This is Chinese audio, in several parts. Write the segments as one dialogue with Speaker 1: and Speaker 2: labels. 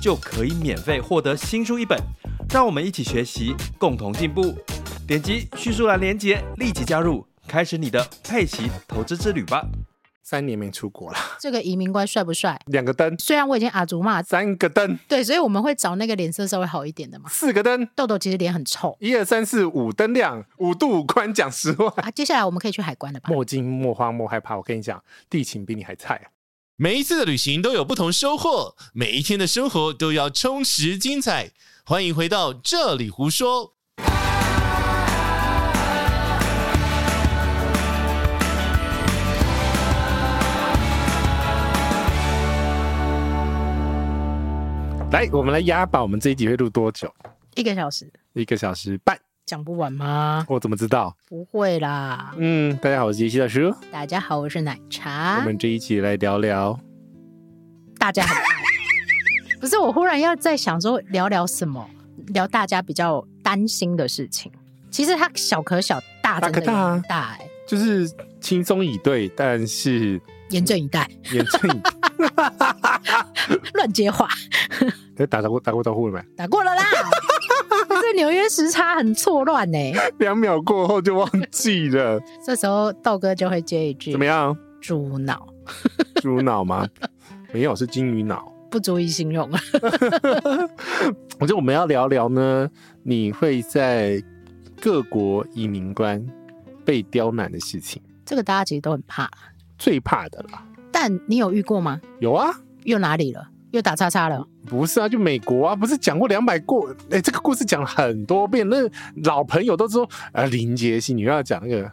Speaker 1: 就可以免费获得新书一本。让我们一起学习，共同进步。点击叙述栏连接，立即加入，开始你的佩奇投资之旅吧。
Speaker 2: 三年没出国了，
Speaker 3: 这个移民官帅不帅？
Speaker 2: 两个灯，
Speaker 3: 虽然我已经阿祖骂，
Speaker 2: 三个灯，
Speaker 3: 对，所以我们会找那个脸色稍微好一点的嘛。
Speaker 2: 四个灯，
Speaker 3: 豆豆其实脸很臭
Speaker 2: 一二三四五灯亮，五度五关讲十万。
Speaker 3: 啊。接下来我们可以去海关了吧？
Speaker 2: 莫惊莫慌莫害怕，我跟你讲，地勤比你还菜、啊。
Speaker 4: 每一次的旅行都有不同收获，每一天的生活都要充实精彩。欢迎回到这里胡说。
Speaker 2: 来，我们来压宝，我们这一集会录多久？
Speaker 3: 一个小时
Speaker 2: 一个小时半，
Speaker 3: 讲不完吗？
Speaker 2: 我怎么知道？
Speaker 3: 不会啦。
Speaker 2: 嗯，大家好，我是杰西老师，
Speaker 3: 大家好，我是奶
Speaker 2: 我
Speaker 3: 茶。
Speaker 2: 们这一集来聊聊
Speaker 3: 大家好。不是，我忽然要在想说聊聊什么，聊大家比较担心的事情。其实它小可小，大
Speaker 2: 大
Speaker 3: 真
Speaker 2: 可
Speaker 3: 的
Speaker 2: 大啊
Speaker 3: 很大哎、
Speaker 2: 就是轻松以对，但是
Speaker 3: 严阵以待，
Speaker 2: 严正以
Speaker 3: 乱接话，
Speaker 2: 对。打打过打过招呼了没？
Speaker 3: 打过了啦。这纽约时差很错乱欸呢、
Speaker 2: 两秒过后就忘记 了，
Speaker 3: 这时候豆哥就会接一句：“
Speaker 2: 怎么样？
Speaker 3: 猪脑
Speaker 2: 猪脑吗？ 没有，是金鱼脑。
Speaker 3: 不足以形容。啊
Speaker 2: 我觉得我们要聊聊呢，你会在各国移民官被刁难的事情，”
Speaker 3: 这个大家其实都很怕，
Speaker 2: 最怕的啦。
Speaker 3: 但你有遇过吗？
Speaker 2: 有啊，
Speaker 3: 又哪里了？又打叉叉了？
Speaker 2: 不是啊，就美国啊，不是讲过两百过？哎，这个故事讲了很多遍，那老朋友都说，呃，林杰西，你又要讲那 个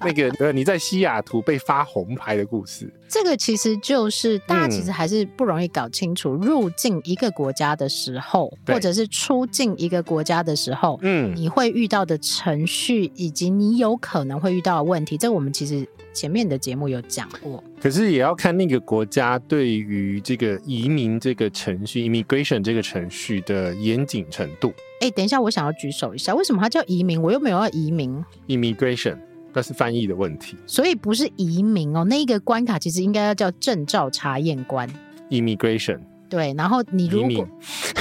Speaker 2: 那个呃，你在西雅图被发红牌的故事。
Speaker 3: 这个其实就是大家
Speaker 2: 嗯
Speaker 3: 其实还是不容易搞清楚，入境一个国家的时候，
Speaker 2: 对
Speaker 3: 或者是出境一个国家的时候，
Speaker 2: 嗯，
Speaker 3: 你会遇到的程序，以及你有可能会遇到的问题。这我们其实前面的节目有讲过，
Speaker 2: 可是也要看那个国家对于这个移民这个程序 （immigration 这个程序）的严谨程度。
Speaker 3: 哎，等一下，我想要举手一下，为什么它叫移民？我又没有要移民，
Speaker 2: immigration，那是翻译的问题。
Speaker 3: 所以不是移民哦。那一个关卡其实应该要叫证照查验关。
Speaker 2: immigration，
Speaker 3: 对，然后你
Speaker 2: 移
Speaker 3: 如
Speaker 2: 民
Speaker 3: 果。啊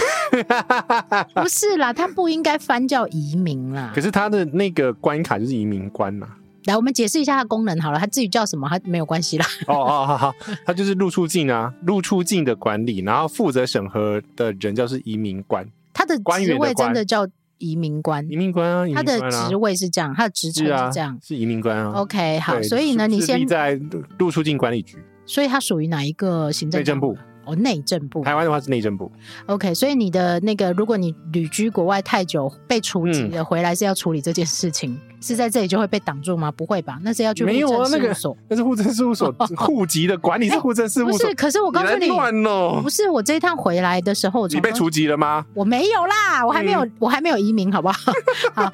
Speaker 3: 不是啦，它不应该翻叫移民啦。
Speaker 2: 可是它的那个关卡就是移民关呐、
Speaker 3: 来，我们解释一下它的功能好了，它至于叫什么，它没有关系啦。
Speaker 2: 哦哦，好好，它就是入出境啊，入出境的管理，然后负责审核的人叫是移民官，
Speaker 3: 它的
Speaker 2: 官员
Speaker 3: 职
Speaker 2: 的
Speaker 3: 位
Speaker 2: 官
Speaker 3: 真的叫移民官
Speaker 2: 移，民官啊，移
Speaker 3: 它
Speaker 2: 民
Speaker 3: 的
Speaker 2: 官啊
Speaker 3: 职，位是这样，它的职称
Speaker 2: 是啊，
Speaker 3: 是这样。
Speaker 2: 是移民官啊。
Speaker 3: OK，好，
Speaker 2: 对
Speaker 3: 所以呢，
Speaker 2: 是
Speaker 3: 你
Speaker 2: 是立
Speaker 3: 先，
Speaker 2: 在入出境管理局，
Speaker 3: 所以它属于哪一个行政？
Speaker 2: 内政部。
Speaker 3: 哦，内政部。
Speaker 2: 台湾的话是内政部，
Speaker 3: OK，所以你的那个，如果你旅居国外太久被处籍
Speaker 2: 嗯
Speaker 3: 了，回来是要处理这件事情，是在这里就会被挡住吗？不会吧？那是要去
Speaker 2: 没有
Speaker 3: 户
Speaker 2: 啊
Speaker 3: 政
Speaker 2: 那
Speaker 3: 事
Speaker 2: 个
Speaker 3: 务所。
Speaker 2: 那是户政事务所户籍的管理是户政 事务
Speaker 3: 哦哎不
Speaker 2: 所
Speaker 3: 是，。可是我告诉
Speaker 2: 你
Speaker 3: 你
Speaker 2: 来，乱哦
Speaker 3: 不，是我这一趟回来的时候，我
Speaker 2: 你被嗯
Speaker 3: 从
Speaker 2: 除籍了吗？
Speaker 3: 我没有啦，我还没有，我还没有移民，好不好？ 好，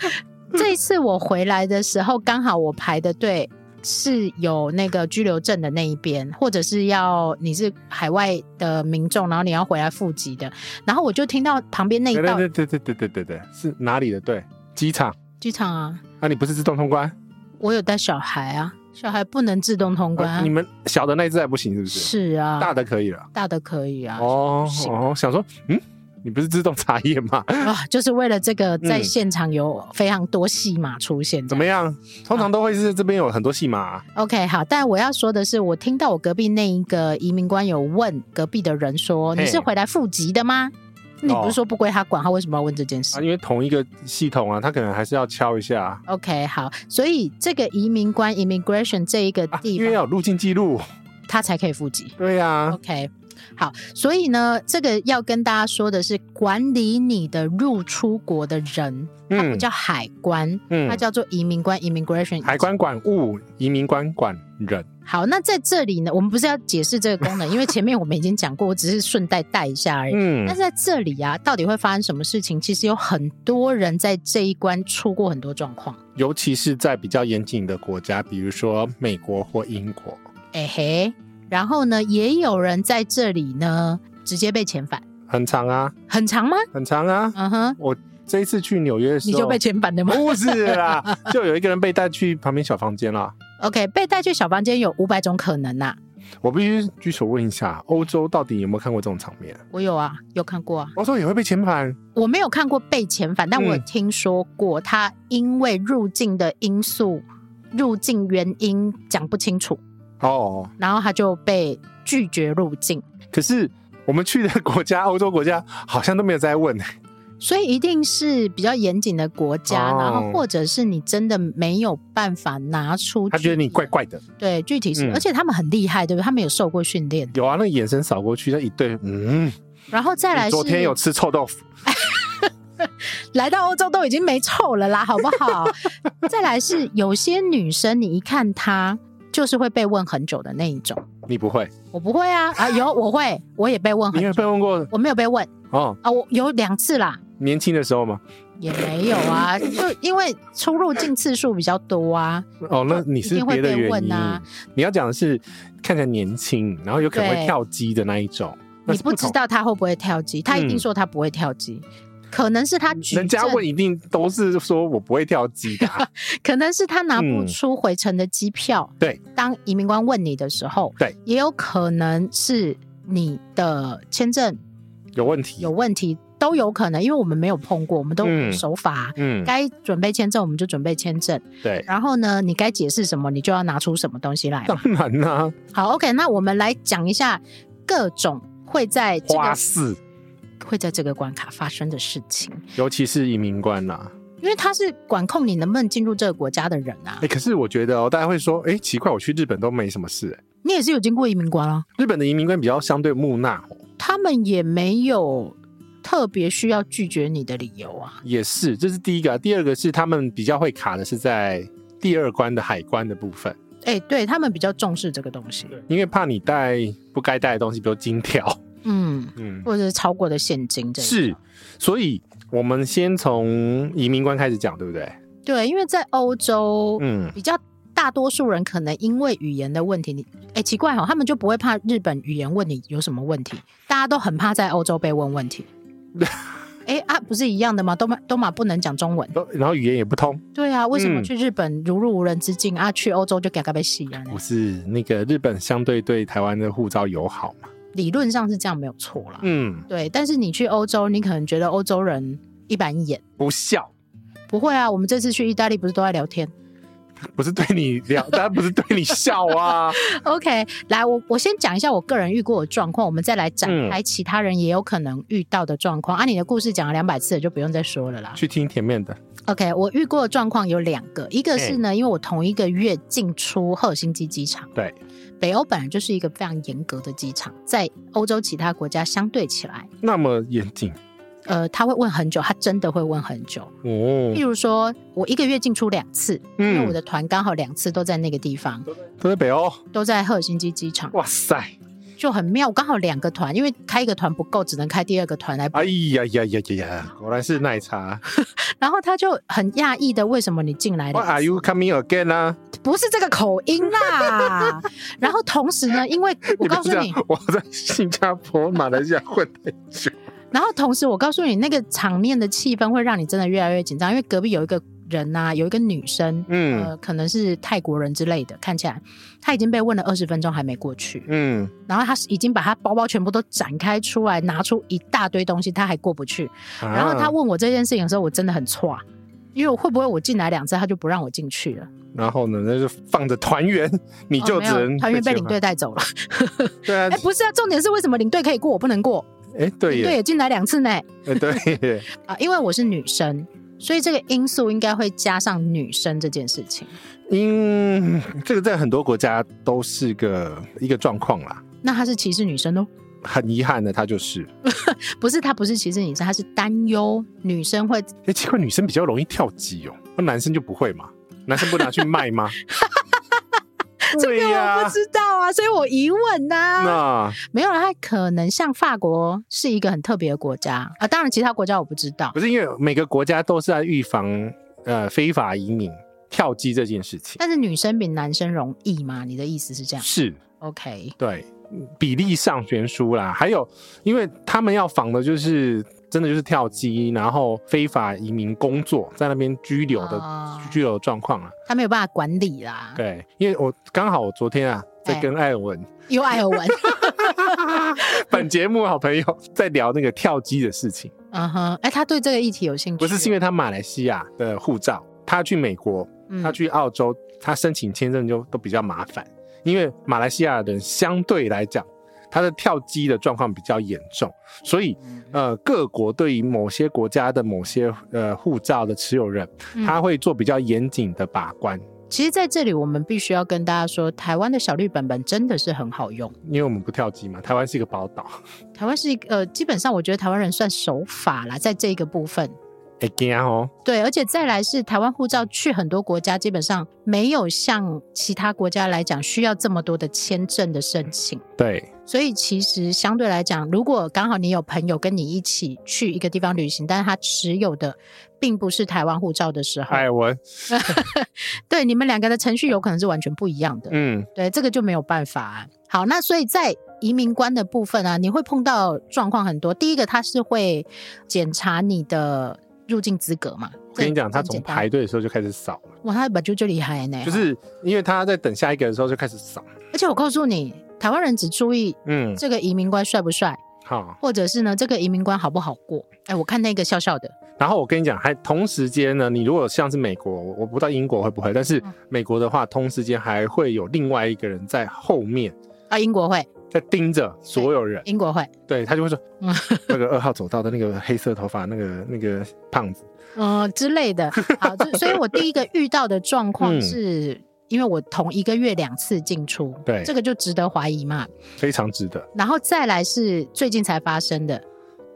Speaker 3: 这一次我回来的时候，刚好我排的队是有那个居留证的那一边，或者是要你是海外的民众，然后你要回来户籍的，然后我就听到旁边那一
Speaker 2: 对
Speaker 3: 道
Speaker 2: 对对对对对对对，是哪里的？对，机场。
Speaker 3: 剧场啊，
Speaker 2: 那、你不是自动通关？
Speaker 3: 我有带小孩啊，小孩不能自动通关、
Speaker 2: 啊
Speaker 3: 啊
Speaker 2: 你，们小的那一只还不行，是不是？
Speaker 3: 是啊，
Speaker 2: 大的可以了。
Speaker 3: 大的可以啊，
Speaker 2: 哦
Speaker 3: 不行
Speaker 2: 哦，想说，嗯，你不是自动查验吗？
Speaker 3: 啊，就是为了这个在
Speaker 2: 嗯
Speaker 3: 现场有非常多戏码出现，
Speaker 2: 怎么样？通常都会是这边有很多戏码、啊，
Speaker 3: OK，好，但我要说的是，我听到我隔壁那一个移民官有问隔壁的人说：“
Speaker 2: 嘿
Speaker 3: 你是回来复籍的吗？”你
Speaker 2: 哦
Speaker 3: 不是说不归他管，他为什么要问这件事、
Speaker 2: 啊因为同一个系统啊，他可能还是要敲一下啊，
Speaker 3: o k 好，所以这个移民官 （immigration） 这一个
Speaker 2: 啊
Speaker 3: 地
Speaker 2: 因为
Speaker 3: 方，
Speaker 2: 要有入境记录。
Speaker 3: 他才可以复籍。
Speaker 2: 对呀、啊，
Speaker 3: OK，好，所以呢，这个要跟大家说的是，管理你的入出国的人，他不
Speaker 2: 嗯
Speaker 3: 叫海关，他
Speaker 2: 嗯，
Speaker 3: 叫做移民官 （immigration）。
Speaker 2: 海关管物，移民官管人，
Speaker 3: 好，那在这里呢，我们不是要解释这个 功能，因为前面我们已经讲过，我只是顺带带一下而已。
Speaker 2: 嗯
Speaker 3: 但是在这里啊，到底会发生什么事情？其实有很多人在这一关出过很多状况。
Speaker 2: 尤其是在比较严谨的国家，比如说美国或英国。
Speaker 3: 哎嘿，然后呢，也有人在这里呢直接被遣返，
Speaker 2: 很长啊，
Speaker 3: 很长吗？
Speaker 2: 很长啊！
Speaker 3: 嗯哼，
Speaker 2: 这一次去纽约的时候，
Speaker 3: 你就被遣返的吗
Speaker 2: 不是啦，就有一个人被带去旁边小房间啦。
Speaker 3: ？OK，被带去小房间有五百种可能呐、啊
Speaker 2: 我必须举手问一下，欧洲到底有没有看过这种场面？
Speaker 3: 我有啊，有看过啊，
Speaker 2: 欧洲也会被遣返？
Speaker 3: 我没有看过被遣返，但我有
Speaker 2: 嗯
Speaker 3: 听说过他因为入境的因素、入境原因讲不清楚，
Speaker 2: 哦，
Speaker 3: 然后他就被拒绝入境，
Speaker 2: 可是我们去的国家，欧洲国家好像都没有在问、
Speaker 3: 所以一定是比较严谨的国家，
Speaker 2: 哦
Speaker 3: 然后或者是你真的没有办法拿出
Speaker 2: 他
Speaker 3: 具体，
Speaker 2: 觉得你怪怪的。
Speaker 3: 对具体是，
Speaker 2: 嗯
Speaker 3: 而且他们很厉害，对不对？他们有受过训练，
Speaker 2: 有啊，那眼神扫过去，那一对，嗯，
Speaker 3: 然后再来
Speaker 2: 你
Speaker 3: 是
Speaker 2: 昨天有吃臭豆腐，
Speaker 3: 来到欧洲都已经没臭了 啦，好不好？再来是有些女生，你一看她就是会被问很久的那一种。
Speaker 2: 你不会？
Speaker 3: 我不会啊，啊有我会，我也被问
Speaker 2: 你
Speaker 3: 很，
Speaker 2: 有被问过
Speaker 3: 我没有被问
Speaker 2: 哦？
Speaker 3: 啊，我有两次啦，
Speaker 2: 年轻的时候吗？
Speaker 3: 也没有啊，就因为出入境次数比较多啊，
Speaker 2: 哦，那你是
Speaker 3: 一定会
Speaker 2: 别的
Speaker 3: 被
Speaker 2: 原
Speaker 3: 问
Speaker 2: 因。
Speaker 3: 啊
Speaker 2: 你要讲的是看起来年轻，然后有可能
Speaker 3: 对
Speaker 2: 会跳机的那一种。那
Speaker 3: 你
Speaker 2: 是
Speaker 3: 不知
Speaker 2: 同，
Speaker 3: 道她会不会跳机，她一定
Speaker 2: 嗯
Speaker 3: 说她不会跳机。可能是她举
Speaker 2: 人家
Speaker 3: 证
Speaker 2: 问一定都是说我不会跳机的啊、
Speaker 3: 可能是他拿不
Speaker 2: 嗯
Speaker 3: 出回程的机票。
Speaker 2: 对，
Speaker 3: 当移民官问你的时候，
Speaker 2: 对，
Speaker 3: 也有可能是你的签证
Speaker 2: 有问题。
Speaker 3: 有问题，都有可能，因为我们没有碰过，我们都
Speaker 2: 嗯
Speaker 3: 守法。
Speaker 2: 嗯，
Speaker 3: 该准备签证，我们就准备签证。
Speaker 2: 对，
Speaker 3: 然后呢，你该解释什么，你就要拿出什么东西来
Speaker 2: 当
Speaker 3: 嘛。
Speaker 2: 然啦、
Speaker 3: 好，OK，那我们来讲一下各种会在这
Speaker 2: 花
Speaker 3: 个
Speaker 2: 式，
Speaker 3: 会在这个关卡发生的事情，
Speaker 2: 尤其是移民官啦、
Speaker 3: 因为他是管控你能不能进入这个国家的人啊
Speaker 2: 哎、。可是我觉得哦，大家会说，哎、奇怪，我去日本都没什么事、哎
Speaker 3: 你也是有经过移民官啊？
Speaker 2: 日本的移民官比较相对木讷、哦，
Speaker 3: 他们也没有特别需要拒绝你的理由啊。
Speaker 2: 也是，这是第一个、啊。第二个是他们比较会卡的是在第二关的海关的部分，
Speaker 3: 哎、对他们比较重视这个东西，
Speaker 2: 因为怕你带不该带的东西，比如金条。
Speaker 3: 嗯，
Speaker 2: 嗯，
Speaker 3: 或者是超过的现金这 一
Speaker 2: 是
Speaker 3: 种，
Speaker 2: 所以我们先从移民官开始讲，对不对？
Speaker 3: 对，因为在欧洲、
Speaker 2: 嗯，
Speaker 3: 比较大多数人可能因为语言的问题，你哎、奇怪哦，他们就不会怕日本语言问你有什么问题，大家都很怕在欧洲被问 问题。哎、啊，不是一样的吗？都嘛都嘛不能讲中文，
Speaker 2: 都嗯然后语言也不通，
Speaker 3: 对啊，为什么
Speaker 2: 嗯
Speaker 3: 去日本如入无人之境、啊？去欧洲就嘎嘎被吸了呢
Speaker 2: 不？是那个日本相对对台湾的护照友好嘛？
Speaker 3: 理论上是这样没有错啦。
Speaker 2: 嗯，
Speaker 3: 对，但是你去欧洲，你可能觉得欧洲人一板一眼。
Speaker 2: 不孝，
Speaker 3: 不会啊，我们这次去意大利不是都在聊天
Speaker 2: 不是对你聊，当然不是对你笑 啊。
Speaker 3: ？OK，来，我我先讲一下我个人遇过的状况，我们再来展
Speaker 2: 嗯
Speaker 3: 开其他人也有可能遇到的状况。啊，你的故事讲了两百次了，就不用再说了啦。
Speaker 2: 去听前面的，
Speaker 3: OK，我遇过的状况有两个，一个是呢，因为我同一个月进出赫尔辛基机场，
Speaker 2: 对，
Speaker 3: 北欧本来就是一个非常严格的机场，在欧洲其他国家相对起来，
Speaker 2: 那么严谨
Speaker 3: 呃，他会问很久，他真的会问很久。
Speaker 2: 哦
Speaker 3: 譬。如说，我一个月进出两次，因为我
Speaker 2: 嗯，
Speaker 3: 的团刚好两次都在那个地方，
Speaker 2: 都在北欧，
Speaker 3: 都在赫尔辛基机场，
Speaker 2: 哇塞，
Speaker 3: 就很妙。刚好两个团，因为开一个团不够，只能开第二个团来。
Speaker 2: 哎呀呀呀呀呀，果然是奶茶。
Speaker 3: 然后他就很讶异的，为什么你进来
Speaker 2: What are
Speaker 3: 了？
Speaker 2: you coming again 啊？
Speaker 3: 不是这个口音 啦。然后同时呢，因为我告
Speaker 2: 不
Speaker 3: 诉
Speaker 2: 要这
Speaker 3: 你，
Speaker 2: 样，我在新加坡、马来西亚混太久。
Speaker 3: 然后同时我告诉你，那个场面的气氛会让你真的越来越紧张，因为隔壁有一个人呐、有一个女生。
Speaker 2: 嗯
Speaker 3: 呃，可能是泰国人之类的，看起来他已经被问了二十分钟还没过去，
Speaker 2: 嗯，
Speaker 3: 然后他已经把他包包全部都展开出来，拿出一大堆东西，他还过不去。然后他
Speaker 2: 啊
Speaker 3: 问我这件事情的时候，我真的很错，因为我会不会我进来两次他就不让我进去了？
Speaker 2: 然后呢，那就放着团员，你
Speaker 3: 你
Speaker 2: 就只能
Speaker 3: 哦团员被领
Speaker 2: 前
Speaker 3: 队带 走了。
Speaker 2: 往。对啊
Speaker 3: 哎，，不是啊，重点是为什么领队可以过，我不能过？
Speaker 2: 哎，对
Speaker 3: 领队
Speaker 2: 耶，
Speaker 3: 也进来两次呢
Speaker 2: 哎对 耶，
Speaker 3: 啊，因为我是女生，所以这个因素应该会加上女生这件事情。
Speaker 2: 因这个在很多国家都是个一个状况啦。
Speaker 3: 那他是歧视女生哦？
Speaker 2: 很遗憾的，他就是。
Speaker 3: 不是他不是歧视女生，他是担忧女生会
Speaker 2: 哎、奇怪，女生比较容易跳级哦，那男生就不会嘛？男生不拿去卖吗？
Speaker 3: 这
Speaker 2: 对
Speaker 3: 个
Speaker 2: 呀、
Speaker 3: 我不知道啊，所以我疑问啊呐、
Speaker 2: 那
Speaker 3: 没有啦，他可能像法国是一个很特别的国家啊，当然其他国家我不知道
Speaker 2: 不，是因为每个国家都是在预防呃非法移民跳机这件事情，
Speaker 3: 但是女生比男生容易吗？你的意思是这样
Speaker 2: 是
Speaker 3: ？OK，
Speaker 2: 对比例上悬殊啦。还有，因为他们要防的就是真的就是跳机，然后非法移民工作在那边居留的、
Speaker 3: 哦
Speaker 2: 居留的状况啊。
Speaker 3: 他没有办法管理啦，
Speaker 2: 对，因为我刚好我昨天啊在
Speaker 3: 哎
Speaker 2: 跟艾文、
Speaker 3: 又爱尔文，
Speaker 2: 本节目好朋友在聊那个跳机的事情。
Speaker 3: 嗯哼，哎，他对这个议题有兴趣
Speaker 2: 不
Speaker 3: 哦，
Speaker 2: 是是因为他马来西亚的护照，他去美国，
Speaker 3: 嗯
Speaker 2: 他去澳洲，他申请签证就都比较麻烦，因为马来西亚人相对来讲，他的跳机的状况比较严重，所以
Speaker 3: 嗯
Speaker 2: 呃，各国对于某些国家的某些呃护照的持有人，
Speaker 3: 嗯
Speaker 2: 他会做比较严谨的把关，
Speaker 3: 其实在这里我们必须要跟大家说，台湾的小绿本本真的是很好用。
Speaker 2: 因为我们不跳机嘛，台湾是一个宝岛，
Speaker 3: 台湾是一个呃，基本上我觉得台湾人算守法啦，在这一个部分。
Speaker 2: 哎呀哦，
Speaker 3: 对，而且再来是台湾护照去很多国家，基本上没有像其他国家来讲需要这么多的签证的申请，
Speaker 2: 对，
Speaker 3: 所以其实相对来讲，如果刚好你有朋友跟你一起去一个地方旅行，但是他持有的并不是台湾护照的时候，
Speaker 2: 艾文，
Speaker 3: 对你们两个的程序有可能是完全不一样的。
Speaker 2: 嗯，
Speaker 3: 对，这个就没有办法、啊。好，那所以在移民官的部分啊，你会碰到状况很多。第一个，他是会检查你的入境资格嘛？
Speaker 2: 我跟你讲，
Speaker 3: 这
Speaker 2: 他
Speaker 3: 很
Speaker 2: 从
Speaker 3: 简单
Speaker 2: 排队的时候就开始扫了，
Speaker 3: 哇，他本就就厉害呢。
Speaker 2: 就是因为他在等下一个的时候就开始扫，
Speaker 3: 而且我告诉你，台湾人只注意
Speaker 2: 嗯，
Speaker 3: 这个移民官帅不帅，
Speaker 2: 好。
Speaker 3: 或者是呢这个移民官好不好过。哎，我看那个笑笑的，
Speaker 2: 然后我跟你讲，还同时间呢，你如果像是美国，我我不知道英国会不会，但是
Speaker 3: 嗯
Speaker 2: 美国的话，同时间还会有另外一个人在后面
Speaker 3: 啊，英国会，
Speaker 2: 在盯着所有人，
Speaker 3: 英国会，
Speaker 2: 对他就会说
Speaker 3: 嗯，
Speaker 2: 那个二号走道的那个黑色头发那个那个胖子，
Speaker 3: 嗯、之类的。好，就所以我第一个遇到的状况
Speaker 2: 嗯
Speaker 3: 是。因为我同一个月两次进出，
Speaker 2: 对
Speaker 3: 这个就值得怀疑嘛。
Speaker 2: 非常值得。
Speaker 3: 然后再来是最近才发生的，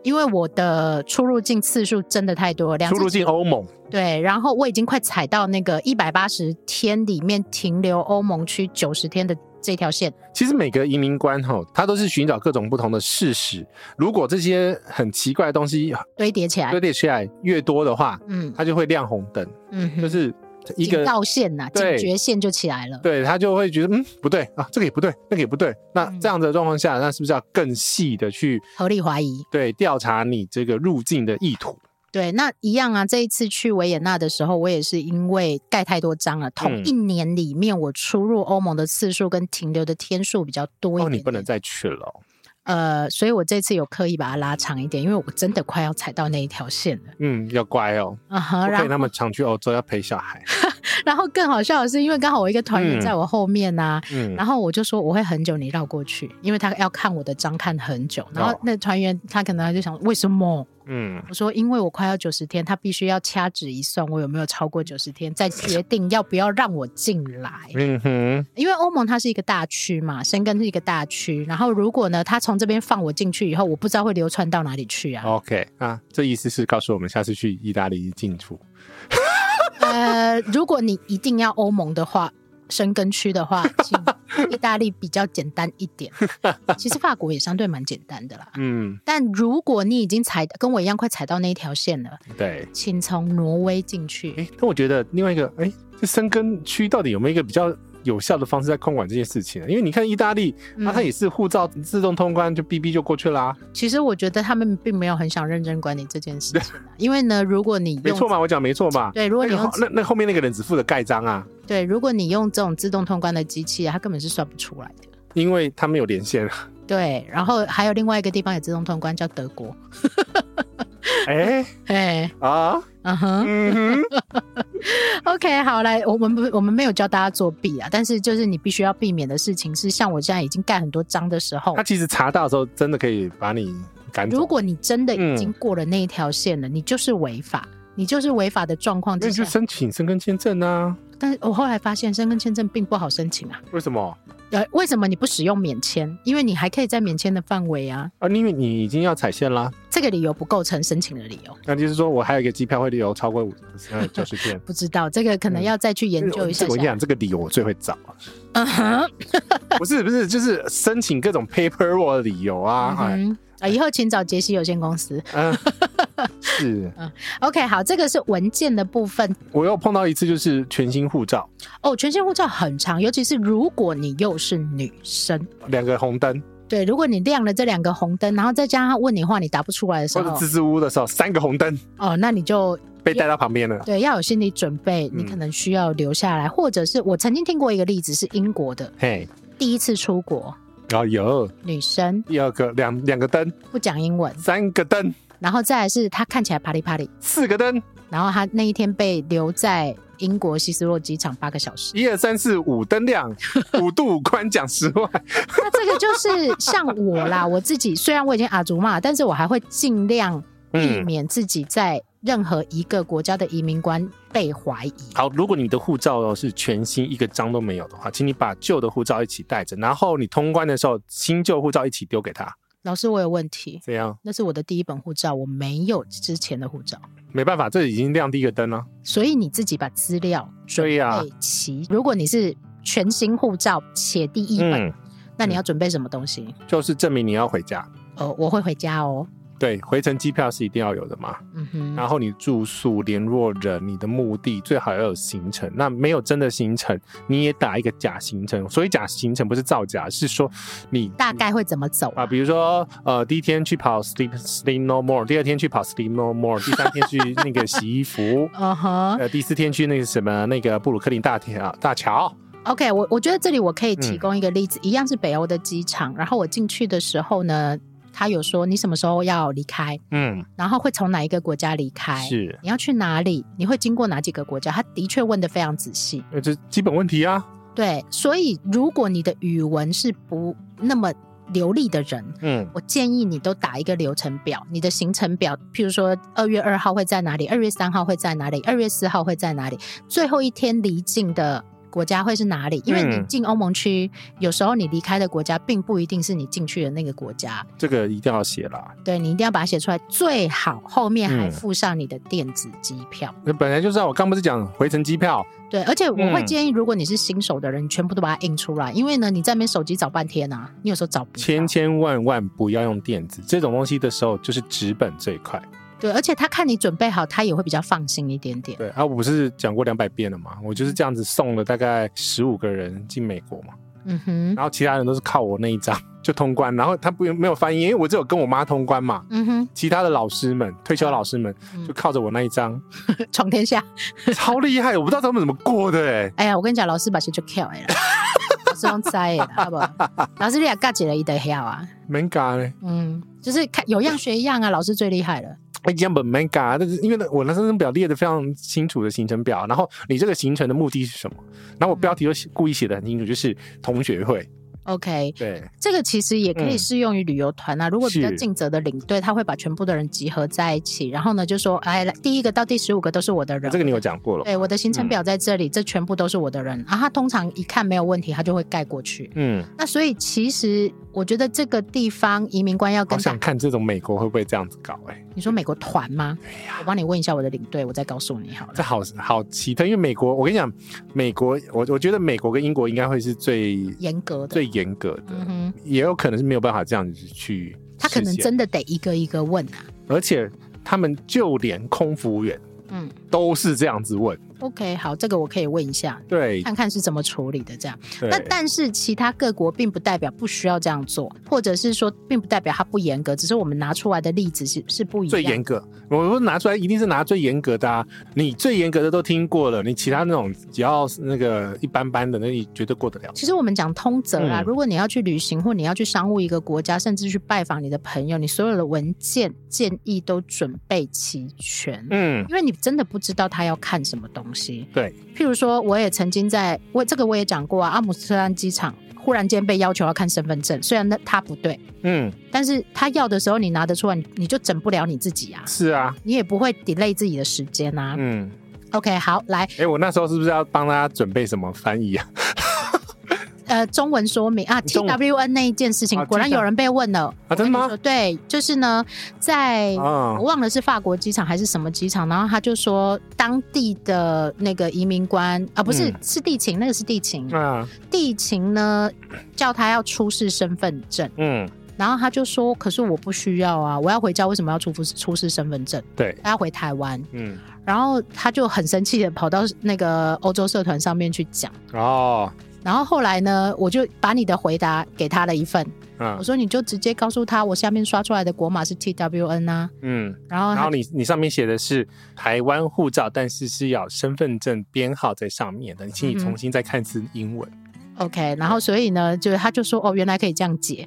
Speaker 3: 因为我的出入境次数真的太多了，两
Speaker 2: 出入
Speaker 3: 次
Speaker 2: 境欧盟，
Speaker 3: 对，然后我已经快踩到那个一百八十天里面停留欧盟区九十天的这条线。
Speaker 2: 其实每个移民官吼，他都是寻找各种不同的事实。如果这些很奇怪的东西
Speaker 3: 堆叠起来
Speaker 2: 堆，叠起来越多的话，
Speaker 3: 嗯
Speaker 2: 他就会亮红灯，
Speaker 3: 嗯哼，
Speaker 2: 就是一
Speaker 3: 警
Speaker 2: 个
Speaker 3: 告线呐、警
Speaker 2: 对
Speaker 3: 觉线就起来了。
Speaker 2: 对他就会觉得嗯不对啊，这个也不对，那个也不对。那
Speaker 3: 嗯
Speaker 2: 这样的状况下，那是不是要更细的去
Speaker 3: 合理怀疑，
Speaker 2: 对调查你这个入境的意图？
Speaker 3: 对，那一样啊。这一次去维也纳的时候，我也是因为盖太多章了，同
Speaker 2: 嗯
Speaker 3: 一年里面我出入欧盟的次数跟停留的天数比较多一
Speaker 2: 哦，
Speaker 3: 点
Speaker 2: 你不
Speaker 3: 点
Speaker 2: 能再去了哦。
Speaker 3: 呃，所以我这次有刻意把它拉长一点，因为我真的快要踩到那一条线了。
Speaker 2: 嗯，要乖哦，
Speaker 3: 啊
Speaker 2: 不
Speaker 3: 哈，
Speaker 2: 可以
Speaker 3: 然
Speaker 2: 那
Speaker 3: 后
Speaker 2: 么常去欧洲，要陪小孩。
Speaker 3: 然后更好笑的是，因为刚好我一个团员
Speaker 2: 嗯
Speaker 3: 在我后面呐、
Speaker 2: 嗯，
Speaker 3: 然后我就说我会很久，你绕过去，因为他要看我的章看很久。然后
Speaker 2: 哦
Speaker 3: 那团员他可能就想为什么？
Speaker 2: 嗯，
Speaker 3: 我说因为我快要九十天，他必须要掐指一算我有没有超过九十天，再决定要不要让我进来。
Speaker 2: 嗯哼，
Speaker 3: 因为欧盟它是一个大区嘛，申根是一个大区，然后如果呢他从这边放我进去以后，我不知道会流传到哪里去啊。
Speaker 2: OK 啊，这意思是告诉我们下次去意大利进出。
Speaker 3: 呃，如果你一定要欧盟的话，深根区的话，请意大利比较简单一 点。其实法国也相对蛮简单的啦。
Speaker 2: 嗯，
Speaker 3: 但如果你已经踩跟我一样快踩到那一条线了，
Speaker 2: 对。
Speaker 3: 请从挪威进去。
Speaker 2: 诶，但我觉得另外一个，诶，这深根区到底有没有一个比较有效的方式在控管这件事情啊呢？因为你看意大利，那、它
Speaker 3: 嗯
Speaker 2: 也是护照自动通关，就 BB 就过去啦、
Speaker 3: 其实我觉得他们并没有很想认真管理这件事情、 啊，因为呢，如果你用
Speaker 2: 没错嘛，我讲没错嘛。
Speaker 3: 对，如果
Speaker 2: 那
Speaker 3: 你
Speaker 2: 个
Speaker 3: 用
Speaker 2: 后那那后面那个人只负责盖章啊，
Speaker 3: 对，如果你用这种自动通关的机器、啊，它根本是算不出来的。
Speaker 2: 因为他没有连线。啊
Speaker 3: 对，然后还有另外一个地方也自动通关，叫德国。
Speaker 2: 哎、
Speaker 3: 哎，
Speaker 2: 啊，
Speaker 3: 嗯哼。
Speaker 2: 嗯
Speaker 3: OK，好，来，我们不，我们没有教大家作弊啊，但是就是你必须要避免的事情是，像我现在已经盖很多章的时候
Speaker 2: 哼，他，其实查到的时候，真的可以把你赶走。
Speaker 3: 如果你真的已经
Speaker 2: 嗯
Speaker 3: 过了那一条线了，你就是违法，你就是违法的状况
Speaker 2: 那
Speaker 3: 之
Speaker 2: 你就
Speaker 3: 下。
Speaker 2: 申请申根签证啊？
Speaker 3: 但是我后来发现，申根签证并不好申请啊，
Speaker 2: 为什么？
Speaker 3: 呃，为什么你不使用免签？因为你还可以在免签的范围啊。
Speaker 2: 啊，因为你已经要踩线啦，
Speaker 3: 这个理由不构成申请的理由，。
Speaker 2: 那就是说我还有一个机票会旅游超过五呃九十天
Speaker 3: 不知道这个可能要再去 研究一下
Speaker 2: 嗯这个我跟你
Speaker 3: 下。
Speaker 2: 讲，这个理由我最会找，
Speaker 3: 嗯哼，
Speaker 2: 不是不是，就是申请各种 paperwork 的理由啊
Speaker 3: 嗯，
Speaker 2: 哎，
Speaker 3: 哼啊，以后请找杰西有限公司。
Speaker 2: 嗯， 是
Speaker 3: OK，好，这个是文件的部分。
Speaker 2: 我又碰到一次就是全新护照，
Speaker 3: 哦，全新护照很长，尤其是如果你又是女生，
Speaker 2: 两个红灯，
Speaker 3: 对，如果你亮了这两个红灯，然后再加上他问你话你答不出来的时
Speaker 2: 或者
Speaker 3: 候，
Speaker 2: 支支吾吾的时候三个红灯
Speaker 3: 哦，那你就
Speaker 2: 被带到旁边了，
Speaker 3: 对要有心理准备，你
Speaker 2: 嗯
Speaker 3: 可能需要留下来，或者是我曾经听过一个例子是英国的，
Speaker 2: 嘿，
Speaker 3: 第一次出国，
Speaker 2: 然后有
Speaker 3: 女生
Speaker 2: 第二个两两个灯，
Speaker 3: 不讲英文，
Speaker 2: 三个灯，
Speaker 3: 然后再来是她看起来啪里啪里，
Speaker 2: 四个灯，
Speaker 3: 然后她那一天被留在英国希斯洛机场八个小时。
Speaker 2: 一二三四五灯亮，五度五宽讲实话，
Speaker 3: 那这个就是像我啦，我自己虽然我已经阿祖嘛，但是我还会尽量避
Speaker 2: 嗯。
Speaker 3: 免自己在任何一个国家的移民官被怀疑。
Speaker 2: 好，如果你的护照哦是全新一个章都没有的话，请你把旧的护照一起带着，然后你通关的时候，新旧护照一起丢给他，
Speaker 3: 老师，我有问题，
Speaker 2: 这样
Speaker 3: 那是我的第一本护照，我没有之前的护照，
Speaker 2: 没办法，这已经亮第一个灯了。
Speaker 3: 所以你自己把资料准
Speaker 2: 对呀
Speaker 3: 备齐。如果你是全新护照且第一本，
Speaker 2: 嗯，
Speaker 3: 那你要准备什么东西？
Speaker 2: 就是证明你要回家。
Speaker 3: 呃，我会回家哦。
Speaker 2: 对，回程机票是一定要有的嘛。
Speaker 3: 嗯哼，
Speaker 2: 然后你住宿、联络人、你的目的，最好要有行程。那没有真的行程，你也打一个假行程。所以假行程不是造假，是说你
Speaker 3: 大概会怎么走
Speaker 2: 啊，比如说，呃，第一天去跑 sleep sleep no more，第二天去跑 sleep no more，第三天去那个洗衣 服，
Speaker 3: 嗯哼
Speaker 2: 呃，第四天去那个什么那个布鲁克林大桥大桥，
Speaker 3: ，OK，我我觉得这里我可以提
Speaker 2: 嗯
Speaker 3: 供一个例子，一样是北欧的机场。然后我进去的时候呢，他有说你什么时候要离开，
Speaker 2: 嗯，
Speaker 3: 然后会从哪一个国家离开，
Speaker 2: 是，
Speaker 3: 你要去哪里，你会经过哪几个国家？他的确问的非常仔细。
Speaker 2: 呃，这基本问题啊，
Speaker 3: 对，所以如果你的语文是不那么流利的人，
Speaker 2: 嗯，
Speaker 3: 我建议你都打一个流程表，你的行程表，譬如说二月二号会在哪里，二月三号会在哪里，二月四号会在哪里，最后一天离境的国家会是哪里？因为你
Speaker 2: 嗯
Speaker 3: 进欧盟区，有时候你离开的国家并不一定是你进去的那个国家，
Speaker 2: 这个一定要写啦，
Speaker 3: 对你一定要把它写出来，最好后面还
Speaker 2: 嗯
Speaker 3: 附上你的电子机票。
Speaker 2: 那本来就是啊，我刚不是讲回程机票，
Speaker 3: 对，而且我会
Speaker 2: 嗯
Speaker 3: 建议，如果你是新手的人，你全部都把它印出来，因为呢，你在那边手机找半天啊，你有时候找不到。
Speaker 2: 千千万万不要用电子这种东西的时候，就是纸本最快。
Speaker 3: 对，而且他看你准备好，他也会比较放心一点点。
Speaker 2: 对啊，我不是讲过两百遍了嘛，我就是这样子送了大概十五个人进美国嘛，
Speaker 3: 嗯哼，
Speaker 2: 然后其他人都是靠我那一张就通关，然后他不用没有翻译，因为我只有跟我妈通关嘛。
Speaker 3: 嗯哼。
Speaker 2: 其他的老师们，退休老师们
Speaker 3: 嗯
Speaker 2: 就靠着我那一张，
Speaker 3: 闯天下。
Speaker 2: 超厉害！我不知道他们怎么过的哎、
Speaker 3: 哎呀，我跟你讲，老师把钱就翘 哎啦，老师用栽啦，好不好？老师你也尬起了一堆晓啊，
Speaker 2: 没欸嘎嘞，
Speaker 3: 嗯，就是看有样学样啊，老师最厉害了。
Speaker 2: 一样本没嘎，但是因为呢，我那张表列的非常清楚的行程表，然后你这个行程的目的是什么，然后我标题又写故意写的很清楚，就是同学会，
Speaker 3: OK，
Speaker 2: 对，
Speaker 3: 这个其实也可以
Speaker 2: 嗯
Speaker 3: 适用于旅游团啊。如果比较
Speaker 2: 是
Speaker 3: 尽责的领队，他会把全部的人集合在一起，然后呢就说，哎，来第一个到第十五个都是我的人。
Speaker 2: 这个你嗯有讲过了，
Speaker 3: 对，我的行程表在这里，这全部都是我的人啊。他通常一看没有问题，他就会盖过去。
Speaker 2: 嗯，
Speaker 3: 那所以其实我觉得这个地方移民官要
Speaker 2: 好
Speaker 3: 跟
Speaker 2: 想看这种美国会不会这样子搞哎、
Speaker 3: 你说美国团吗？我帮你问一下我的领队，我再告诉你好了。
Speaker 2: 这好好奇特，因为美国，我跟你讲，美国，我我觉得美国跟英国应该会是最
Speaker 3: 严格的，
Speaker 2: 最严格的，
Speaker 3: 嗯哼，
Speaker 2: 也有可能是没有办法这样子去。
Speaker 3: 他可能，真的得一个一个问啊。
Speaker 2: 而且他们就连空服务员
Speaker 3: 嗯
Speaker 2: 都是这样子问，
Speaker 3: ，OK，好，这个我可以问一下，
Speaker 2: 对
Speaker 3: 看看是怎么处理的。这样，
Speaker 2: 对
Speaker 3: 那但是其他各国并不代表不需要这样做，或者是说并不代表它不严格，只是我们拿出来的例子是是不一样。
Speaker 2: 最严格，我说拿出来一定是拿最严格的啊！你最严格的都听过了，你其他那种只要是那个一般般的，那你绝对过得了。
Speaker 3: 其实我们讲通则啦，
Speaker 2: 嗯
Speaker 3: 如果你要去旅行或你要去商务一个国家，甚至去拜访你的朋友，你所有的文件建议都准备齐全。
Speaker 2: 嗯，
Speaker 3: 因为你真的不知道他要看什么东西。
Speaker 2: 对，
Speaker 3: 譬如说，我也曾经在我这个我也讲过啊，阿姆斯特丹机场忽然间被要求要看身份证，虽然那他不对，
Speaker 2: 嗯，
Speaker 3: 但是他要的时候你拿得出来，你你就整不了你自己啊，
Speaker 2: 是啊，
Speaker 3: 你也不会 delay 自己的时间啊。
Speaker 2: 嗯，
Speaker 3: OK，好，来，
Speaker 2: 哎、我那时候是不是要帮他准备什么翻译啊？
Speaker 3: 呃中文说明啊
Speaker 2: 中文
Speaker 3: ，TWN 那一件事情
Speaker 2: 啊，
Speaker 3: 果然
Speaker 2: TW
Speaker 3: 有人被问了。
Speaker 2: 啊，真的
Speaker 3: 我
Speaker 2: 吗
Speaker 3: 说？对，就是呢，在
Speaker 2: 啊
Speaker 3: 我，忘了是法国机场还是什么机场，然后他就说当地的那个移民官啊，不是、
Speaker 2: 嗯
Speaker 3: 是地勤，那个是地勤，
Speaker 2: 啊，
Speaker 3: 地勤呢叫他要出示身份证，
Speaker 2: 嗯，
Speaker 3: 然后他就说，可是我不需要啊，我要回家，为什么要出出示身份证？
Speaker 2: 对，
Speaker 3: 他要回台湾，
Speaker 2: 嗯，
Speaker 3: 然后他就很生气的跑到那个欧洲社团上面去讲，
Speaker 2: 哦，
Speaker 3: 然后后来呢，我就把你的回答给他了一份，
Speaker 2: 嗯
Speaker 3: 我说你就直接告诉他，我下面刷出来的国码是 TWN 啊，
Speaker 2: 嗯，
Speaker 3: 然后
Speaker 2: 然
Speaker 3: 他
Speaker 2: 后你你上面写的是台湾护照，但是是要身份证编号在上面的，请你重新再看一次英文。
Speaker 3: OK，然后所以呢，就是他就说哦，原来可以这样 解，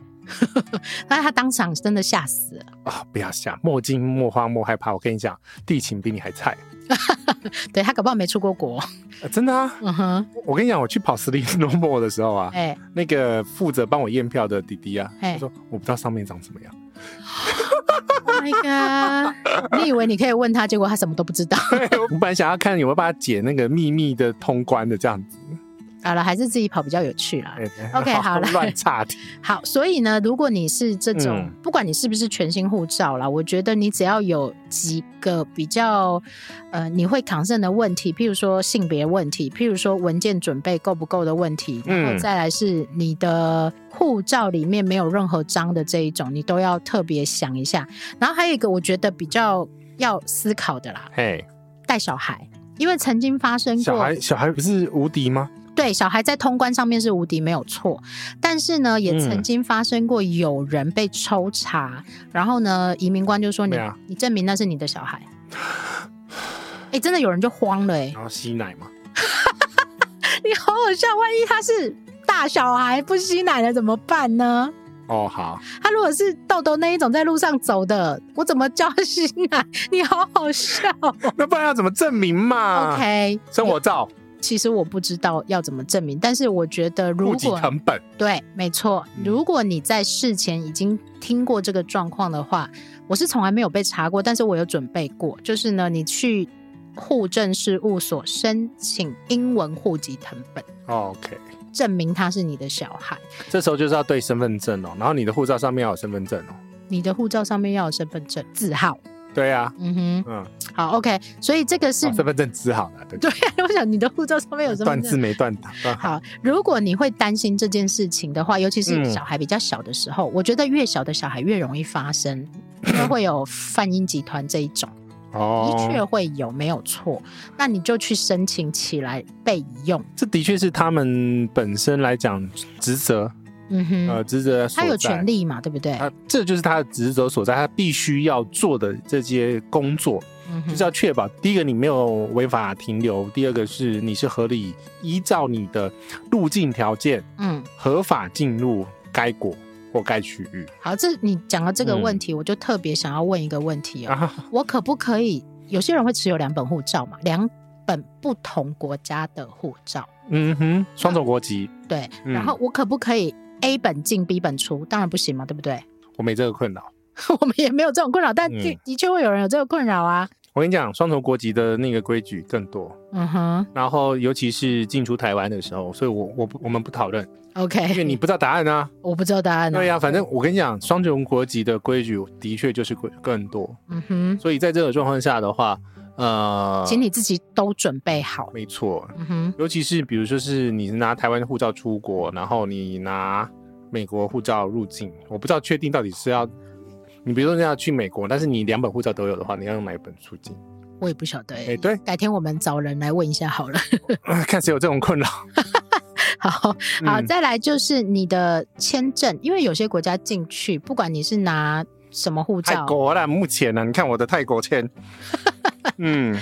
Speaker 3: 但是他当场真的吓死了。
Speaker 2: 啊、不要想，莫惊莫慌莫害怕。我跟你讲，地勤比你还菜、
Speaker 3: 对他搞不好没出过国，
Speaker 2: 呃真的啊！
Speaker 3: 嗯 哼，
Speaker 2: 我跟你讲，我去跑斯里诺莫的时 候啊，
Speaker 3: 哎、
Speaker 2: 那个负责帮我验票的弟弟啊，
Speaker 3: 哎
Speaker 2: 他说我不知道上面长什么样。
Speaker 3: o h，Oh my god！你以为你可以问他，结果他什么都不知道。
Speaker 2: 我本来想要看有没有办法解那个秘密的通关的这样子。
Speaker 3: 好了，还是自己跑比较有趣啦。
Speaker 2: 哎
Speaker 3: 啊 OK，好了
Speaker 2: 乱岔题。
Speaker 3: 好，所以呢，如果你是这种，
Speaker 2: 嗯
Speaker 3: 不管你是不是全新护照啦，我觉得你只要有几个比较，呃，你会扛胜的问题，譬如说性别问题，譬如说文件准备够不够的问题，
Speaker 2: 嗯
Speaker 3: 然后再来是你的护照里面没有任何章的这一种，你都要特别想一下。然后还有一个，我觉得比较要思考的啦，
Speaker 2: 嘿，
Speaker 3: 带小孩。因为曾经发生
Speaker 2: 哎小
Speaker 3: 过
Speaker 2: 孩小孩不是无敌吗？
Speaker 3: 对，小孩在通关上面是无敌没有错，但是呢，也
Speaker 2: 嗯
Speaker 3: 曾经发生过有人被抽查，然后呢，移民官就说你、
Speaker 2: 对啊
Speaker 3: 你证明那是你的小孩。哎、真的有人就慌了哎、
Speaker 2: 然后吸奶嘛。
Speaker 3: 你好好笑，万一他是大小孩不吸奶了怎么办呢？
Speaker 2: 哦，好，
Speaker 3: 他如果是豆豆那一种在路上走的，我怎么叫他吸奶？ 你好好笑。
Speaker 2: 那不然要怎么证明嘛
Speaker 3: OK，
Speaker 2: 生活照、
Speaker 3: 其实我不知道要怎么证明，但是我觉得如
Speaker 2: 户籍
Speaker 3: 果
Speaker 2: 成本，
Speaker 3: 对，没错。
Speaker 2: 嗯
Speaker 3: 如果你在事前已经听过这个状况的话，我是从来没有被查过，但是我有准备过，就是呢，你去户政事务所申请英文户籍成本，
Speaker 2: 哦 OK，
Speaker 3: 证明他是你的小孩，
Speaker 2: 这时候就是要对身份证哦，然后你的护照上面要有身份证哦。
Speaker 3: 你的护照上面要有身份证字号。
Speaker 2: 对啊，
Speaker 3: 嗯哼，
Speaker 2: 嗯，
Speaker 3: 好，OK。所以这个是、
Speaker 2: 哦身份证支好了，对，
Speaker 3: 对， 我想你的护照上面有身份
Speaker 2: 断
Speaker 3: 证
Speaker 2: 字没断档。断好
Speaker 3: 好，如果你会担心这件事情的话，尤其是
Speaker 2: 嗯
Speaker 3: 小孩比较小的时候，我觉得越小的小孩越容易发生，因为会有泛音集团这一种，的确
Speaker 2: 哦，
Speaker 3: 会有，没有错。那你就去申请起来备用。
Speaker 2: 这的确是他们本身来讲职责，
Speaker 3: 嗯哼，
Speaker 2: 呃，职责所
Speaker 3: 他有
Speaker 2: 在
Speaker 3: 权利嘛，对不对？
Speaker 2: 啊，这就是他的职责所在，他必须要做的这些工作，
Speaker 3: 嗯
Speaker 2: 就
Speaker 3: 哼
Speaker 2: 是要确保第一个你没有违法停留，第二个是你是合理依照你的入境条件
Speaker 3: 嗯，
Speaker 2: 合法进入该国或该区域
Speaker 3: 好，这你讲到这个问题，我就特别想要问一个问题哦，
Speaker 2: 嗯啊。
Speaker 3: 我可不可以？有些人会持有两本护照嘛，两本不同国家的护照。
Speaker 2: 嗯哼，双重国籍，
Speaker 3: 对，
Speaker 2: 嗯
Speaker 3: 然后我可不可以 A 本进 B 本出？当然不行嘛，对不对？
Speaker 2: 我没这个困扰。
Speaker 3: 我们也没有这种困扰，但的
Speaker 2: 嗯
Speaker 3: 的确会有人有这个困扰啊。
Speaker 2: 我跟你讲，双重国籍的那个规矩更多，
Speaker 3: 嗯哼
Speaker 2: 然后尤其是进出台湾的时候，所以我我不我们不讨论，因为
Speaker 3: ，OK，
Speaker 2: 你不知道答案啊。
Speaker 3: 我不知道答案、啊。
Speaker 2: 对呀、反正我跟你讲，双重国籍的规矩的确就是更更多，
Speaker 3: 嗯哼，
Speaker 2: 所以在这个状况下的话，呃，
Speaker 3: 请你自己都准备好。
Speaker 2: 没错，
Speaker 3: 嗯哼，
Speaker 2: 尤其是比如说是你拿台湾护照出国，然后你拿美国护照入境，我不知道确定到底是要你比如说要去美国，但是你两本护照都有的话，你要用哪一本出 境？
Speaker 3: 我也不晓得、欸。
Speaker 2: 哎、对，
Speaker 3: 改天我们找人来问一下好了。
Speaker 2: 啊看谁有这种困扰。
Speaker 3: 好好，
Speaker 2: 嗯
Speaker 3: 再来就是你的签证，因为有些国家进去，不管你是拿什么护
Speaker 2: 泰
Speaker 3: 照，
Speaker 2: 国啦，目前啊呢、你看我的泰国签，嗯，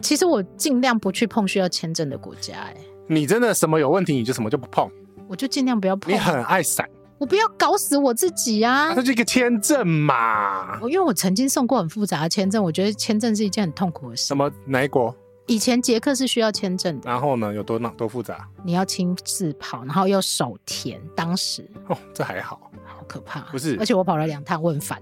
Speaker 3: 其实我尽量不去碰需要签证的国家、欸。
Speaker 2: 你真的什么有问题你就什么就不碰，
Speaker 3: 我就尽量不要碰
Speaker 2: 你，很爱闪，
Speaker 3: 我不要搞死我自己 啊
Speaker 2: 它！就一个签证嘛，
Speaker 3: 哦我因为我曾经送过很复杂的签证，我觉得签证是一件很痛苦的事
Speaker 2: 什。么哪一国，
Speaker 3: 以前捷克是需要签证的，
Speaker 2: 然后呢有多难多复杂
Speaker 3: 你要亲自跑，然后又手填，当时
Speaker 2: 哦，这还好。
Speaker 3: 好可怕。
Speaker 2: 不是
Speaker 3: 而且我跑了两趟，我很烦。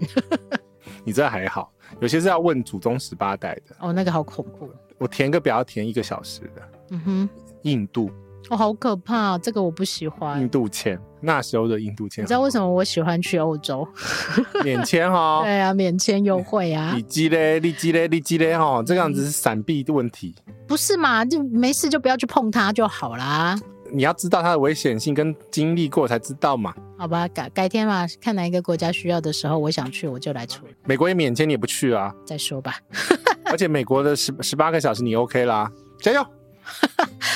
Speaker 2: 你这还好，有些是要问祖宗十八代的。
Speaker 3: 哦，那个好恐怖。
Speaker 2: 我填个表要填一个小时的，
Speaker 3: 嗯哼，
Speaker 2: 印度
Speaker 3: 哦，好可怕、这个我不喜欢
Speaker 2: 印。度签，那时候的印度签，
Speaker 3: 哎你知道为什
Speaker 2: 么？
Speaker 3: 么我喜欢去欧洲？
Speaker 2: 免签哈，
Speaker 3: 对啊，免签优惠啊
Speaker 2: 你，积嘞，你积嘞，你积嘞哈，这样子是闪避问题。
Speaker 3: 不是嘛？就没事就不要去碰它就好啦，
Speaker 2: 你要知道它的危险性跟经历过才知道嘛。
Speaker 3: 好吧？改改天嘛，看哪一个国家需要的时候，我想去我就来处理，
Speaker 2: 美国也免签你也不去 啊，
Speaker 3: 再说吧。
Speaker 2: 而且美国的十十八个小时你 OK 啦，加油！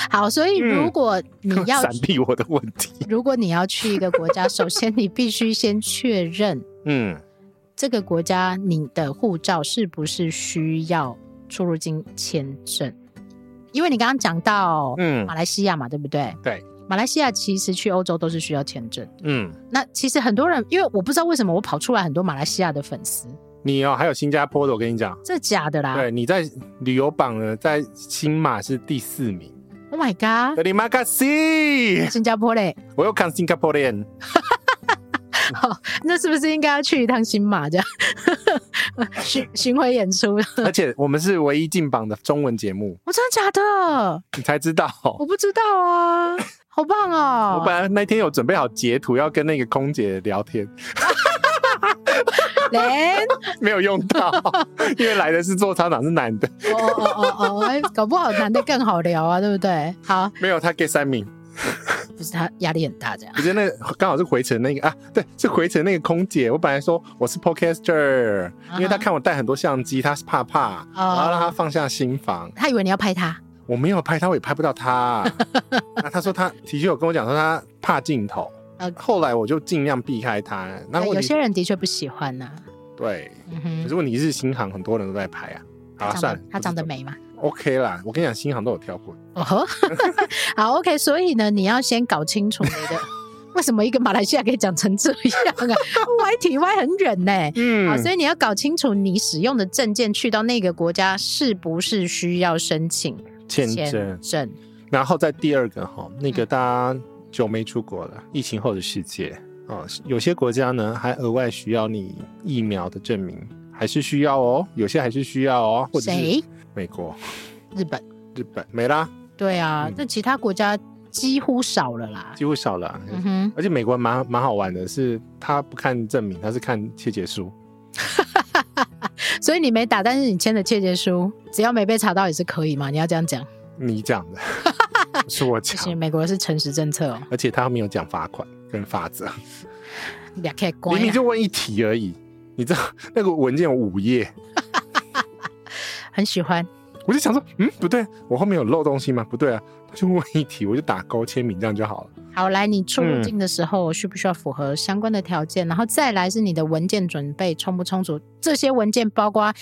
Speaker 3: 好，所以如果你要
Speaker 2: 嗯 闪避我的问题。
Speaker 3: 如果你要去一个国家，首先你必须先确认
Speaker 2: 嗯，
Speaker 3: 这个国家你的护照是不是需要出入境签证，因为你刚刚讲到
Speaker 2: 嗯
Speaker 3: 马来西亚嘛，对不对？
Speaker 2: 对，
Speaker 3: 马来西亚其实去欧洲都是需要签证。
Speaker 2: 嗯，
Speaker 3: 那其实很多人，因为我不知道为什么我跑出来很多马来西亚的粉丝，
Speaker 2: 你哦，还有新加坡的，我跟你讲，
Speaker 3: 这假的啦
Speaker 2: 对，你在旅游榜呢，在新马是第四名。
Speaker 3: ！Oh my god，
Speaker 2: 德里马卡西，
Speaker 3: 新加坡嘞，
Speaker 2: 我又看新加坡人，
Speaker 3: 那是不是应该要去一趟新马这样 巡巡回演出？
Speaker 2: 而且我们是唯一进榜的中文节目，
Speaker 3: 我真的假的？
Speaker 2: 你才知道。
Speaker 3: 我不知道啊，好棒哦！
Speaker 2: 我本来那天有准备好截图要跟那个空姐聊天，
Speaker 3: 连
Speaker 2: 没有用到，因为来的是做厂长是男的，
Speaker 3: 哦哦哦哦哦哎，搞不好男的更好聊啊，对不对？好，
Speaker 2: 没有他 get 三名。
Speaker 3: 不是他压力很大这样。
Speaker 2: 我觉得那个刚好是回程那个啊，对，是回程那个空姐。我本来说我是 podcaster，因为她看我带很多相机，她是怕怕，然后让她放下心防。
Speaker 3: 他以为你要拍他，
Speaker 2: 我没有拍她，我也拍不到 她。那她说她的确有跟我讲说她怕镜头
Speaker 3: 呃，
Speaker 2: 后来我就尽量避开她。那
Speaker 3: 呃
Speaker 2: 问题
Speaker 3: 有些人的确不喜欢呐、
Speaker 2: 对，
Speaker 3: 嗯
Speaker 2: 可
Speaker 3: 哼，
Speaker 2: 是问题是新航很多人都在拍啊。好
Speaker 3: 他
Speaker 2: 啊，
Speaker 3: 长
Speaker 2: 算
Speaker 3: 得
Speaker 2: 了，
Speaker 3: 他长得美嘛。
Speaker 2: OK 啦。我跟你讲，新航都有跳过。
Speaker 3: 哦吼， 好，OK，所以呢，你要先搞清楚你 的为什么一个马来西亚可以讲成这样啊？歪题歪很远呢、好，
Speaker 2: 嗯
Speaker 3: 所以你要搞清楚你使用的证件去到那个国家是不是需要申请
Speaker 2: 签证，
Speaker 3: 证。
Speaker 2: 然后再第二个哈，那
Speaker 3: 嗯
Speaker 2: 个大家久没出国了，疫情后的世界哦，有些国家呢还额外需要你疫苗的证明，还是需要哦，有些还是需要哦，或者是
Speaker 3: 谁？
Speaker 2: 美国、
Speaker 3: 日本？
Speaker 2: 日本没啦，
Speaker 3: 对啊
Speaker 2: 嗯，
Speaker 3: 那、其他国家几乎少了啦。
Speaker 2: 几乎少了。
Speaker 3: 嗯哼，
Speaker 2: 而且美国蛮蛮好玩的是，他不看证明，他是看切结书。
Speaker 3: 所以你没打，但是你签的切结书，只要没被查到也是可以嘛？你要这样讲，
Speaker 2: 你讲 的，不是我
Speaker 3: 其实
Speaker 2: 讲，
Speaker 3: 美国是诚实政策哦，
Speaker 2: 而且他没有讲罚款跟法则，
Speaker 3: 你俩可以啊乖
Speaker 2: 明明
Speaker 3: 啦，
Speaker 2: 就问一题而已。你知道 那个文件有五页，
Speaker 3: 很喜欢。
Speaker 2: 我就想说，嗯，不对，我后面有漏东西吗？不对啊，他就问一题，我就打勾签名，这样就好了。
Speaker 3: 好，来，你出入境的时候
Speaker 2: 嗯
Speaker 3: 需不需要符合相关的条件？然后再来是你的文件准备充不充足？这些文件包括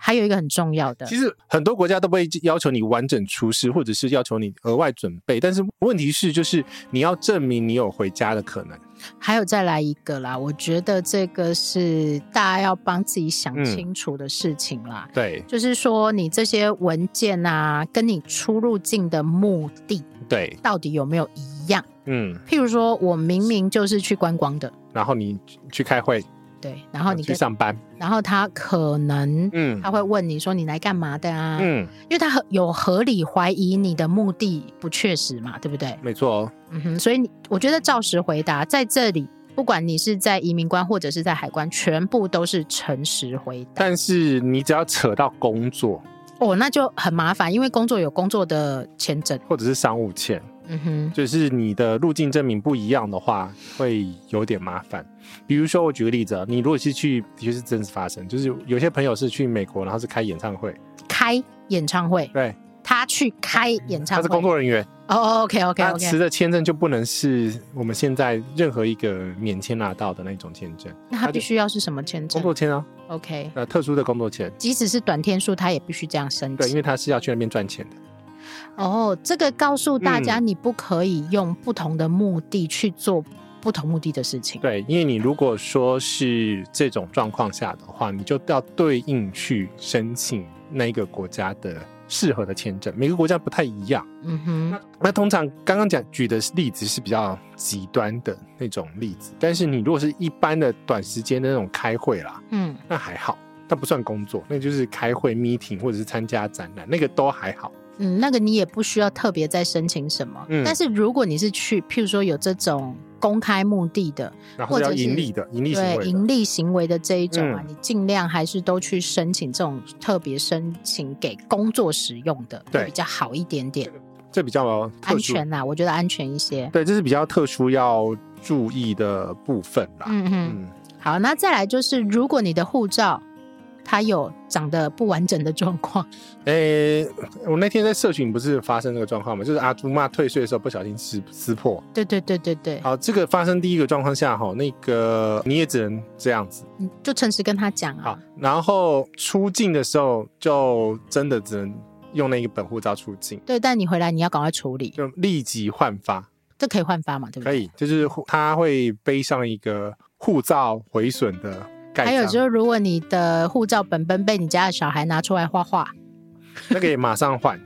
Speaker 3: 还有一个很重要的
Speaker 2: 其，实很多国家都不会要求你完整出示，或者是要求你额外准备，但是问题是，就是你要证明你有回家的可能。
Speaker 3: 还有再来一个啦。我觉得这个是大家要帮自己
Speaker 2: 嗯
Speaker 3: 想清楚的事情啦。
Speaker 2: 对
Speaker 3: 就是说，你这些文件啊，跟你出入境的目的
Speaker 2: 对，
Speaker 3: 到底有没有一样？
Speaker 2: 嗯，
Speaker 3: 譬如说，我明明就是去观光的，
Speaker 2: 然后你去开会，
Speaker 3: 对，然后你
Speaker 2: 哦去
Speaker 3: 跟，
Speaker 2: 上班，
Speaker 3: 然后他可能
Speaker 2: 嗯
Speaker 3: 他会问你说你来干嘛的啊？
Speaker 2: 嗯，
Speaker 3: 因为他合有合理怀疑你的目的不确实嘛，对不对？
Speaker 2: 没错哦，
Speaker 3: 嗯哼，所以你我觉得照实回答在这里，不管你是在移民官或者是在海关，全部都是诚实回答。
Speaker 2: 但是你只要扯到工作
Speaker 3: 哦，那就很麻烦，因为工作有工作的签证。
Speaker 2: 或者是商务签，
Speaker 3: 嗯哼，
Speaker 2: 就是你的入境证明不一样的话，会有点麻烦。比如说，我举个例子啊，你如果是去，的确是真实发生，就是有些朋友是去美国，然后是开演唱会，
Speaker 3: 开演唱会，
Speaker 2: 对，
Speaker 3: 他去开演唱
Speaker 2: 他
Speaker 3: 会，
Speaker 2: 是工作人员，
Speaker 3: 哦。哦，OK OK
Speaker 2: 他
Speaker 3: OK，
Speaker 2: 持的签证就不能是我们现在任何一个免签拿到的那种签证，
Speaker 3: 那他必
Speaker 2: 就
Speaker 3: 须要是什么签证
Speaker 2: 工作签啊，
Speaker 3: o k
Speaker 2: 呃，特殊的工作签，
Speaker 3: 即使是短天数，他也必须这样申
Speaker 2: 对，因
Speaker 3: 请。
Speaker 2: 为他是要去那边赚钱的，
Speaker 3: 哦，这个告诉大家，
Speaker 2: 嗯
Speaker 3: 你不可以用不同的目的去做不同目的的事情。
Speaker 2: 对，因为你如果说是这种状况下的话，你就要对应去申请那一个国家的适合的签证，每个国家不太一样。
Speaker 3: 嗯哼。
Speaker 2: 那那通常刚刚讲举的例子是比较极端的那种例子，但是你如果是一般的短时间的那种开会啦，
Speaker 3: 嗯，
Speaker 2: 那还好，那不算工作，那就是开会 meeting 或者是参加展览，那个都还好。
Speaker 3: 嗯，那个你也不需要特别再申请什么。
Speaker 2: 嗯
Speaker 3: 但是如果你是去，譬如说有这种公开目的的，
Speaker 2: 然后是
Speaker 3: 或
Speaker 2: 要
Speaker 3: 者是
Speaker 2: 盈利的，盈利行
Speaker 3: 对
Speaker 2: 为的，嗯
Speaker 3: 盈利行为的这一种啊，你尽量还是都去申请这种特别申请给工作使用的，
Speaker 2: 对
Speaker 3: 会比较好一点点，
Speaker 2: 这比较特
Speaker 3: 安
Speaker 2: 殊。
Speaker 3: 全啊呐、我觉得安全一些。
Speaker 2: 对，这是比较特殊要注意的部分啦。
Speaker 3: 嗯嗯，
Speaker 2: 嗯，
Speaker 3: 好，那再来就是，如果你的护照它有长得不完整的状况，
Speaker 2: 诶、我那天在社群不是发生这个状况吗？就是阿朱妈退税的时候不小心撕撕破。
Speaker 3: 对对对对对，
Speaker 2: 好，这个发生第一个状况下，哈，那个你也只能这样子。
Speaker 3: 你就诚实跟他讲
Speaker 2: 好
Speaker 3: 啊。，
Speaker 2: 然后出境的时候就真的只能用那个本护照出境，
Speaker 3: 对，但你回来你要赶快处理，
Speaker 2: 就立即换发。
Speaker 3: 这可以换发嘛？对不
Speaker 2: 可
Speaker 3: 对？
Speaker 2: 以，就是护它会背上一个护照毁损的盖章，
Speaker 3: 还有就是，如果你的护照本本被你家的小孩拿出来画画，
Speaker 2: 那个也马上换。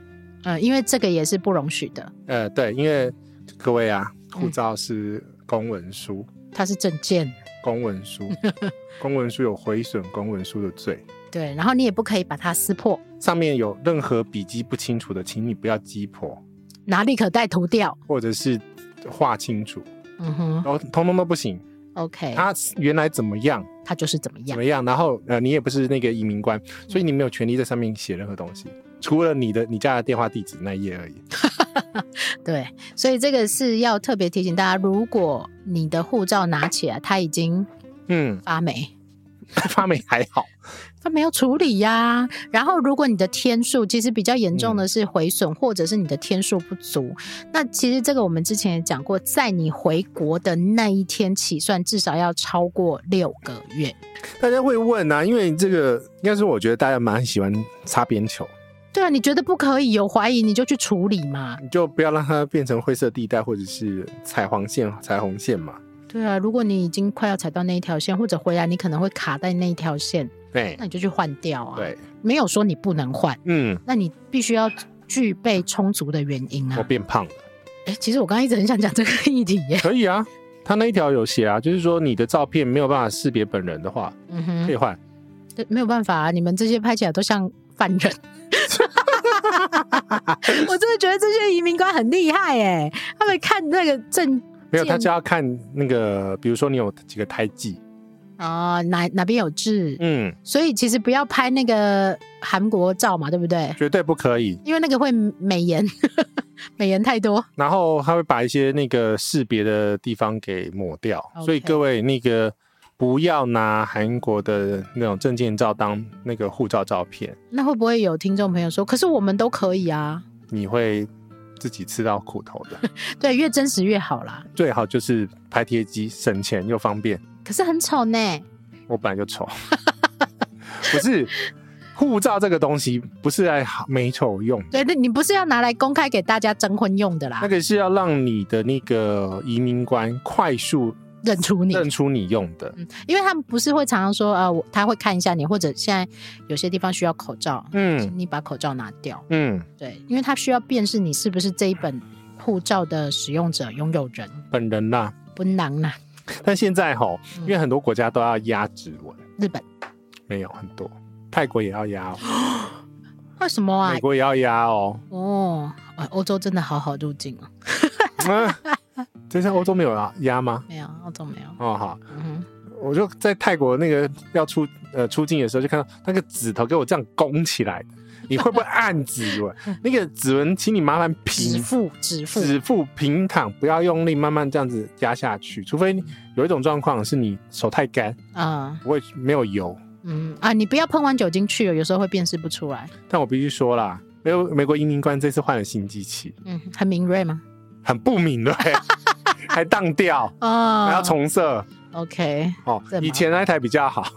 Speaker 3: 嗯，因为这个也是不容许的，
Speaker 2: 呃，对，因为各位啊，护
Speaker 3: 嗯
Speaker 2: 照是公文书，
Speaker 3: 它是证件。
Speaker 2: 公文书，公文书有毁损公文书的罪，
Speaker 3: 对，然后你也不可以把它撕破，
Speaker 2: 上面有任何笔迹不清楚的，请你不要击破，
Speaker 3: 拿立可带涂掉。
Speaker 2: 或者是画清楚，
Speaker 3: 嗯哼
Speaker 2: 然后通通都不行。
Speaker 3: ，OK，它
Speaker 2: 它原来怎么样
Speaker 3: 就是怎么
Speaker 2: 怎
Speaker 3: 样
Speaker 2: 么？样，然后呃，你也不是那个移民官，所以你没有权利在上面写任何东西，除了你的你家的电话地址那一页而已。
Speaker 3: 对，所以这个是要特别提醒大家，如果你的护照拿起来，它已经
Speaker 2: 嗯，
Speaker 3: 发霉，
Speaker 2: 发霉还好，
Speaker 3: 它没有处理呀、然后如果你的天数，其实比较严重的是毁损，或者是你的天数不足。那其实这个我们之前也讲过，在你回国的那一天起算，至少要超过六个月。
Speaker 2: 大家会问啊，因为这个应该是我觉得大家蛮喜欢擦边球，
Speaker 3: 对啊，你觉得不可以有怀疑，你就去处理嘛。
Speaker 2: 你就不要让它变成灰色地带或者是彩黄线、彩虹线嘛。
Speaker 3: 对啊，如果你已经快要踩到那一条线，或者回来你可能会卡在那一条线，
Speaker 2: 对
Speaker 3: 那你就去换掉啊。，
Speaker 2: 对，
Speaker 3: 没有说你不能换，
Speaker 2: 嗯，
Speaker 3: 那你必须要具备充足的原因
Speaker 2: 我
Speaker 3: 啊。
Speaker 2: 变胖了，
Speaker 3: 哎，其实我刚刚一直很想讲这个议题 耶。
Speaker 2: 可以啊。他那一条有写啊，就是说你的照片没有办法识别本人的话，
Speaker 3: 嗯
Speaker 2: 可以
Speaker 3: 哼，
Speaker 2: 换。
Speaker 3: 对没有办法啊，你们这些拍起来都像犯 人。我真的觉得这些移民官很厉害哎，他们看那个证
Speaker 2: 没有，
Speaker 3: 这
Speaker 2: 他
Speaker 3: 样
Speaker 2: 就要看那个，比如说你有几个胎记，
Speaker 3: 啊、哪哪边有痣，
Speaker 2: 嗯，
Speaker 3: 所以其实不要拍那个韩国照嘛，对不对？
Speaker 2: 绝对不可以。
Speaker 3: 因为那个会美颜， 美颜太多。
Speaker 2: 然后他会把一些那个识别的地方给抹掉
Speaker 3: OK
Speaker 2: 所以各位那个不要拿韩国的那种证件照当那个护照照片，
Speaker 3: 那会不会有听众朋友说，可是我们都可以啊？
Speaker 2: 你会自己吃到苦头 的。
Speaker 3: 对，越真实越好啦。
Speaker 2: 最好就是拍贴机，省钱又方便。
Speaker 3: 可是很丑呢。
Speaker 2: 我本来就丑，不是护照这个东西不是来好美丑用的，
Speaker 3: 对，那你不是要拿来公开给大家征婚用的啦？
Speaker 2: 那个是要让你的那个移民官快速
Speaker 3: 认出你，
Speaker 2: 认出你用的。
Speaker 3: 嗯，因为他们不是会常常说，呃，我他会看一下你，或者现在有些地方需要口罩，
Speaker 2: 嗯
Speaker 3: 请你把口罩拿掉。
Speaker 2: 嗯，
Speaker 3: 对，因为他需要辨识你是不是这一本护照的使用者、拥有人。
Speaker 2: 本人啦、
Speaker 3: 不能啊啦，
Speaker 2: 但现在哈，
Speaker 3: 嗯
Speaker 2: 因为很多国家都要压指纹，
Speaker 3: 日本
Speaker 2: 没有很多，泰国也要压、哦，
Speaker 3: 为什么啊
Speaker 2: 美？国也要压哦。
Speaker 3: 哦，呃欧洲真的好好入境哦，
Speaker 2: 嗯这在欧洲没有啊压吗？
Speaker 3: 没有，欧洲没有。
Speaker 2: 哦好，
Speaker 3: 嗯哼。
Speaker 2: 我就在泰国那个要出呃出境的时候，就看到那个指头给我这样拱起来，你会不会按指 纹？那个指纹，请你麻烦
Speaker 3: 指
Speaker 2: 平
Speaker 3: 腹指腹，
Speaker 2: 嗯指腹平躺，不要用力，慢慢这样子压下去。除非有一种状况是你手太干，
Speaker 3: 啊、
Speaker 2: 不会没有油。
Speaker 3: 嗯啊，你不要喷完酒精去了，有时候会辨识不出来。
Speaker 2: 但我必须说啦，没有美国移民官这次换了新机器，
Speaker 3: 嗯，很敏锐吗？
Speaker 2: 很不敏锐， 还当掉，
Speaker 3: 哦，
Speaker 2: 还要重设
Speaker 3: OK，
Speaker 2: 哦
Speaker 3: 这。
Speaker 2: 以前那台比较好，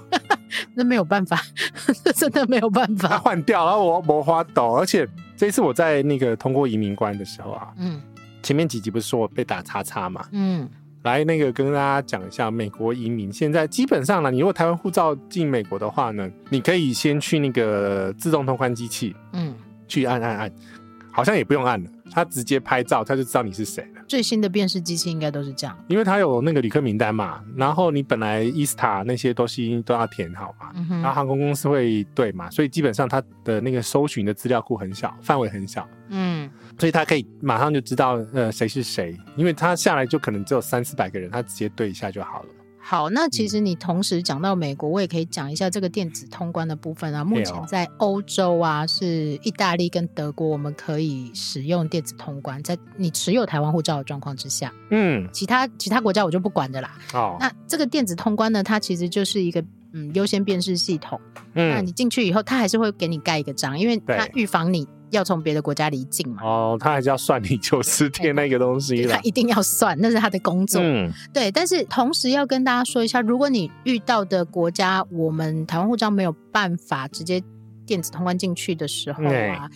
Speaker 3: 那没有办法， 这真的没有办
Speaker 2: 它
Speaker 3: 法。
Speaker 2: 换掉，然后我我花抖，而且这一次我在那个通过移民关的时候啊，
Speaker 3: 嗯
Speaker 2: 前面几集不是说我被打叉叉嘛？
Speaker 3: 嗯，
Speaker 2: 来，那个跟大家讲一下，美国移民现在基本上呢，你如果台湾护照进美国的话呢，你可以先去那个自动通关机器
Speaker 3: 嗯，
Speaker 2: 去按按按，好像也不用按了，他直接拍照他就知道你是谁了，
Speaker 3: 最新的辨识机器应该都是这样。
Speaker 2: 因为他有那个旅客名单嘛，然后你本来 ISTA 那些东西都要填好嘛，
Speaker 3: 嗯
Speaker 2: 然后
Speaker 3: 哼，
Speaker 2: 航空公司会对嘛，所以基本上它的那个搜寻的资料库很小，范围很小，
Speaker 3: 嗯，
Speaker 2: 所以他可以马上就知道呃谁是谁，因为他下来就可能只有三四百个人，他直接对一下就好了。
Speaker 3: 好，那其实你同时讲到美国，我也可以讲一下这个电子通关的部分啊。目
Speaker 2: 对哦
Speaker 3: 前在欧洲啊，是意大利跟德国，我们可以使用电子通关，在你持有台湾护照的状况之下，
Speaker 2: 嗯，
Speaker 3: 其他其他国家我就不管的啦。
Speaker 2: 哦，
Speaker 3: 那这个电子通关呢，它其实就是一个嗯优先辨识系统。那
Speaker 2: 嗯，
Speaker 3: 你进去以后，它还是会给你盖一个章，因为它
Speaker 2: 对
Speaker 3: 预防你要从别的国家离境嘛，
Speaker 2: 哦，他还是要算你九十天那个东西
Speaker 3: 它
Speaker 2: 了。
Speaker 3: 一定要算，那是它的工作。
Speaker 2: 嗯，
Speaker 3: 对，但是同时要跟大家说一下，如果你遇到的国家，我们台湾护照没有办法直接。电子通关进去的时候啊，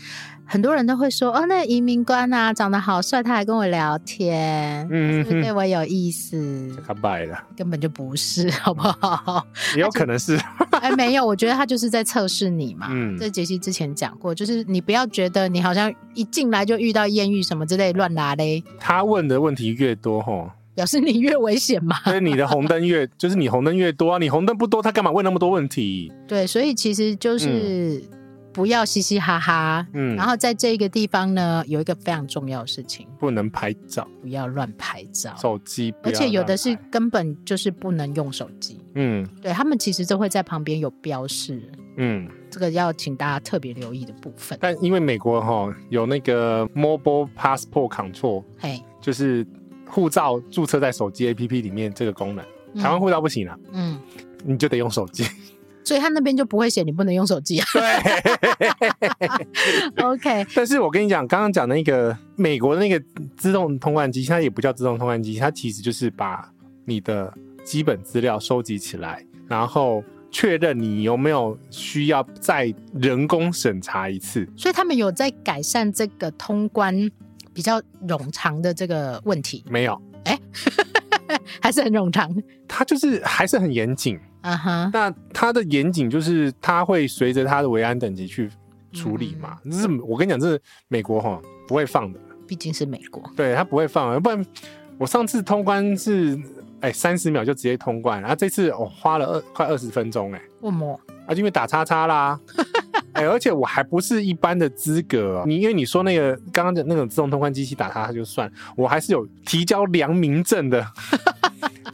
Speaker 3: 很多人都会说：“哦，那移民官啊，长得好帅，他还跟我聊天，
Speaker 2: 嗯
Speaker 3: 是不是对我有意思
Speaker 2: 他败了，？”
Speaker 3: 根本就不是，好不好？
Speaker 2: 也有可能是，
Speaker 3: 哎，没有，我觉得他就是在测试你嘛。
Speaker 2: 嗯
Speaker 3: 这杰西之前讲过，就是你不要觉得你好像一进来就遇到艳遇什么之类乱拉嘞，
Speaker 2: 他问的问题越多，吼，
Speaker 3: 表示你越危险嘛。
Speaker 2: 所以你的红灯越，就是你红灯越多啊，你红灯不多，他干嘛问那么多问题？
Speaker 3: 对，所以其实就是不要嘻嘻哈哈。
Speaker 2: 嗯
Speaker 3: 然，后在这个地方呢，有一个非常重要的事情，
Speaker 2: 不能拍照，
Speaker 3: 不要乱拍照，
Speaker 2: 手机不
Speaker 3: 而
Speaker 2: 要
Speaker 3: 且有的
Speaker 2: 乱
Speaker 3: 是
Speaker 2: 拍，
Speaker 3: 根本就是不能用手机。
Speaker 2: 嗯
Speaker 3: 对他们其实都会在旁边有标示，
Speaker 2: 嗯，
Speaker 3: 这个要请大家特别留意的部分。
Speaker 2: 但因为美国哈有那个 Mobile Passport Control，
Speaker 3: 嘿，
Speaker 2: 就是护照注册在手机 APP 里面这个功能，
Speaker 3: 嗯
Speaker 2: 台湾护照不行啊，
Speaker 3: 嗯，
Speaker 2: 你就得用手机。
Speaker 3: 所以他那边就不会写你不能用手机啊。
Speaker 2: 对，
Speaker 3: OK，
Speaker 2: 但是我跟你讲，刚刚讲那个美国的那个自动通关机，它也不叫自动通关机，它其实就是把你的基本资料收集起来，然后确认你有没有需要再人工审查一次。
Speaker 3: 所以他们有在改善这个通关比较冗长的这个问题，
Speaker 2: 没有，
Speaker 3: 还是很冗长。
Speaker 2: 它就是还是很严谨。
Speaker 3: 啊哈，
Speaker 2: 那它的严谨就是它会随着它的维安等级去处理嘛。这是我跟你讲，这是美国哈不会放的，
Speaker 3: 毕竟是美国。
Speaker 2: 对它不会放的，不然我上次通关是哎三十秒就直接通关，然后这次我、哦、花了二快二十分钟哎，
Speaker 3: 为么？
Speaker 2: 啊因为打叉叉啦。哎，而且我还不是一般的资格哦、你因为你说那个刚刚的那种自动通关机器打叉叉就算，我还是有提交良民证的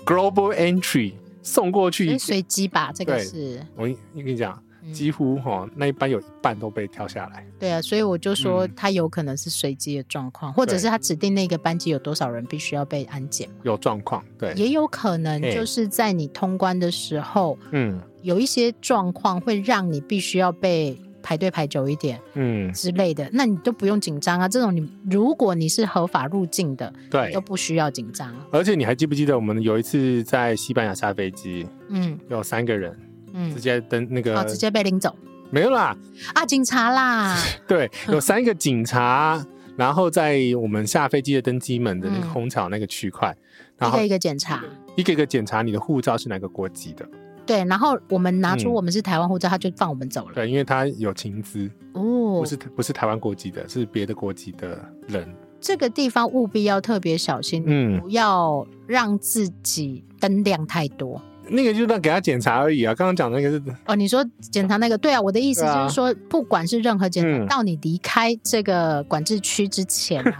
Speaker 2: Global Entry 送过
Speaker 3: 因
Speaker 2: 去
Speaker 3: 为，随机吧，这个
Speaker 2: 对
Speaker 3: 是。
Speaker 2: 我跟你跟你讲，
Speaker 3: 嗯
Speaker 2: 几乎哈、那一班有一半都被挑下来。
Speaker 3: 对啊，所以我就说
Speaker 2: 嗯
Speaker 3: 它有可能是随机的状况，或者
Speaker 2: 对
Speaker 3: 是他指定那个班级有多少人必须要被安检，
Speaker 2: 有状况，对，
Speaker 3: 也有可能
Speaker 2: 嘿
Speaker 3: 就是在你通关的时候，
Speaker 2: 嗯
Speaker 3: 有一些状况会让你必须要被排队排久一点
Speaker 2: 嗯，
Speaker 3: 之类的，那你都不用紧张啊。这种你如果你是合法入境的，
Speaker 2: 对
Speaker 3: 都。不需要紧张。
Speaker 2: 而且你还记不记得我们有一次在西班牙下飞机，
Speaker 3: 嗯
Speaker 2: 有三个人直
Speaker 3: 嗯，
Speaker 2: 接登那个、
Speaker 3: 哦，直接被领走
Speaker 2: 没有啦，
Speaker 3: 啊，警 察啦，
Speaker 2: 对，
Speaker 3: 嗯
Speaker 2: 有三个警察，然后在我们下飞机的登机门的那个
Speaker 3: 嗯
Speaker 2: 空调那个区块，
Speaker 3: 一
Speaker 2: 然后
Speaker 3: 个一个 检查。
Speaker 2: 一个一个检查你的护照是哪个国籍的，
Speaker 3: 对，然后我们拿出
Speaker 2: 嗯
Speaker 3: 我们是台湾护照，他就放我们走了。
Speaker 2: 对，因为他有情资，
Speaker 3: 哦
Speaker 2: 不，是不是台湾国籍的，是别的国籍的人，
Speaker 3: 这个地方务必要特别小心，
Speaker 2: 嗯
Speaker 3: 不要让自己灯亮太多。
Speaker 2: 那个就让给他检查而已啊。刚刚讲那个是
Speaker 3: 哦，你说检查那个，对啊，我的意思
Speaker 2: 对啊
Speaker 3: 就是说，不管是任何检查，
Speaker 2: 嗯
Speaker 3: 到你离开这个管制区之前 啊、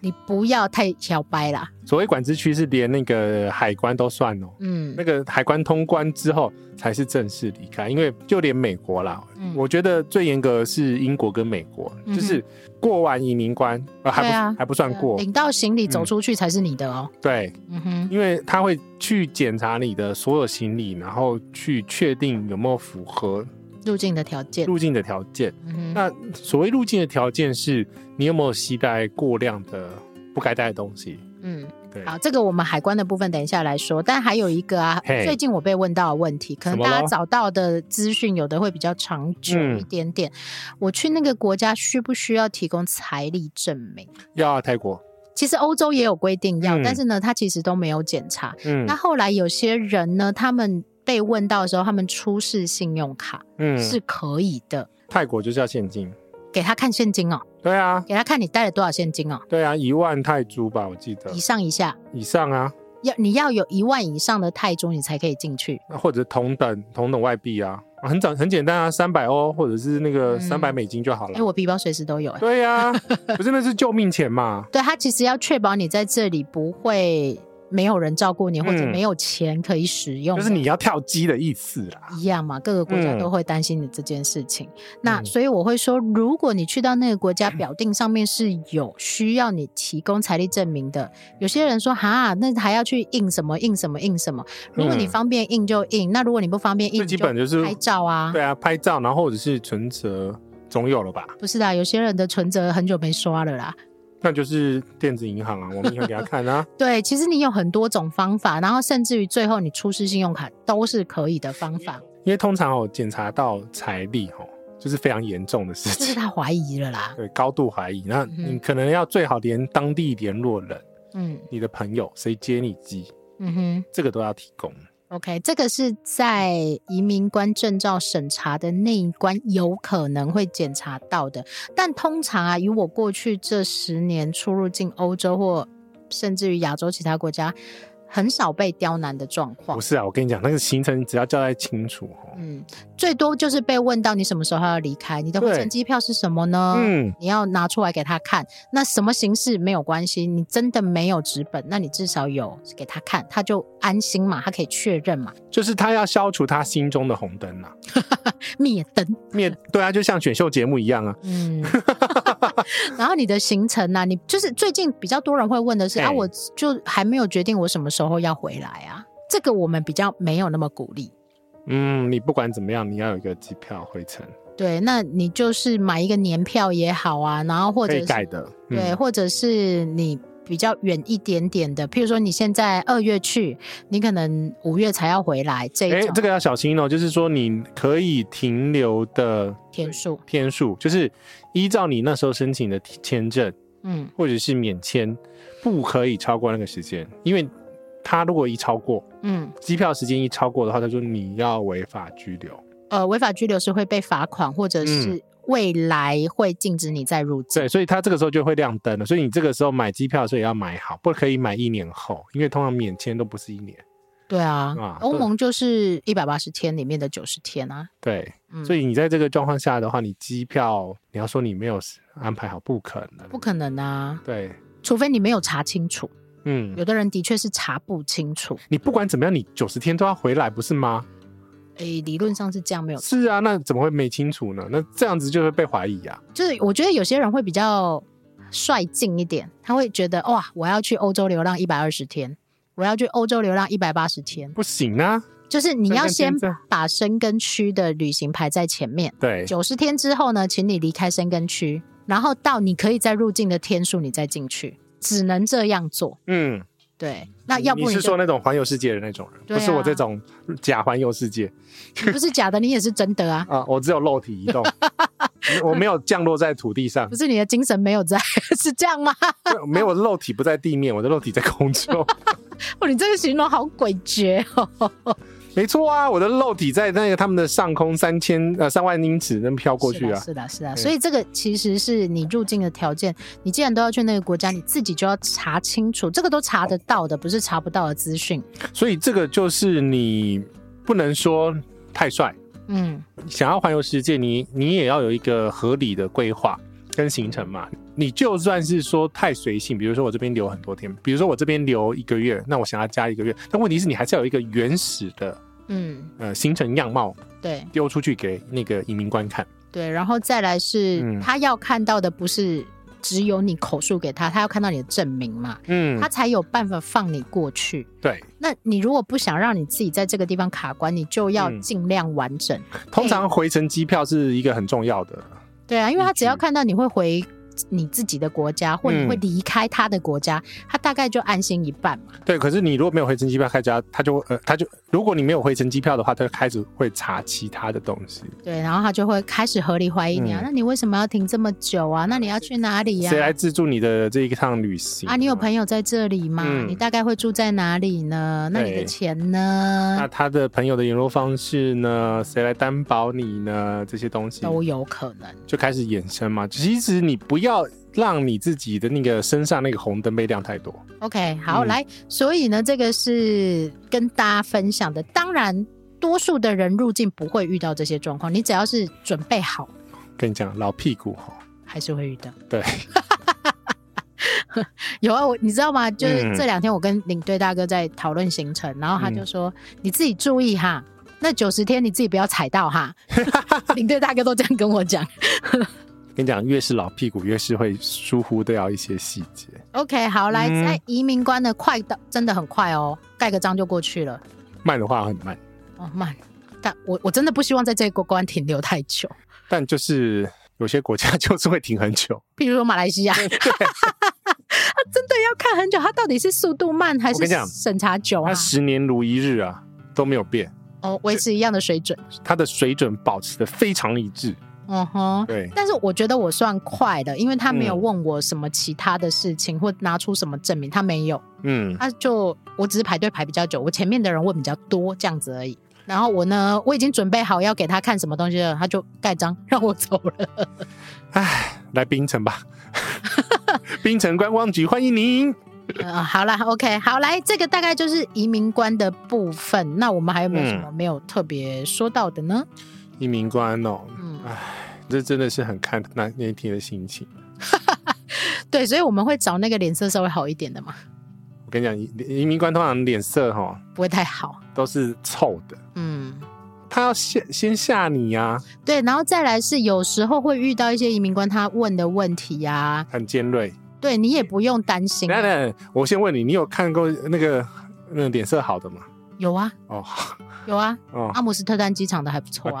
Speaker 3: 你不要太小白啦。
Speaker 2: 所谓管制区是连那个海关都算哦，
Speaker 3: 嗯
Speaker 2: 那个海关通关之后才是正式离开，因为就连美国啦，
Speaker 3: 嗯
Speaker 2: 我觉得最严格的是英国跟美国，
Speaker 3: 嗯哼
Speaker 2: 就是过完移民关，呃、还不、
Speaker 3: 对啊
Speaker 2: 还不算过，
Speaker 3: 领到行李走
Speaker 2: 嗯
Speaker 3: 出去才是你的哦。
Speaker 2: 对，
Speaker 3: 嗯哼，
Speaker 2: 因为他会去检查你的所有行李，然后去确定有没有符合
Speaker 3: 入境的条件。
Speaker 2: 入境的条件。
Speaker 3: 嗯哼，
Speaker 2: 那所谓入境的条件是你有没有携带过量的不该带的东西，
Speaker 3: 嗯，
Speaker 2: 对，
Speaker 3: 好，这个我们海关的部分等一下来说。但还有一个啊，
Speaker 2: 嘿
Speaker 3: 最近我被问到的问题，可
Speaker 2: 什
Speaker 3: 能
Speaker 2: 么咯
Speaker 3: 大家找到的资讯有的会比较长久
Speaker 2: 嗯
Speaker 3: 一点点。我去那个国家需不需要提供财力证明？
Speaker 2: 要啊泰国，
Speaker 3: 其实欧洲也有规定要，
Speaker 2: 嗯
Speaker 3: 但是呢，他其实都没有检查。
Speaker 2: 嗯
Speaker 3: 那后来有些人呢，他们被问到的时候，他们出示信用卡
Speaker 2: 嗯，
Speaker 3: 是可以的。
Speaker 2: 泰国就是要现金，
Speaker 3: 给他看现金哦，
Speaker 2: 对啊，
Speaker 3: 给他看你带了多少现金哦，
Speaker 2: 对啊，一万泰铢吧，我记得
Speaker 3: 以上以下
Speaker 2: 以上啊，
Speaker 3: 要你要有一万以上的泰铢，你才可以进去。
Speaker 2: 那或者同等同等外币啊，啊很简很简单啊，三百欧或者是那个
Speaker 3: 嗯
Speaker 2: 三百美金就好了。
Speaker 3: 哎、我皮包随时都有、哎，
Speaker 2: 对呀、不是那是救命钱 嘛？
Speaker 3: 对他其实要确保你在这里不会没有人照顾你，或者
Speaker 2: 嗯
Speaker 3: 没有钱可以使用，
Speaker 2: 就是你要跳机的意思啦。
Speaker 3: 一样嘛，各个国家
Speaker 2: 嗯
Speaker 3: 都会担心你这件事情。那
Speaker 2: 嗯
Speaker 3: 所以我会说，如果你去到那个国家，表定上面是有需要你提供财力证明的。有些人说，哈，那还要去印什么印什么印什么？如果你
Speaker 2: 嗯
Speaker 3: 方便印就印，那如果你不方便印，
Speaker 2: 最基本就是
Speaker 3: 拍照啊。
Speaker 2: 对啊，拍照然后或者是存折，总有了吧？
Speaker 3: 不是的，有些人的存折很久没刷了啦。
Speaker 2: 那就是电子银行啊，我们银行给他看啊。
Speaker 3: 对，其实你有很多种方法，然后甚至于最后你出示信用卡都是可以的方法，
Speaker 2: 因为通常哦，检查到财力哦，就是非常严重的事
Speaker 3: 就是
Speaker 2: 情，
Speaker 3: 他怀疑了啦。
Speaker 2: 对，高度怀疑。那
Speaker 3: 嗯
Speaker 2: 你可能要最好连当地联络人、
Speaker 3: 嗯
Speaker 2: 你的朋友，谁接你机，
Speaker 3: 嗯哼。
Speaker 2: 这个都要提供。
Speaker 3: OK，这个是在移民官证照审查的那一关有可能会检查到的，但通常啊，以我过去这十年出入境欧洲或甚至于亚洲其他国家，很少被刁难的状况
Speaker 2: 不。是啊，我跟你讲，那个行程只要交代清楚哦。
Speaker 3: 嗯，最多就是被问到你什么时候要离开，你的回程
Speaker 2: 对
Speaker 3: 机票是什么呢？
Speaker 2: 嗯
Speaker 3: 你要拿出来给他看。那什么形式没有关系，你真的没有纸本，那你至少有给他看，他就安心嘛，他可以确认嘛，
Speaker 2: 就是他要消除他心中的红灯啊，
Speaker 3: 灭灯。
Speaker 2: 面对啊，就像选秀节目一样啊。
Speaker 3: 嗯， 然后你的行程呢、你就是最近比较多人会问的是啊，
Speaker 2: 嘿
Speaker 3: 我就还没有决定我什么时候要回来啊。这个我们比较没有那么鼓励。
Speaker 2: 嗯，你不管怎么样，你要有一个机票回程，
Speaker 3: 对，那你就是买一个年票也好啊，然后或
Speaker 2: 可
Speaker 3: 者
Speaker 2: 以
Speaker 3: 是
Speaker 2: 改的。嗯
Speaker 3: 对，，或者是你比较远一点点的，譬如说你现在二月去，你可能五月才要回来这一
Speaker 2: 哎、
Speaker 3: 种
Speaker 2: 这个要小心哦，就是说你可以停留的
Speaker 3: 天数。
Speaker 2: 天数，就是依照你那时候申请的签证
Speaker 3: 嗯，
Speaker 2: 或者是免签，不可以超过那个时间，因为他如果一超过
Speaker 3: 嗯，
Speaker 2: 机票时间一超过的话，他说你要违法拘留。
Speaker 3: 呃，违法拘留是会被罚款，或
Speaker 2: 嗯
Speaker 3: 者是未来会禁止你再入境。
Speaker 2: 对，所以他这个时候就会亮灯了。所以你这个时候买机票的时候也要买好，不可以买一年后，因为通常免签都不是一年。
Speaker 3: 对啊
Speaker 2: 啊，
Speaker 3: 欧
Speaker 2: 对
Speaker 3: 盟就是一百八十天里面的九十天啊。
Speaker 2: 对，
Speaker 3: 嗯，
Speaker 2: 所以你在这个状况下的话，你机票你要说你没有安排好，不可能。
Speaker 3: 不可能啊，
Speaker 2: 对，
Speaker 3: 除非你没有查清楚。
Speaker 2: 嗯，
Speaker 3: 有的人的确是查不清楚，
Speaker 2: 你不管怎么样，你九十天都要回来，不是吗？
Speaker 3: 诶，理论上是这样没有错。
Speaker 2: 是啊，那怎么会没清楚呢？那这样子就会被怀疑啊。
Speaker 3: 就是我觉得有些人会比较率性一点，他会觉得哇，我要去欧洲流浪一百二十天，我要去欧洲流浪一百八十天，
Speaker 2: 不行啊，
Speaker 3: 就是你要先
Speaker 2: 申根签证
Speaker 3: 把深根区的旅行排在前面。
Speaker 2: 对，
Speaker 3: 九十天之后呢，请你离开深根区，然后到你可以再入境的天数，你再进去，只能这样做。
Speaker 2: 嗯，
Speaker 3: 对，那要不
Speaker 2: 你是
Speaker 3: 就
Speaker 2: 说那种环游世界的那种人，
Speaker 3: 对啊
Speaker 2: 不是我这种假环游世界
Speaker 3: 你不是假的，你也是真的啊，
Speaker 2: 啊，我只有肉体移 动，我没有降落在土地上
Speaker 3: 不，是你的精神没有在， 是这样吗？
Speaker 2: 没有我的肉体不在地面，我的肉体在空中。
Speaker 3: 哦，你这个形容好诡谲哦。
Speaker 2: 没错啊，我的肉体在那个他们的上空三千呃三万英尺能飘过去啊。
Speaker 3: 是的，是的，是的
Speaker 2: 嗯
Speaker 3: 所以这个其实是你入境的条件。你既然都要去那个国家，你自己就要查清楚，这个都查得到的，不是查不到的资讯。
Speaker 2: 所以这个就是你不能说太帅，
Speaker 3: 嗯，
Speaker 2: 想要环游世界，你你也要有一个合理的规划跟行程嘛。你就算是说太随性，比如说我这边留很多天，比如说我这边留一个月，那我想要加一个月，但问题是你还是要有一个原始的
Speaker 3: 嗯，
Speaker 2: 呃行程样貌
Speaker 3: 对
Speaker 2: 丢出去给那个移民官看。
Speaker 3: 对，然后再来是、
Speaker 2: 嗯
Speaker 3: 他要看到的不是只有你口述给他，他要看到你的证明嘛，
Speaker 2: 嗯
Speaker 3: 他，才有办法放你过去。
Speaker 2: 对，
Speaker 3: 那你如果不想让你自己在这个地方卡关，你就要
Speaker 2: 嗯
Speaker 3: 尽量完整。
Speaker 2: 通常回程机票是一个很重要的。
Speaker 3: 对啊，因为他只要
Speaker 2: 依据
Speaker 3: 看到你会回你自己的国家，或你会
Speaker 2: 嗯
Speaker 3: 离开他的国家，他大概就安心一半嘛。
Speaker 2: 对，可是你如果没有回程机票开家，他就呃，他就如果你没有回程机票的话，他就开始会查其他的东西。
Speaker 3: 对，然后他就会开始合理怀疑你啊，
Speaker 2: 嗯
Speaker 3: 那你为什么要停这么久啊？那你要去哪里呀、
Speaker 2: 谁来资助你的这一趟旅行
Speaker 3: 啊，你有朋友在这里吗？
Speaker 2: 嗯
Speaker 3: 你大概会住在哪里呢？那你的
Speaker 2: 对
Speaker 3: 钱呢
Speaker 2: 那？他的朋友的联络方式呢？谁来担保你呢？这些东西
Speaker 3: 都有可能。
Speaker 2: 就开始衍生嘛。其实你不要让你自己的那个身上那个红灯被亮太多。
Speaker 3: OK，好，
Speaker 2: 嗯
Speaker 3: 来，所以呢，这个是跟大家分享的。当然，多数的人入境不会遇到这些状况，你只要是准备好，
Speaker 2: 跟你讲，老屁股哈，
Speaker 3: 还是会遇到。
Speaker 2: 对，
Speaker 3: 有啊，我你知道吗？就是
Speaker 2: 嗯
Speaker 3: 这两天我跟领队大哥在讨论行程，然后他就说：“你自己注意哈，那九十天你自己不要踩到 哈。”领队大哥都这样跟我讲。
Speaker 2: 跟你讲，越是老屁股，越是会疏忽掉一些细节。
Speaker 3: OK，好，来，
Speaker 2: 嗯
Speaker 3: 在移民关的快到，真的很快哦，盖个章就过去了。
Speaker 2: 慢的话很慢，
Speaker 3: 哦，慢，但我我真的不希望在这个关停留太久。
Speaker 2: 但就是有些国家就是会停很久。
Speaker 3: 譬如说马来西亚，他真的 要看很久，他到底是速度慢还
Speaker 2: 我
Speaker 3: 是
Speaker 2: 跟你讲
Speaker 3: 审查久啊
Speaker 2: 它？十年如一日啊，都没有变，
Speaker 3: 哦，维持一样的水准。
Speaker 2: 它的水准保持的非常一致。
Speaker 3: 嗯哼。
Speaker 2: 对，
Speaker 3: 但是我觉得我算快的，因为他没有
Speaker 2: 嗯
Speaker 3: 问我什么其他的事情，或拿出什么证明，他没有，
Speaker 2: 嗯，
Speaker 3: 他就我只是排队排比较久，我前面的人问比较多这样子而已。然后我呢，我已经准备好要给他看什么东西了，他就盖章让我走了。
Speaker 2: 唉，来冰城吧，冰城观光局欢迎您。
Speaker 3: 嗯，好啦 o、k 好来，这个大概就是移民官的部分。那我们还有没有什么没有特别说到的呢？
Speaker 2: 移民官哦，
Speaker 3: 嗯，
Speaker 2: 这真的是很看那那一天的心情。
Speaker 3: 对，所以我们会找那个脸色稍微好一点的嘛，
Speaker 2: 我跟你讲，移移民官通常脸色哈、哦、
Speaker 3: 不会太好。
Speaker 2: 都是臭的，
Speaker 3: 嗯，
Speaker 2: 他要先先吓你啊，
Speaker 3: 对，然后再来是有时候会遇到一些移民官他问的问题呀、啊，
Speaker 2: 很尖锐。
Speaker 3: 对你也不用担心啊、
Speaker 2: 等一下等一下，我先问你，你有看过那个那个脸色好的吗？
Speaker 3: 有啊，
Speaker 2: 哦
Speaker 3: 有啊，
Speaker 2: 哦，
Speaker 3: 阿姆斯特丹机场的还不错 啊。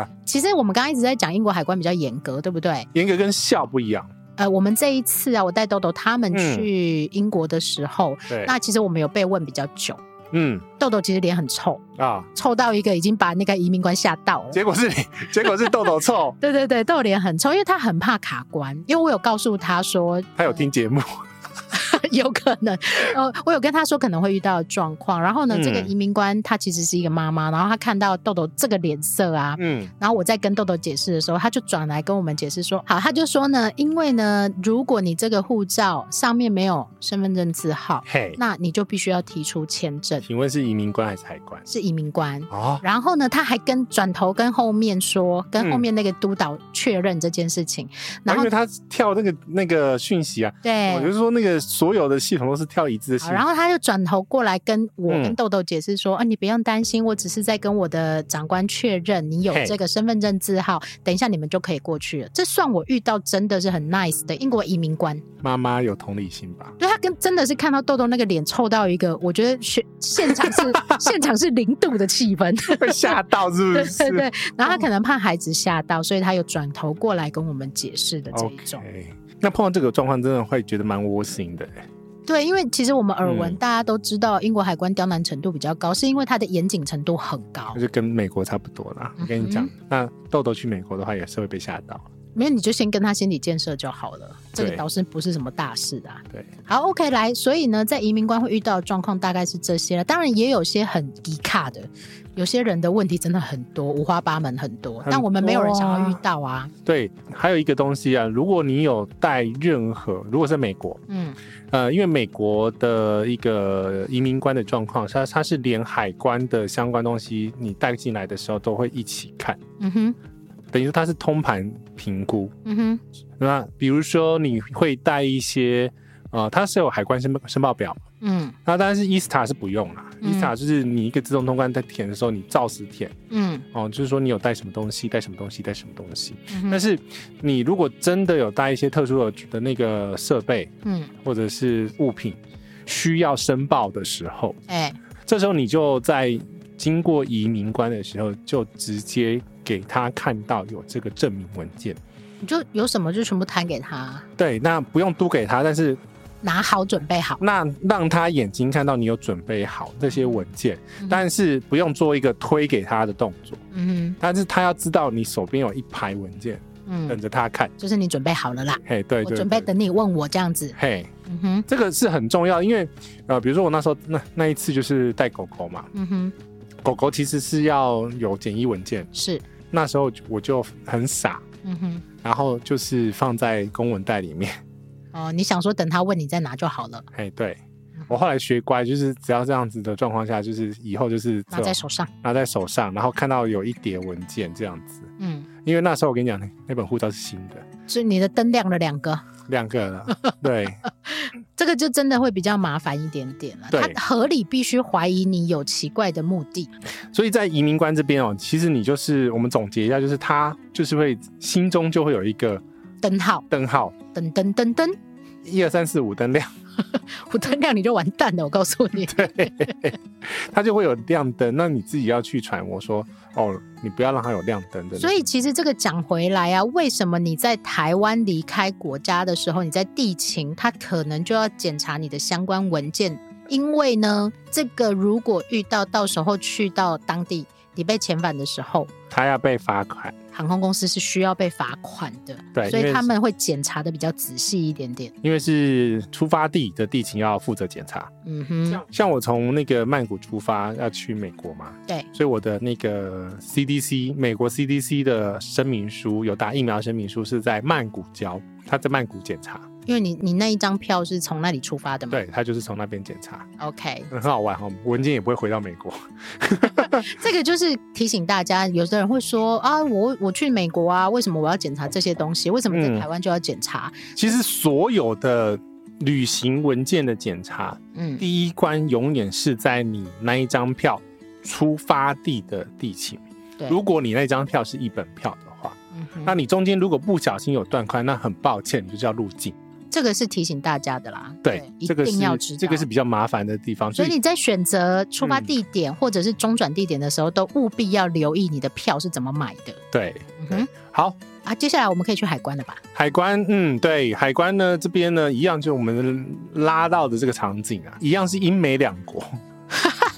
Speaker 2: 啊，
Speaker 3: 其实我们刚刚一直在讲英国海关比较严格，对不对？
Speaker 2: 严格跟笑不一样，
Speaker 3: 呃，我们这一次啊，我带豆豆他们去英国的时候，
Speaker 2: 嗯对，
Speaker 3: 那其实我们有被问比较久。
Speaker 2: 嗯
Speaker 3: 豆豆其实脸很臭，
Speaker 2: 啊，
Speaker 3: 臭到一个已经把那个移民官吓到了。
Speaker 2: 结果是 结果是豆豆 臭，
Speaker 3: 对对对，豆脸很臭，因为他很怕卡关。因为我有告诉他说，
Speaker 2: 他有听节目，
Speaker 3: 有可能，呃，我有跟他说可能会遇到的状况。然后呢，这个
Speaker 2: 嗯
Speaker 3: 移民官他其实是一个妈妈，然后他看到豆豆这个脸色啊。
Speaker 2: 嗯
Speaker 3: 然后我在跟豆豆解释的时候，他就转来跟我们解释说：“好，他就说呢，因为呢，如果你这个护照上面没有身份证字号，
Speaker 2: 嘿，
Speaker 3: 那你就必须要提出签证，
Speaker 2: 请问是移民官还是海关？
Speaker 3: 是移民官。
Speaker 2: 哦，
Speaker 3: 然后呢，他还跟转头跟后面说，跟后面那个督导确认这件事情。然
Speaker 2: 啊因
Speaker 3: 后
Speaker 2: 为他跳那个那个讯息啊，
Speaker 3: 对，
Speaker 2: 我就说那个所有的系统都是跳一致的系
Speaker 3: 好，
Speaker 2: 统，
Speaker 3: 然后他就转头过来跟我
Speaker 2: 嗯
Speaker 3: 跟豆豆解释说：“啊，你不用担心，我只是在跟我的长官确认你有
Speaker 2: 嘿
Speaker 3: 这个身份证字号，等一下你们就可以过去了。”这算我遇到真的是很 nice 的英国移民官，
Speaker 2: 妈妈有同理心吧？
Speaker 3: 对他跟真的是看到豆豆那个脸臭到一个，我觉得现现场 是现场是零度的气氛。
Speaker 2: 会吓到是不
Speaker 3: 对
Speaker 2: 是？
Speaker 3: 对对，然后他可能怕孩子吓到，所以他有转头过来跟我们解释的这一种。
Speaker 2: OK，那碰到这个状况，真的会觉得蛮窝心的。
Speaker 3: 对，因为其实我们耳闻、
Speaker 2: 嗯
Speaker 3: 大家都知道，英国海关刁难程度比较高，是因为它的严谨程度很高
Speaker 2: 那。就跟美国差不多啦。我跟你讲，那豆豆去美国的话，也是会被吓到。
Speaker 3: 没有，你就先跟他心理建设就好了。这个
Speaker 2: 对
Speaker 3: 倒是不是什么大事啊。
Speaker 2: 对，
Speaker 3: 好，OK，来，所以呢，在移民官会遇到的状况大概是这些了。当然，也有些很低卡的，有些人的问题真的很多，五花八门很多。
Speaker 2: 很
Speaker 3: 但我们没有人
Speaker 2: 多
Speaker 3: 想
Speaker 2: 啊
Speaker 3: 要遇到啊。
Speaker 2: 对，还有一个东西啊，如果你有带任何，如果是美国，
Speaker 3: 嗯，
Speaker 2: 呃，因为美国的一个移民官的状况，它它是连海关的相关东西，你带进来的时候都会一起看，
Speaker 3: 嗯哼，
Speaker 2: 等于说它是通盘评估。
Speaker 3: 嗯哼，
Speaker 2: 那比如说你会带一些，呃，它是有海关申申报表嘛，
Speaker 3: 嗯
Speaker 2: 那当然是 ESTA 是不用啦、
Speaker 3: 嗯
Speaker 2: e s t a 就是你一个自动通关在填的时候，你照实填
Speaker 3: 嗯
Speaker 2: 哦，就是说你有带什么东西，带什么东西，带什么东西。
Speaker 3: 嗯哼，
Speaker 2: 但是你如果真的有带一些特殊的的那个设备
Speaker 3: 嗯，
Speaker 2: 或者是物品需要申报的时候，
Speaker 3: 哎、
Speaker 2: 这时候你就在经过移民官的时候，就直接给他看到有这个证明文件。
Speaker 3: 你就有什么就全部摊给他，
Speaker 2: 对，那不用嘟给他，但是
Speaker 3: 拿好准备好。
Speaker 2: 那让他眼睛看到你有准备好这些文件，
Speaker 3: 嗯
Speaker 2: 但是不用做一个推给他的动作，
Speaker 3: 嗯
Speaker 2: 但是他要知道你手边有一排文件
Speaker 3: 哼嗯
Speaker 2: 等，着他看。
Speaker 3: 就是你准备好了啦，
Speaker 2: 嘿，对
Speaker 3: 我
Speaker 2: 对，
Speaker 3: 准备
Speaker 2: 对。
Speaker 3: 等你问我这样子。
Speaker 2: 嘿，
Speaker 3: 嗯哼，
Speaker 2: 这个是很重要，因为呃，比如说我那时候那那一次就是带狗狗嘛，
Speaker 3: 嗯哼，
Speaker 2: 狗狗其实是要有简易文件，
Speaker 3: 是，
Speaker 2: 那时候我就很傻，
Speaker 3: 嗯哼，
Speaker 2: 然后就是放在公文袋里面。
Speaker 3: 哦，你想说等他问你再拿就好了，
Speaker 2: 嘿，对我后来学乖，就是只要这样子的状况下，就是以后就是这
Speaker 3: 拿
Speaker 2: 种
Speaker 3: 在手上。
Speaker 2: 拿在手上，然后看到有一叠文件这样子。
Speaker 3: 嗯，
Speaker 2: 因为那时候我跟你讲，那那本护照是新的，
Speaker 3: 所以你的灯亮了两个，
Speaker 2: 两个 了。对
Speaker 3: 这个就真的会比较麻烦一点点了。
Speaker 2: 对
Speaker 3: 他合理必须怀疑你有奇怪的目的。
Speaker 2: 所以在移民官这边哦，其实你就是我们总结一下，就是他就是会心中就会有一个
Speaker 3: 灯号，
Speaker 2: 灯号，
Speaker 3: 噔噔噔噔，
Speaker 2: 一二三四五灯亮，
Speaker 3: 我灯亮你就完蛋了，我告诉你。
Speaker 2: 他就会有亮灯。那你自己要去揣摩说，哦，你不要让他有亮灯的。
Speaker 3: 所以其实这个讲回来啊，为什么你在台湾离开国家的时候，你在地勤，他可能就要检查你的相关文件，因为呢，这个如果遇到到时候去到当地，你被遣返的时候，
Speaker 2: 他要被罚款。
Speaker 3: 航空公司是需要被罚款的，
Speaker 2: 对
Speaker 3: 所
Speaker 2: 因
Speaker 3: 以
Speaker 2: 为
Speaker 3: 他们会检查的比较仔细一点点。
Speaker 2: 因为是出发地的地勤要负责检查。
Speaker 3: 嗯哼，
Speaker 2: 像像我从那个曼谷出发要去美国嘛，
Speaker 3: 对，
Speaker 2: 所以我的那个 CDC 美国 CDC 的声明书有打疫苗声明书是在曼谷交，他在曼谷检查，
Speaker 3: 因为你你那一张票是从那里出发的嘛，
Speaker 2: 对他就是从那边检查，
Speaker 3: ，OK，
Speaker 2: 很好玩哈、哦，文件也不会回到美国，
Speaker 3: 这个就是提醒大家，有的人会说啊，我我去美国啊，为什么我要检查这些东西？为什么在
Speaker 2: 嗯
Speaker 3: 台湾就要检查？
Speaker 2: 其实所有的。旅行文件的检查，
Speaker 3: 嗯
Speaker 2: 第一关永远是在你那一张票出发地的地勤。
Speaker 3: 对
Speaker 2: 如果你那张票是一本票的话，
Speaker 3: 嗯哼
Speaker 2: 那你中间如果不小心有断块，那很抱歉，你就叫入境。
Speaker 3: 这个是提醒大家的啦。
Speaker 2: 对，
Speaker 3: 一
Speaker 2: 这个
Speaker 3: 定
Speaker 2: 是
Speaker 3: 要知道。
Speaker 2: 这个是比较麻烦的地方，
Speaker 3: 所
Speaker 2: 所
Speaker 3: 以你
Speaker 2: 以
Speaker 3: 在选择出发地点或者是中转地点的时候，都务必要留意你的票是怎么买的。
Speaker 2: 对
Speaker 3: 嗯
Speaker 2: 对
Speaker 3: 哼，
Speaker 2: 好。
Speaker 3: 啊，接下来我们可以去海关了吧？
Speaker 2: 海关，嗯，对，海关呢这边呢，一样就我们拉到的这个场景啊，一样是英美两国，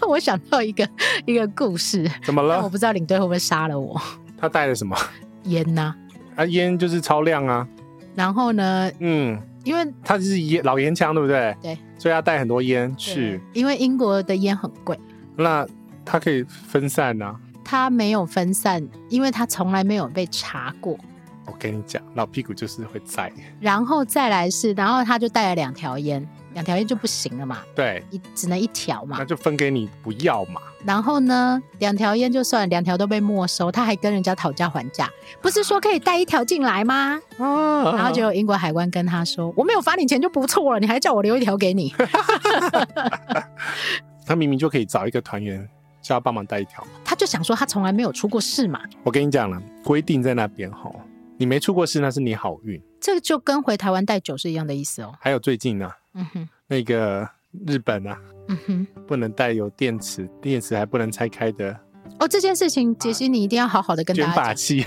Speaker 3: 我想到一个一个故事，
Speaker 2: 怎么
Speaker 3: 但我
Speaker 2: 了？
Speaker 3: 不知道领队会不会杀了我
Speaker 2: 他带了什么？
Speaker 3: 烟呐、
Speaker 2: 啊，烟就是超量啊，
Speaker 3: 然后呢，
Speaker 2: 嗯，
Speaker 3: 因为
Speaker 2: 他就是烟老烟枪，对不对？
Speaker 3: 对，
Speaker 2: 所以他带很多烟去，
Speaker 3: 因为英国的烟很贵，
Speaker 2: 那他可以分散啊。
Speaker 3: 它没有分散，因为它从来没有被查过。
Speaker 2: 我跟你讲，老屁股就是会在，
Speaker 3: 然后再来是，然后他就带了两条烟，两条烟就不行了嘛，
Speaker 2: 对，
Speaker 3: 一只能一条嘛
Speaker 2: 那。就分给你不要嘛。
Speaker 3: 然后呢，两条烟就算了，两条都被没收，他还跟人家讨价还价，不是说可以带一条进来吗？
Speaker 2: 啊
Speaker 3: 嗯然后结果英国海关跟他说，我没有罚你钱就不错了，你还叫我留一条给你，
Speaker 2: 他明明就可以找一个团员叫他帮忙带一条。
Speaker 3: 他就想说他从来没有出过事嘛。
Speaker 2: 我跟你讲了，规定在那边吼，你没出过事那是你好运。
Speaker 3: 这就跟回台湾带酒是一样的意思哦。
Speaker 2: 还有最近呢、啊，
Speaker 3: 嗯哼，
Speaker 2: 那个日本啊，
Speaker 3: 嗯哼。
Speaker 2: 不能带有电池，电池还不能拆开的
Speaker 3: 哦，这件事情，杰西，你一定要好好的跟
Speaker 2: 卷
Speaker 3: 大
Speaker 2: 发
Speaker 3: 家讲。
Speaker 2: 器。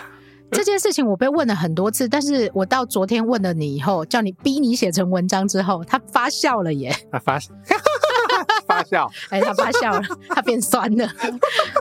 Speaker 3: 这件事情我被问了很多次，但是我到昨天问了你以后，叫你逼你写成文章之后，他发笑 了耶！
Speaker 2: 啊发发酵，
Speaker 3: 哎，他发笑了， 他变酸 了。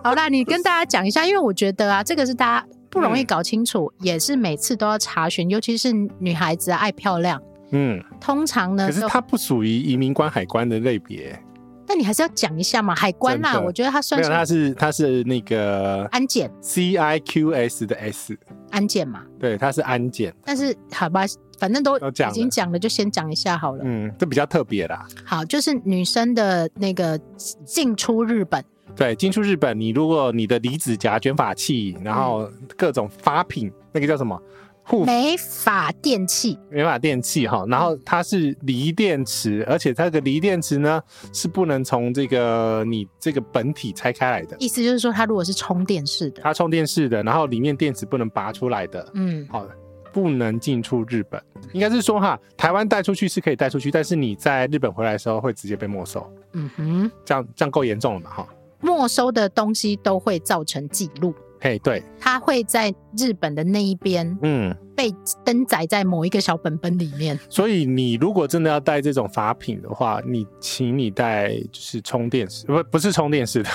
Speaker 3: 好啦，你跟大家讲一下，因为我觉得啊，这个是大家不容易搞清楚，
Speaker 2: 嗯
Speaker 3: 也是每次都要查询，尤其是女孩子啊爱漂亮，
Speaker 2: 嗯，
Speaker 3: 通常呢
Speaker 2: 可是
Speaker 3: 都
Speaker 2: 它不属于移民官海关的类别，
Speaker 3: 但你还是要讲一下嘛，海关啦，
Speaker 2: 真的
Speaker 3: 我觉得它
Speaker 2: 没
Speaker 3: 算
Speaker 2: 有，它
Speaker 3: 是
Speaker 2: 是它是那个
Speaker 3: 安检，
Speaker 2: C I Q S 的 S，
Speaker 3: 安检嘛。
Speaker 2: 对，它是安检，
Speaker 3: 但是好吧，反正都
Speaker 2: 都讲
Speaker 3: 已经
Speaker 2: 了
Speaker 3: 讲了，就先讲一下好了。
Speaker 2: 嗯，这比较特别啦。
Speaker 3: 好，就是女生的那个进出日本，
Speaker 2: 对，进出日本，你如果你的离子夹卷发器，然后各种发品，那个叫什么护
Speaker 3: 美发电器，
Speaker 2: 美发电器哈，然后它是锂电池，而且它这个锂电池呢是不能从这个你这个本体拆开来的，
Speaker 3: 意思就是说它如果是充电式的，
Speaker 2: 它充电式的，然后里面电池不能拔出来的，
Speaker 3: 嗯，
Speaker 2: 好，不能进出日本。应该是说哈，台湾带出去是可以带出去，但是你在日本回来的时候会直接被没收，
Speaker 3: 嗯哼，
Speaker 2: 这样这样够严重了嘛哈？
Speaker 3: 没收的东西都会造成记录，
Speaker 2: 嘿，对，
Speaker 3: 它会在日本的那一边
Speaker 2: 嗯，
Speaker 3: 被登载在某一个小本本里 面。
Speaker 2: 所以你如果真的要带这种法品的话，你请你带就是充电式，不不是充电式的，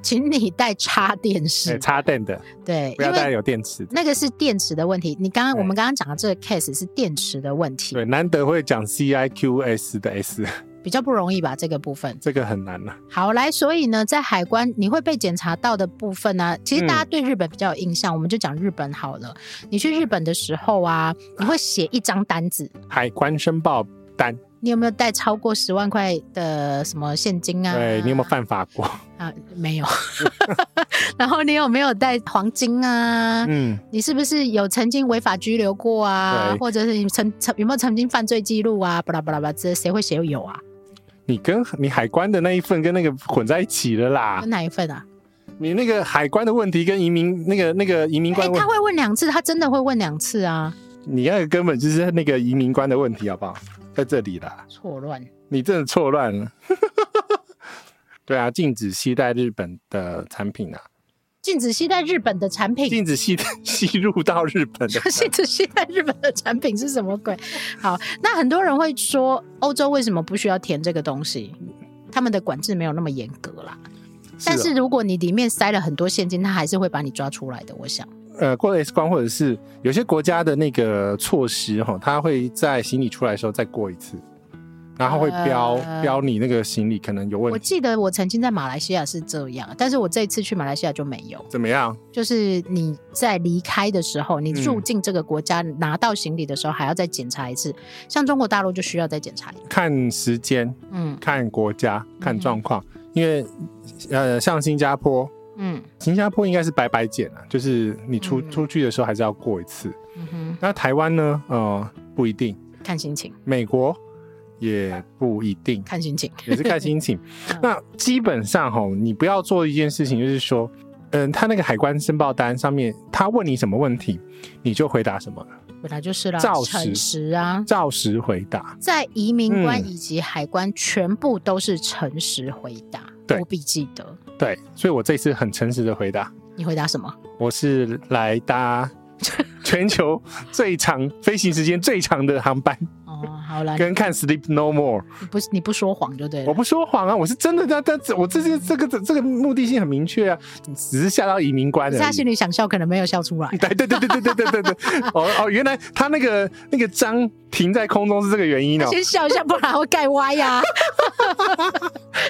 Speaker 3: 请你带插电式，
Speaker 2: 哎插电的，
Speaker 3: 对，
Speaker 2: 不
Speaker 3: 因
Speaker 2: 要带
Speaker 3: 为
Speaker 2: 有电池的。
Speaker 3: 那个是电池的问题。你刚刚
Speaker 2: 对
Speaker 3: 我们刚刚讲的这个 case 是电池的问题，
Speaker 2: 对，难得会讲 C I Q S 的 S，
Speaker 3: 比较不容易吧这个部分。
Speaker 2: 这个很难呐、啊。
Speaker 3: 好，来，所以呢，在海关你会被检查到的部分呢、其实
Speaker 2: 嗯
Speaker 3: 大家对日本比较有印象，我们就讲日本好了。你去日本的时候啊，你会写一张单子，
Speaker 2: 海关申报单，
Speaker 3: 你有没有带超过十万块的什么现金啊？
Speaker 2: 对你有没有犯法过？
Speaker 3: 啊？没有。 然后你有没有带黄金啊？
Speaker 2: 嗯，
Speaker 3: 你是不是有曾经违法拘留过啊？
Speaker 2: 对
Speaker 3: 或者是你曾曾有没有曾经犯罪记录啊？巴拉巴拉巴拉，这谁会写有啊？
Speaker 2: 你跟你海关的那一份跟那个混在一起了啦
Speaker 3: 跟。哪一份啊？
Speaker 2: 你那个海关的问题跟移民那个那个移民
Speaker 3: 哎、
Speaker 2: 官问
Speaker 3: 他，会问两次，他真的会问两次啊？
Speaker 2: 你那个根本就是那个移民官的问题，好不好？在这里啦，
Speaker 3: 错乱。
Speaker 2: 你真的错乱了。 对啊，禁止携带日本的产品啊，
Speaker 3: 禁止携带日本的产品。
Speaker 2: 禁止吸 吸入到日本的产
Speaker 3: 禁
Speaker 2: 品。
Speaker 3: 止携带日本的产品是什么鬼？好，那很多人会说，欧洲为什么不需要填这个东西？他们的管制没有那么严格啦。但
Speaker 2: 啊
Speaker 3: 是如果你里面塞了很多现金，他还是会把你抓出来的。我想，
Speaker 2: 呃过了 X 光，或者是有些国家的那个措施哈，它会在行李出来的时候再过一次，然后会标、
Speaker 3: 呃
Speaker 2: 标你那个行李可能有
Speaker 3: 我
Speaker 2: 问题，
Speaker 3: 记得我曾经在马来西亚是这样，但是我这一次去马来西亚就没有。
Speaker 2: 怎么样？
Speaker 3: 就是你在离开的时候，你
Speaker 2: 嗯
Speaker 3: 入境这个国家、拿到行李的时候，还要再检查一次。像中国大陆就需要再检查一次。
Speaker 2: 看时间、
Speaker 3: 嗯
Speaker 2: 看国家、看
Speaker 3: 嗯
Speaker 2: 状况，因为呃，像新加坡，
Speaker 3: 嗯
Speaker 2: 新加坡应该是白白检啊，就是你出、
Speaker 3: 嗯
Speaker 2: 出去的时候还是要过一次。
Speaker 3: 嗯哼，
Speaker 2: 那台湾呢？呃，不一定，
Speaker 3: 看心情，
Speaker 2: 美国也不一 定。
Speaker 3: 看心情。
Speaker 2: 也是看心情
Speaker 3: 嗯。
Speaker 2: 那基本上吼，你不要做一件事情，就是说，嗯，他那个海关申报单上面，他问你什么问题，你就回答什么，
Speaker 3: 本来就是啦，
Speaker 2: 照实
Speaker 3: 诚实啊，
Speaker 2: 照实回答。
Speaker 3: 在移民官
Speaker 2: 嗯
Speaker 3: 以及海关全部都是诚实回答。
Speaker 2: 对
Speaker 3: 我笔记得
Speaker 2: 对，所以我这次很诚实的回答，
Speaker 3: 你回答什么？
Speaker 2: 我是来搭全球最长飞行时间最长的航班，
Speaker 3: 哦，好了，
Speaker 2: 跟看《Sleep No More》，
Speaker 3: 你不你不说谎就对
Speaker 2: 我
Speaker 3: 了。
Speaker 2: 不说谎啊，我是真的在，但我这些这个这个目的性很明确啊，只是吓到移民官
Speaker 3: 可
Speaker 2: 而
Speaker 3: 是他
Speaker 2: 已
Speaker 3: 心。里想笑，可能没有笑出来。
Speaker 2: 对对对对对对对对对，哦哦，原来他那个那个章停在空中是这个原因
Speaker 3: 他
Speaker 2: 哦，
Speaker 3: 先笑一下，不然会盖 歪呀、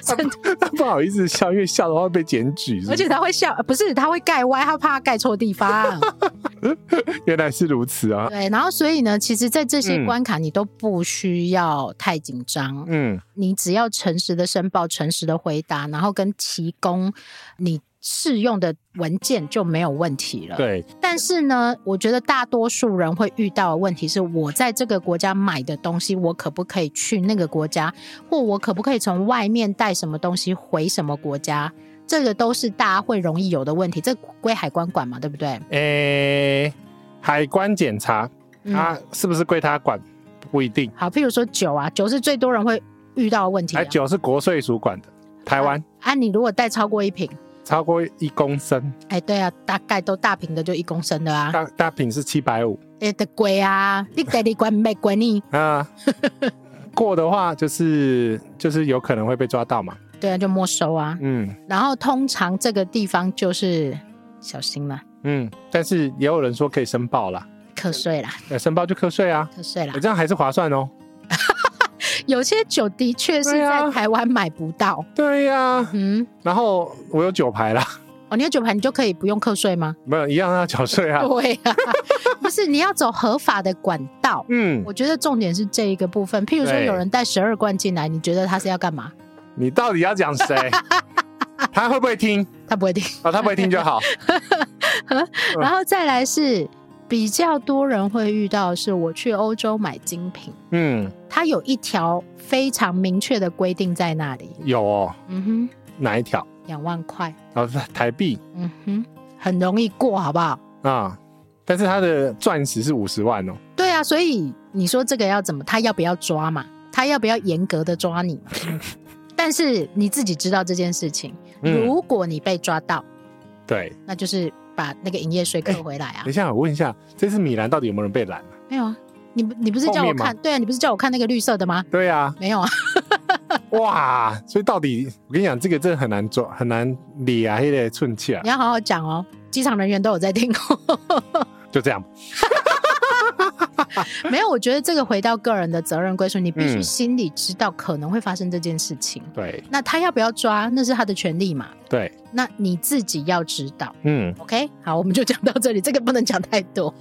Speaker 2: 他 不好意思笑，因为笑的话会被检举。是不
Speaker 3: 而
Speaker 2: 是
Speaker 3: 且他会笑，不是他会盖歪，他怕盖错地方。
Speaker 2: 原来是如此啊，
Speaker 3: 对，然后所以呢，其实，在这些
Speaker 2: 嗯
Speaker 3: 关卡你都不需要太紧张，
Speaker 2: 嗯，
Speaker 3: 你只要诚实的申报、诚实的回答，然后跟提供你适用的文件就没有问题了。
Speaker 2: 对，
Speaker 3: 但是呢，我觉得大多数人会遇到的问题是，我在这个国家买的东西，我可不可以去那个国家，或我可不可以从外面带什么东西回什么国家？这个都是大家会容易有的问题，这归海关管嘛，对不对？
Speaker 2: 诶、海关检查
Speaker 3: 嗯
Speaker 2: 啊，是不是归他管？不一定，
Speaker 3: 好，譬如说酒啊，酒是最多人会遇到的问题、啊
Speaker 2: 哎，。酒是国税署管的，台湾
Speaker 3: 啊，你如果带超过一瓶，
Speaker 2: 超过一公升，
Speaker 3: 哎，对啊，大概都大瓶的就一公升的啊，
Speaker 2: 大大瓶是七百五
Speaker 3: 哎的贵啊，你带你管没管你？
Speaker 2: 啊，过的话就是就是有可能会被抓到嘛，
Speaker 3: 对啊，就没收啊。
Speaker 2: 嗯
Speaker 3: 然后通常这个地方就是小心啦，
Speaker 2: 嗯，但是也有人说可以申报啦。
Speaker 3: 瞌睡啦，
Speaker 2: 呃，申报就课税啊，
Speaker 3: 瞌睡啦
Speaker 2: 我。这样还是划算哦。
Speaker 3: 有些酒的确是
Speaker 2: 对啊
Speaker 3: 在台湾买不到，
Speaker 2: 对呀、
Speaker 3: 嗯，
Speaker 2: 然后我有酒牌啦，
Speaker 3: 哦，你有酒牌你就可以不用课税吗？
Speaker 2: 没有一样要缴税 啊。
Speaker 3: 对啊， 不是你要走合法的管道。
Speaker 2: 嗯，
Speaker 3: 我觉得重点是这一个部分，譬如说
Speaker 2: 对
Speaker 3: 有人带十二罐进来，你觉得他是要干嘛？
Speaker 2: 你到底要讲 谁？他会不会听
Speaker 3: 他不会听。
Speaker 2: 啊、他不会听就 好。嗯
Speaker 3: 然后再来是比较多人会遇到，是我去欧洲买精品，
Speaker 2: 嗯，
Speaker 3: 它有一条非常明确的规定在那里。
Speaker 2: 有哦，
Speaker 3: 嗯
Speaker 2: 哪一条？
Speaker 3: 哼，两万块，
Speaker 2: 哦，是台币
Speaker 3: 嗯哼，很容易过，好不好？
Speaker 2: 啊、但是他的钻石是五十万哦。
Speaker 3: 对啊，所以你说这个要怎么？他要不要抓嘛？他要不要严格的抓你嘛？ 但是你自己知道这件事情，
Speaker 2: 嗯，
Speaker 3: 如果你被抓到，
Speaker 2: 对，
Speaker 3: 那就是把那个营业税扣回来啊
Speaker 2: 等一。下，我问一下，这次米兰到底有没有人被拦？
Speaker 3: 没有啊，你不你不是叫
Speaker 2: 后
Speaker 3: 我
Speaker 2: 面吗
Speaker 3: 看？对啊，你不是叫我看那个绿色的吗？
Speaker 2: 对啊，
Speaker 3: 没有啊，
Speaker 2: 哇！所以到底我跟你讲，这个真的很难抓，很难理啊，黑的寸气啊
Speaker 3: 你，要好好讲哦。机场人员都有在听哦。
Speaker 2: 就这样。
Speaker 3: 没有，我觉得这个回到个人的责任归属，你必须
Speaker 2: 嗯
Speaker 3: 心里知道可能会发生这件事情。
Speaker 2: 对
Speaker 3: 那他要不要抓，那是他的权利嘛。
Speaker 2: 对，
Speaker 3: 那你自己要知道
Speaker 2: 嗯，
Speaker 3: ，OK？好，我们就讲到这里，这个不能讲太多。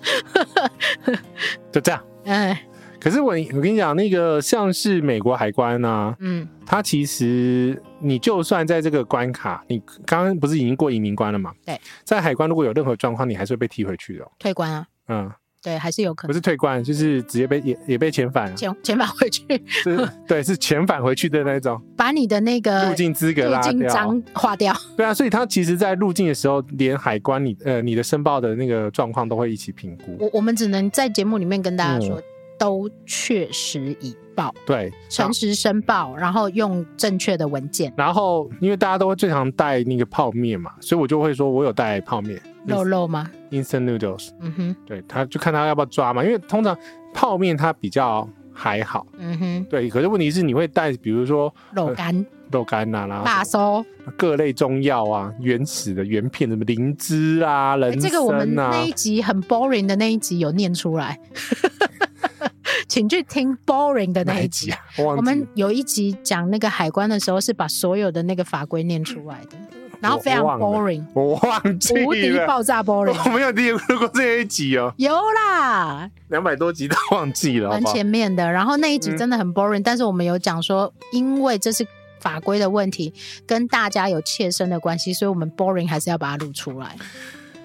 Speaker 2: 就这样。
Speaker 3: 嗯
Speaker 2: 可是我我跟你讲，那个像是美国海关啊，
Speaker 3: 嗯
Speaker 2: 它其实你就算在这个关卡，你刚刚不是已经过移民关了嘛？
Speaker 3: 对，
Speaker 2: 在海关如果有任何状况，你还是会被踢回去的哦、
Speaker 3: 退关啊，
Speaker 2: 嗯，
Speaker 3: 对，还是有可
Speaker 2: 不
Speaker 3: 能
Speaker 2: 是退关，就是直接被也也被遣 返啊，
Speaker 3: 遣遣返回去，
Speaker 2: 是，对，是遣返回去的那种，
Speaker 3: 把你的那个
Speaker 2: 入境资格
Speaker 3: 呃入
Speaker 2: 拉
Speaker 3: 境
Speaker 2: 掉。
Speaker 3: 章划掉。
Speaker 2: 对啊，所以他其实，在入境的时候，连海关你呃你的申报的那个状况都会一起评估。
Speaker 3: 我我们只能在节目里面跟大
Speaker 2: 嗯
Speaker 3: 家说，都确实已报，
Speaker 2: 对，
Speaker 3: 诚实申报，然后用正确的文件，
Speaker 2: 然后因为大家都会最常带那个泡面嘛，所以我就会说我有带泡面
Speaker 3: 肉肉吗？
Speaker 2: ，instant noodles。
Speaker 3: 嗯哼，
Speaker 2: 对，他就看他要不要抓嘛，因为通常泡面它比较还好。
Speaker 3: 嗯哼，
Speaker 2: 对，可是问题是你会带，比如说
Speaker 3: 肉干、
Speaker 2: 肉干呐、啊，
Speaker 3: 大
Speaker 2: 然
Speaker 3: 收。
Speaker 2: 后各类中药啊、原始的原片，什么灵芝啊、人
Speaker 3: 哎
Speaker 2: 参啊，
Speaker 3: 这个我们那一集很 boring 的那一集有念出来， 请去听 boring 的那
Speaker 2: 哪
Speaker 3: 一
Speaker 2: 一
Speaker 3: 集
Speaker 2: 集。啊？我忘记了
Speaker 3: 我们有一集讲那个海关的时候，是把所有的那个法规念出来的，然后非常
Speaker 2: 我忘
Speaker 3: boring，
Speaker 2: 我忘记
Speaker 3: 无敌
Speaker 2: 了，
Speaker 3: 爆炸 boring。
Speaker 2: 我没有听过这一集哦，
Speaker 3: 有啦，
Speaker 2: 两百多集都忘记了，好
Speaker 3: 蛮
Speaker 2: 不好？
Speaker 3: 前面的。然后那一集
Speaker 2: 嗯
Speaker 3: 真的很 boring，、但是我们有讲说，因为这是法规的问题，跟大家有切身的关系，所以我们 boring 还是要把它录出来。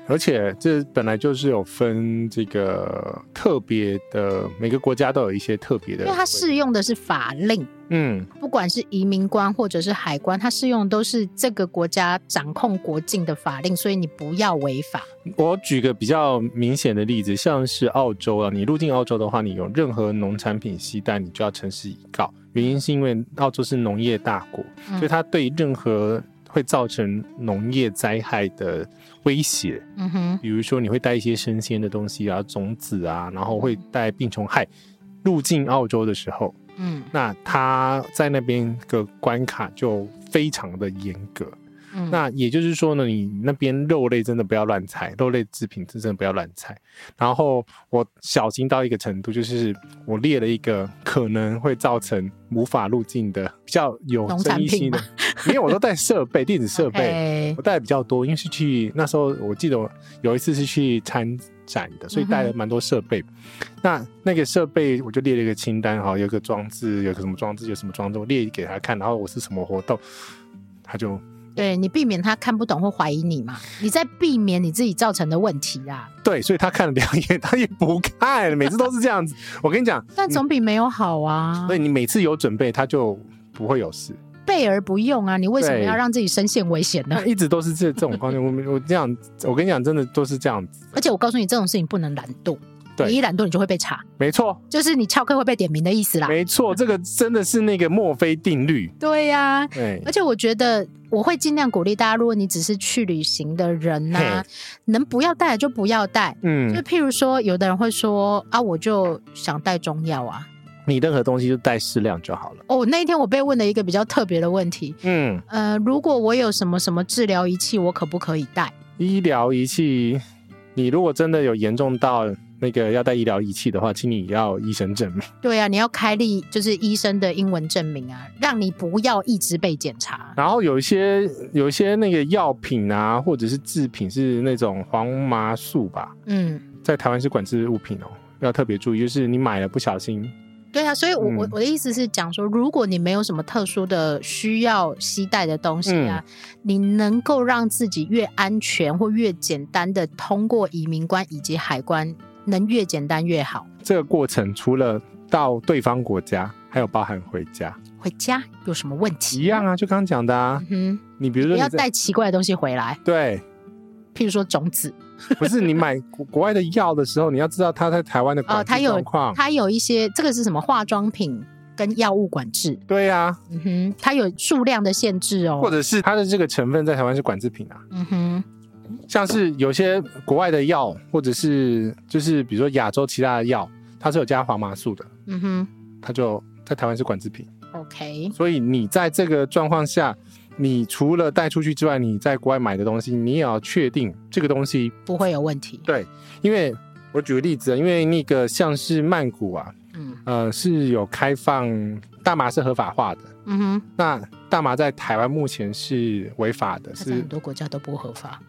Speaker 2: 而且这本来就是有分这个特别的，每个国家都有一些特别的规
Speaker 3: 因
Speaker 2: 定，
Speaker 3: 为它适用的是法令，
Speaker 2: 嗯，
Speaker 3: 不管是移民官或者是海关，它适用都是这个国家掌控国境的法令，所以你不要违法。
Speaker 2: 我举个比较明显的例子，像是澳洲啊，你入境澳洲的话，你有任何农产品携带，你就要诚实以告。原因是因为澳洲是农业大国，
Speaker 3: 嗯
Speaker 2: 所以它对任何会造成农业灾害的威胁，
Speaker 3: 嗯哼，
Speaker 2: 比如说你会带一些生鲜的东西啊、种子啊，然后会带病虫害。入境澳洲的时候，
Speaker 3: 嗯
Speaker 2: 那它在那边的关卡就非常的严格。
Speaker 3: 嗯，
Speaker 2: 那也就是说呢，你那边肉类真的不要乱采，肉类制品真的不要乱采。然后我小心到一个程度，就是我列了一个可能会造成无法入境的比较有
Speaker 3: 农产
Speaker 2: 争议
Speaker 3: 品
Speaker 2: 性的
Speaker 3: 吗，
Speaker 2: 因为我都带设备、电子设备，
Speaker 3: OK
Speaker 2: 我带的比较多，因为是去那时候我记得我有一次是去参展的，所以带了蛮多设备。那那个设备我就列了一个清单，哈，有个装置，有个什么装置，有什么装置，我列给他看，然后我是什么活动，他就
Speaker 3: 对你避免他看不懂或怀疑你嘛，你在避免你自己造成的问题啊啦。
Speaker 2: 对，所以他看了两眼，他也不看，每次都是这样子。我跟你讲，
Speaker 3: 但总比没有好啊，
Speaker 2: 嗯所以你每次有准备，他就不会有事。
Speaker 3: 备而不用啊，你为什么
Speaker 2: 对
Speaker 3: 要让自己深陷危险呢
Speaker 2: 那？一直都是这这种观念。我们我这样，我跟你讲，真的都是这样子。
Speaker 3: 而且我告诉你，这种事情不能懒惰，
Speaker 2: 对
Speaker 3: 你一懒惰你就会被查，
Speaker 2: 没错，
Speaker 3: 就是你翘课会被点名的意思啦。
Speaker 2: 没错，这个真的是那个墨菲定律。
Speaker 3: 对呀、
Speaker 2: 对
Speaker 3: 而，且我觉得我会尽量鼓励大家，如果你只是去旅行的人呐、
Speaker 2: 嘿
Speaker 3: 能不要带就不要带。就
Speaker 2: 嗯，
Speaker 3: 譬如说，有的人会说啊，我就想带中药啊。
Speaker 2: 你任何东西就带适量就好了。
Speaker 3: 哦，那一天我被问了一个比较特别的问题，
Speaker 2: 嗯，
Speaker 3: 呃，如果我有什么什么治疗仪器，我可不可以带？
Speaker 2: 医疗仪器，你如果真的有严重到那个要带医疗仪器的话，请你要医生证明。
Speaker 3: 对啊，你要开立就是医生的英文证明啊，让你不要一直被检查。
Speaker 2: 然后有一些有一些那个药品啊，或者是制品是那种黄麻素吧，
Speaker 3: 嗯，
Speaker 2: 在台湾是管制物品哦，要特别注意，就是你买了不小心，
Speaker 3: 对啊，所以我我、
Speaker 2: 嗯
Speaker 3: 我的意思是讲说，如果你没有什么特殊的需要携带的东西啊，
Speaker 2: 嗯
Speaker 3: 你能够让自己越安全或越简单的通过移民关以及海关，能越简单越好。
Speaker 2: 这个过程除了到对方国家，还有包含回家
Speaker 3: 回家有什么问
Speaker 2: 一
Speaker 3: 题？
Speaker 2: 样啊，就刚刚讲的啊，
Speaker 3: 嗯
Speaker 2: 你比如
Speaker 3: 哼，
Speaker 2: 说
Speaker 3: 不
Speaker 2: 你
Speaker 3: 要
Speaker 2: 在
Speaker 3: 带奇怪的东西回来，
Speaker 2: 对，
Speaker 3: 譬如说种子，
Speaker 2: 不是你买国国外的药的时候，你要知道它在台湾的
Speaker 3: 哦，
Speaker 2: 管
Speaker 3: 它
Speaker 2: 制
Speaker 3: 有
Speaker 2: 状况，
Speaker 3: 它有一些这个是什么化妆品跟药物管制，
Speaker 2: 对呀、
Speaker 3: 嗯哼，它有数量的限制哦，
Speaker 2: 或者是它的这个成分在台湾是管制品啊，
Speaker 3: 嗯哼，
Speaker 2: 像是有些国外的药，或者是就是比如说亚洲其他的药，它是有加黄麻素的，
Speaker 3: 嗯哼
Speaker 2: 它就在台湾是管制品。
Speaker 3: ，OK，
Speaker 2: 所以你在这个状况下，你除了带出去之外，你在国外买的东西，你也要确定这个东西，
Speaker 3: 不会有问题。
Speaker 2: 因为我举个例子，啊因为那个像是曼谷啊，
Speaker 3: 嗯
Speaker 2: 呃，是有开放大麻是合法化的，
Speaker 3: 嗯哼，
Speaker 2: 那大麻在台湾目前是违法的，
Speaker 3: 它在
Speaker 2: 是
Speaker 3: 很多国家都不合法，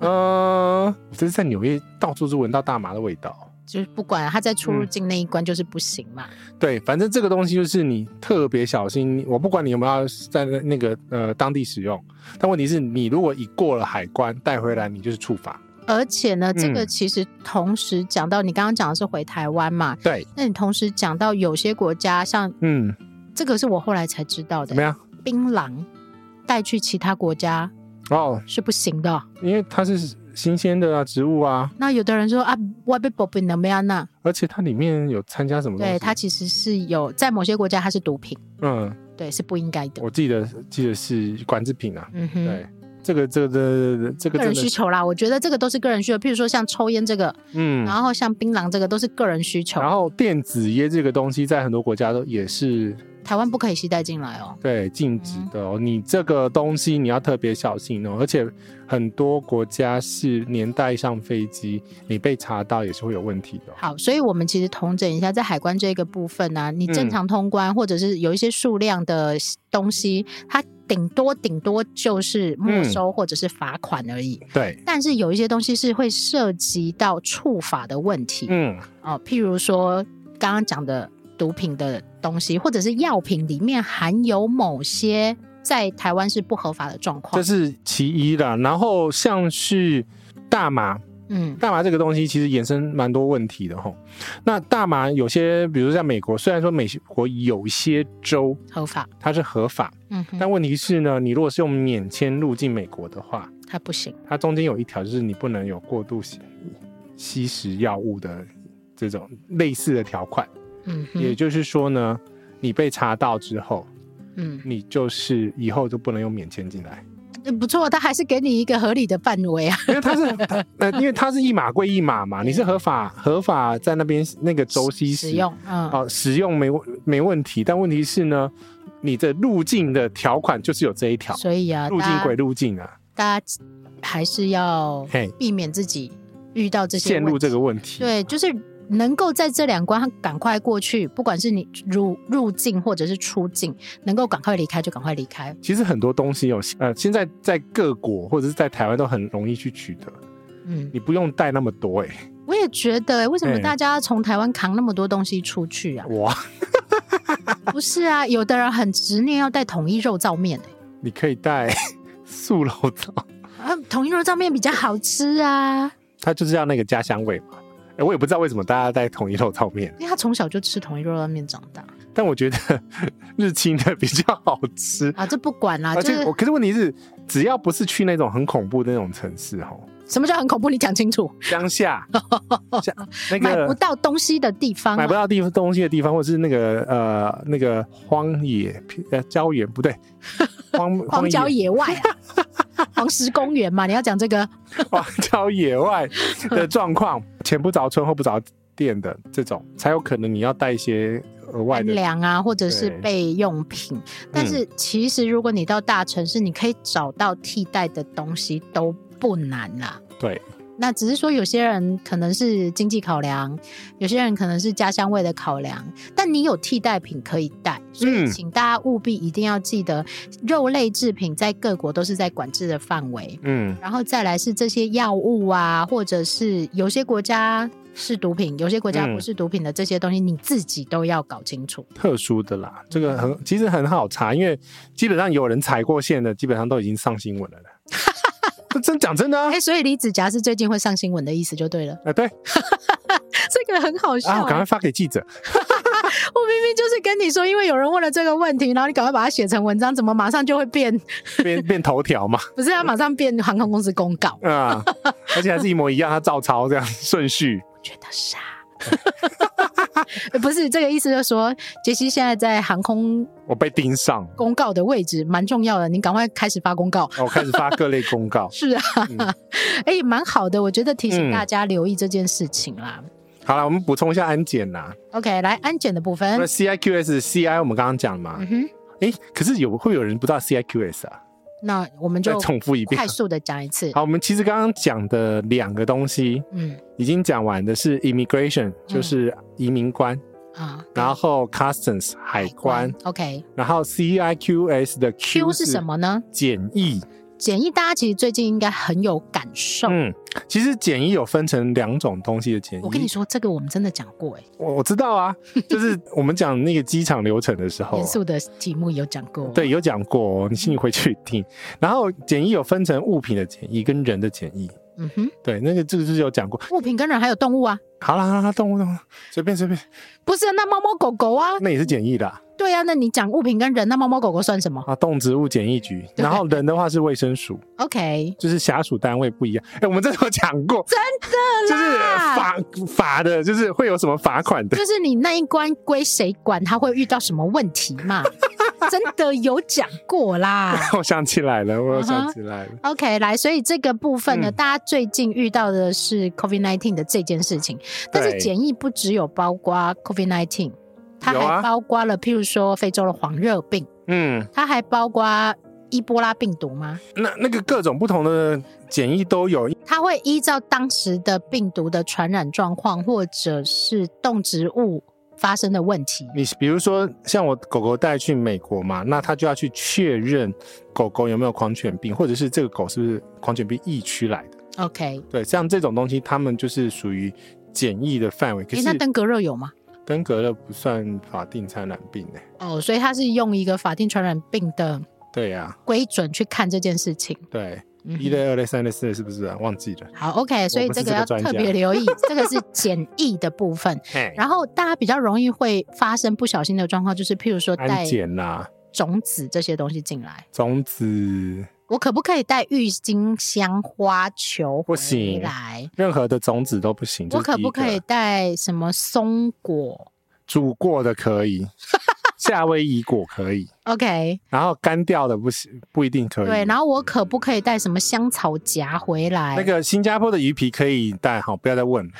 Speaker 3: 嗯
Speaker 2: 呃，只是在纽约到处都闻到大麻的味道。
Speaker 3: 就是不管它在出入
Speaker 2: 嗯
Speaker 3: 境那一关就是不行嘛。
Speaker 2: 对，反正这个东西就是你特别小心。我不管你有没有在那个呃当地使用，但问题是你如果一过了海关带回来，你就是触法。
Speaker 3: 而且呢，这个
Speaker 2: 嗯
Speaker 3: 其实同时讲到你刚刚讲的是回台湾嘛，
Speaker 2: 对，
Speaker 3: 那你同时讲到有些国家，像
Speaker 2: 嗯，
Speaker 3: 这个是我后来才知道
Speaker 2: 怎么
Speaker 3: 的，
Speaker 2: 样？
Speaker 3: 槟榔带去其他国家
Speaker 2: 哦，
Speaker 3: 是不行的。
Speaker 2: 因为它是新鲜的啊，植物啊，
Speaker 3: 那有的人说啊，外被 b o b 怎么样呢？
Speaker 2: 而且它里面有参加什么东西？
Speaker 3: 对，它其实是有在某些国家它是毒品，
Speaker 2: 嗯，
Speaker 3: 对，是不应该的。
Speaker 2: 我记得记得是管制品啊。
Speaker 3: 嗯哼，
Speaker 2: 对，这个这个这个
Speaker 3: 个
Speaker 2: 真的
Speaker 3: 人需
Speaker 2: 是，
Speaker 3: 求啦，我觉得这个都是个人需求。譬如说像抽烟这个，
Speaker 2: 嗯，
Speaker 3: 然后像槟榔这个都是个人需求
Speaker 2: 然。后电子烟这个东西在很多国家都也是
Speaker 3: 台湾不可以携带进来哦。
Speaker 2: 对禁止的哦。你这个东西你要特别小心哦，而且很多国家是年代上飞机，你被查到也是会有问题的哦。
Speaker 3: 好，所以我们其实统整一下，在海关这个部分呢、你正
Speaker 2: 嗯
Speaker 3: 常通关、或者是有一些数量的东西，它顶多顶多就是
Speaker 2: 嗯
Speaker 3: 没收或者是罚款而已。
Speaker 2: 对，
Speaker 3: 但是有一些东西是会涉及到触法的问题
Speaker 2: 嗯，
Speaker 3: 哦，譬如说刚刚讲的毒品的东西，或者是药品里面含有某些在台湾是不合法的状况
Speaker 2: 这。是其一啦。然后像是大麻，
Speaker 3: 嗯
Speaker 2: 大麻这个东西其实衍生蛮多问题的吼。那大麻有些，比如在美国，虽然说美国有一些州
Speaker 3: 合法，
Speaker 2: 它是合法，
Speaker 3: 嗯哼，
Speaker 2: 但问题是呢，你如果是用免签入境美国的话，
Speaker 3: 它不行。
Speaker 2: 它中间有一条就是你不能有过度吸吸食药物的这种类似的条款。
Speaker 3: 嗯
Speaker 2: 也
Speaker 3: 哼，
Speaker 2: 就是说呢，你被查到之后，
Speaker 3: 嗯，
Speaker 2: 你就是以后就不能用免签进来，
Speaker 3: 不错，它还是给你一个合理的范围啊。
Speaker 2: 因为它是它 呃，因为它是一码归一码嘛，你是合法合法在那边那个州吸
Speaker 3: 使用，嗯，
Speaker 2: 哦，使用没问没问题，但问题是呢，你的入境的条款就是有这一条，
Speaker 3: 所以啊，
Speaker 2: 入境
Speaker 3: 大
Speaker 2: 归
Speaker 3: 家
Speaker 2: 入境啊，
Speaker 3: 大家还是要
Speaker 2: 嘿，
Speaker 3: 避免自己遇到这些
Speaker 2: 陷入
Speaker 3: 问题
Speaker 2: 这个问题，
Speaker 3: 对，就是能够在这两关赶快过去，不管是你入入境或者是出境，能够赶快离开就赶快离开。
Speaker 2: 其实很多东西有，呃，现在在各国或者是在台湾都很容易去取得，
Speaker 3: 嗯，
Speaker 2: 你不用带那么多、欸，
Speaker 3: 我也觉得、欸为什么
Speaker 2: 哎
Speaker 3: 大家要从台湾扛那么多东西出去啊？
Speaker 2: 哇，
Speaker 3: 不是啊，有的人很执念要带统一肉燥面、欸
Speaker 2: 你可以带 素肉燥，
Speaker 3: 啊，统一肉燥面比较好吃啊，
Speaker 2: 它就是要那个家乡味嘛。哎我也不知道为什么大家带统一肉燥面，
Speaker 3: 因为他从小就吃统一肉燥面长大
Speaker 2: 但我觉得 日清的比较好吃。
Speaker 3: 啊，这不管啦、
Speaker 2: 而
Speaker 3: 就
Speaker 2: 且
Speaker 3: 是
Speaker 2: 我，可是问题是，只要不是去那种很恐怖的那种城市，吼，
Speaker 3: 什么叫很恐怖？你讲清楚，
Speaker 2: 乡 下，乡那
Speaker 3: 买不
Speaker 2: 个
Speaker 3: 到东西的地方、啊，
Speaker 2: 买不到地方东西的地方，或者是那个呃那个荒野呃郊野不对，荒
Speaker 3: 荒郊
Speaker 2: 野
Speaker 3: 野外啊， 黄石公园嘛，你要讲这个，
Speaker 2: 荒郊野外 的状况，前不着村后不着店的这种，才有可能你要带一些额外
Speaker 3: 干
Speaker 2: 的。
Speaker 3: 粮啊，或者是
Speaker 2: 对
Speaker 3: 备用品。但是其实如果你到大城市，你可以找到替代的东西都不难啦。
Speaker 2: 对，
Speaker 3: 那只是说有些人可能是经济考量，有些人可能是家乡味的考量，但你有替代品可以带，所以
Speaker 2: 嗯
Speaker 3: 请大家务必一定要记得，肉类制品在各国都是在管制的范围。
Speaker 2: 嗯，
Speaker 3: 然后再来是这些药物啊，或者是有些国家是毒品，有些国家
Speaker 2: 嗯
Speaker 3: 不是毒品的这些东西，你自己都要搞清楚。
Speaker 2: 特殊的啦，这个很其实很好查，因为基本上有人踩过线的，基本上都已经上新闻了 啦。这真讲真的啊
Speaker 3: 哎、，所以离子夹是最近会上新闻的意思就对了，
Speaker 2: 啊对
Speaker 3: 这个很好笑、
Speaker 2: 啊，我赶快发给记者。
Speaker 3: 我明明就是跟你说，因为有人问了这个问题，然后你赶快把它写成文章，怎么马上就会变？
Speaker 2: 变 变头条嘛，
Speaker 3: 不是，它马上变航空公司公告，
Speaker 2: 啊、而且还是一模一样，他照抄这样顺序，
Speaker 3: 觉得傻。呃 不是这个意思，就是说杰西现在在航空
Speaker 2: 我被盯上了，
Speaker 3: 公告的位置蛮重要的，你赶快开始发公告。。
Speaker 2: 我开始发各类公告
Speaker 3: 是啊，
Speaker 2: 嗯
Speaker 3: 哎、蛮好的，我觉得提醒
Speaker 2: 嗯
Speaker 3: 大家留意这件事情啦。
Speaker 2: 好了，我们补充一下安检啦。
Speaker 3: OK，来安检的部
Speaker 2: 那
Speaker 3: 分，
Speaker 2: CIQS、CI 我们刚刚讲嘛
Speaker 3: 嗯，哼，
Speaker 2: 诶，可是有会有人不知道 CIQS 啊？
Speaker 3: 那我们
Speaker 2: 再
Speaker 3: 就
Speaker 2: 重复一遍
Speaker 3: 快。速的讲一次。
Speaker 2: 好，我们其实刚刚讲的两个东西
Speaker 3: 嗯
Speaker 2: 已经讲完的是 immigration，就是移民官，
Speaker 3: 啊，
Speaker 2: 然后 customs 海关，
Speaker 3: OK。
Speaker 2: 然后 CIQS 的
Speaker 3: Q
Speaker 2: Q
Speaker 3: 是什？么呢？
Speaker 2: 简易。
Speaker 3: 简易大家其实最近应该很有感受。
Speaker 2: 嗯，其实简易有分成两种东西的简易。
Speaker 3: 我跟你说，这个我们真的讲过、哎，
Speaker 2: 我我知道 啊，就是我们讲那个机场流程的时候
Speaker 3: 严，肃的题目有讲过。
Speaker 2: 哦对，有讲过、哦，你请你回去听。然后简易有分成物品的简易跟人的简易，
Speaker 3: 嗯哼，
Speaker 2: 对，那个这个就是有讲过。
Speaker 3: 物品跟人还有动物啊，
Speaker 2: 好啦好啦，动物动物，随便随便，
Speaker 3: 不是那猫猫狗狗啊，
Speaker 2: 那也是简易的啊，
Speaker 3: 对啊，那你讲物品跟人，那猫猫狗狗算什么
Speaker 2: 啊动植物简易局。
Speaker 3: 对
Speaker 2: 然后人的话是卫生署，
Speaker 3: ？OK，
Speaker 2: 就是辖属单位不一样。哎，我们这有讲过，真的就是
Speaker 3: 啦
Speaker 2: 罚罚的，就是会有什么罚款的。
Speaker 3: 就是你那一关归谁管，他会遇到什么问题 嘛？真的有讲过啦。
Speaker 2: 我想起来了，我有
Speaker 3: 嗯
Speaker 2: 想
Speaker 3: 哼
Speaker 2: 起来了。
Speaker 3: OK，来，所以这个部分呢，
Speaker 2: 嗯
Speaker 3: 大家最近遇到的是 COVID-19 的这件事情，但是
Speaker 2: 对
Speaker 3: 检疫不只有包括 COVID-19，它
Speaker 2: 有
Speaker 3: 还
Speaker 2: 啊
Speaker 3: 包括了，譬如说非洲的黄热病，
Speaker 2: 嗯，
Speaker 3: 它还包括伊波拉病毒吗？
Speaker 2: 那那个各种不同的简易都有，
Speaker 3: 它会依照当时的病毒的传染状况，或者是动植物发生的问题。
Speaker 2: 你比如说，像我狗狗带去美国嘛，那它就要去确认狗狗有没有狂犬病，或者是这个狗是不是狂犬病疫区来的。
Speaker 3: OK，
Speaker 2: 对，像这种东西，他们就是属于检疫的范围。可
Speaker 3: 诶，
Speaker 2: 是
Speaker 3: 那登革热有吗？
Speaker 2: 登革热不算法定传染病欸呢、
Speaker 3: 哦，所以它是用一个法定传染病的
Speaker 2: 对呀、
Speaker 3: 规准去看这件事情。
Speaker 2: 对，
Speaker 3: 嗯哼
Speaker 2: 一类、二类、三类、四类是不是、啊？忘记了。
Speaker 3: 好，OK，所以
Speaker 2: 我不
Speaker 3: 这
Speaker 2: 是
Speaker 3: 个
Speaker 2: 这个
Speaker 3: 要
Speaker 2: 专
Speaker 3: 特
Speaker 2: 家
Speaker 3: 别留意，这个是简易的部分。
Speaker 2: 嘿，
Speaker 3: 然后大家比较容易会发生不小心的状况，就是譬如说带
Speaker 2: 安检啦，
Speaker 3: 种子这些东西进来，
Speaker 2: 种子，
Speaker 3: 我可不可以带郁金香花球
Speaker 2: 不
Speaker 3: 回
Speaker 2: 行
Speaker 3: 来？
Speaker 2: 任何的种子都不行。
Speaker 3: 我
Speaker 2: 这是
Speaker 3: 可
Speaker 2: 第一
Speaker 3: 不可
Speaker 2: 个
Speaker 3: 以带什么松果
Speaker 2: 煮过的可 以，夏威夷果可以，
Speaker 3: ？OK，
Speaker 2: 然后干掉的不行，不一定可以。
Speaker 3: 对，然后我可不可以带什么香草夹回来？
Speaker 2: 那个新加坡的鱼皮可以带好，不要再问 了。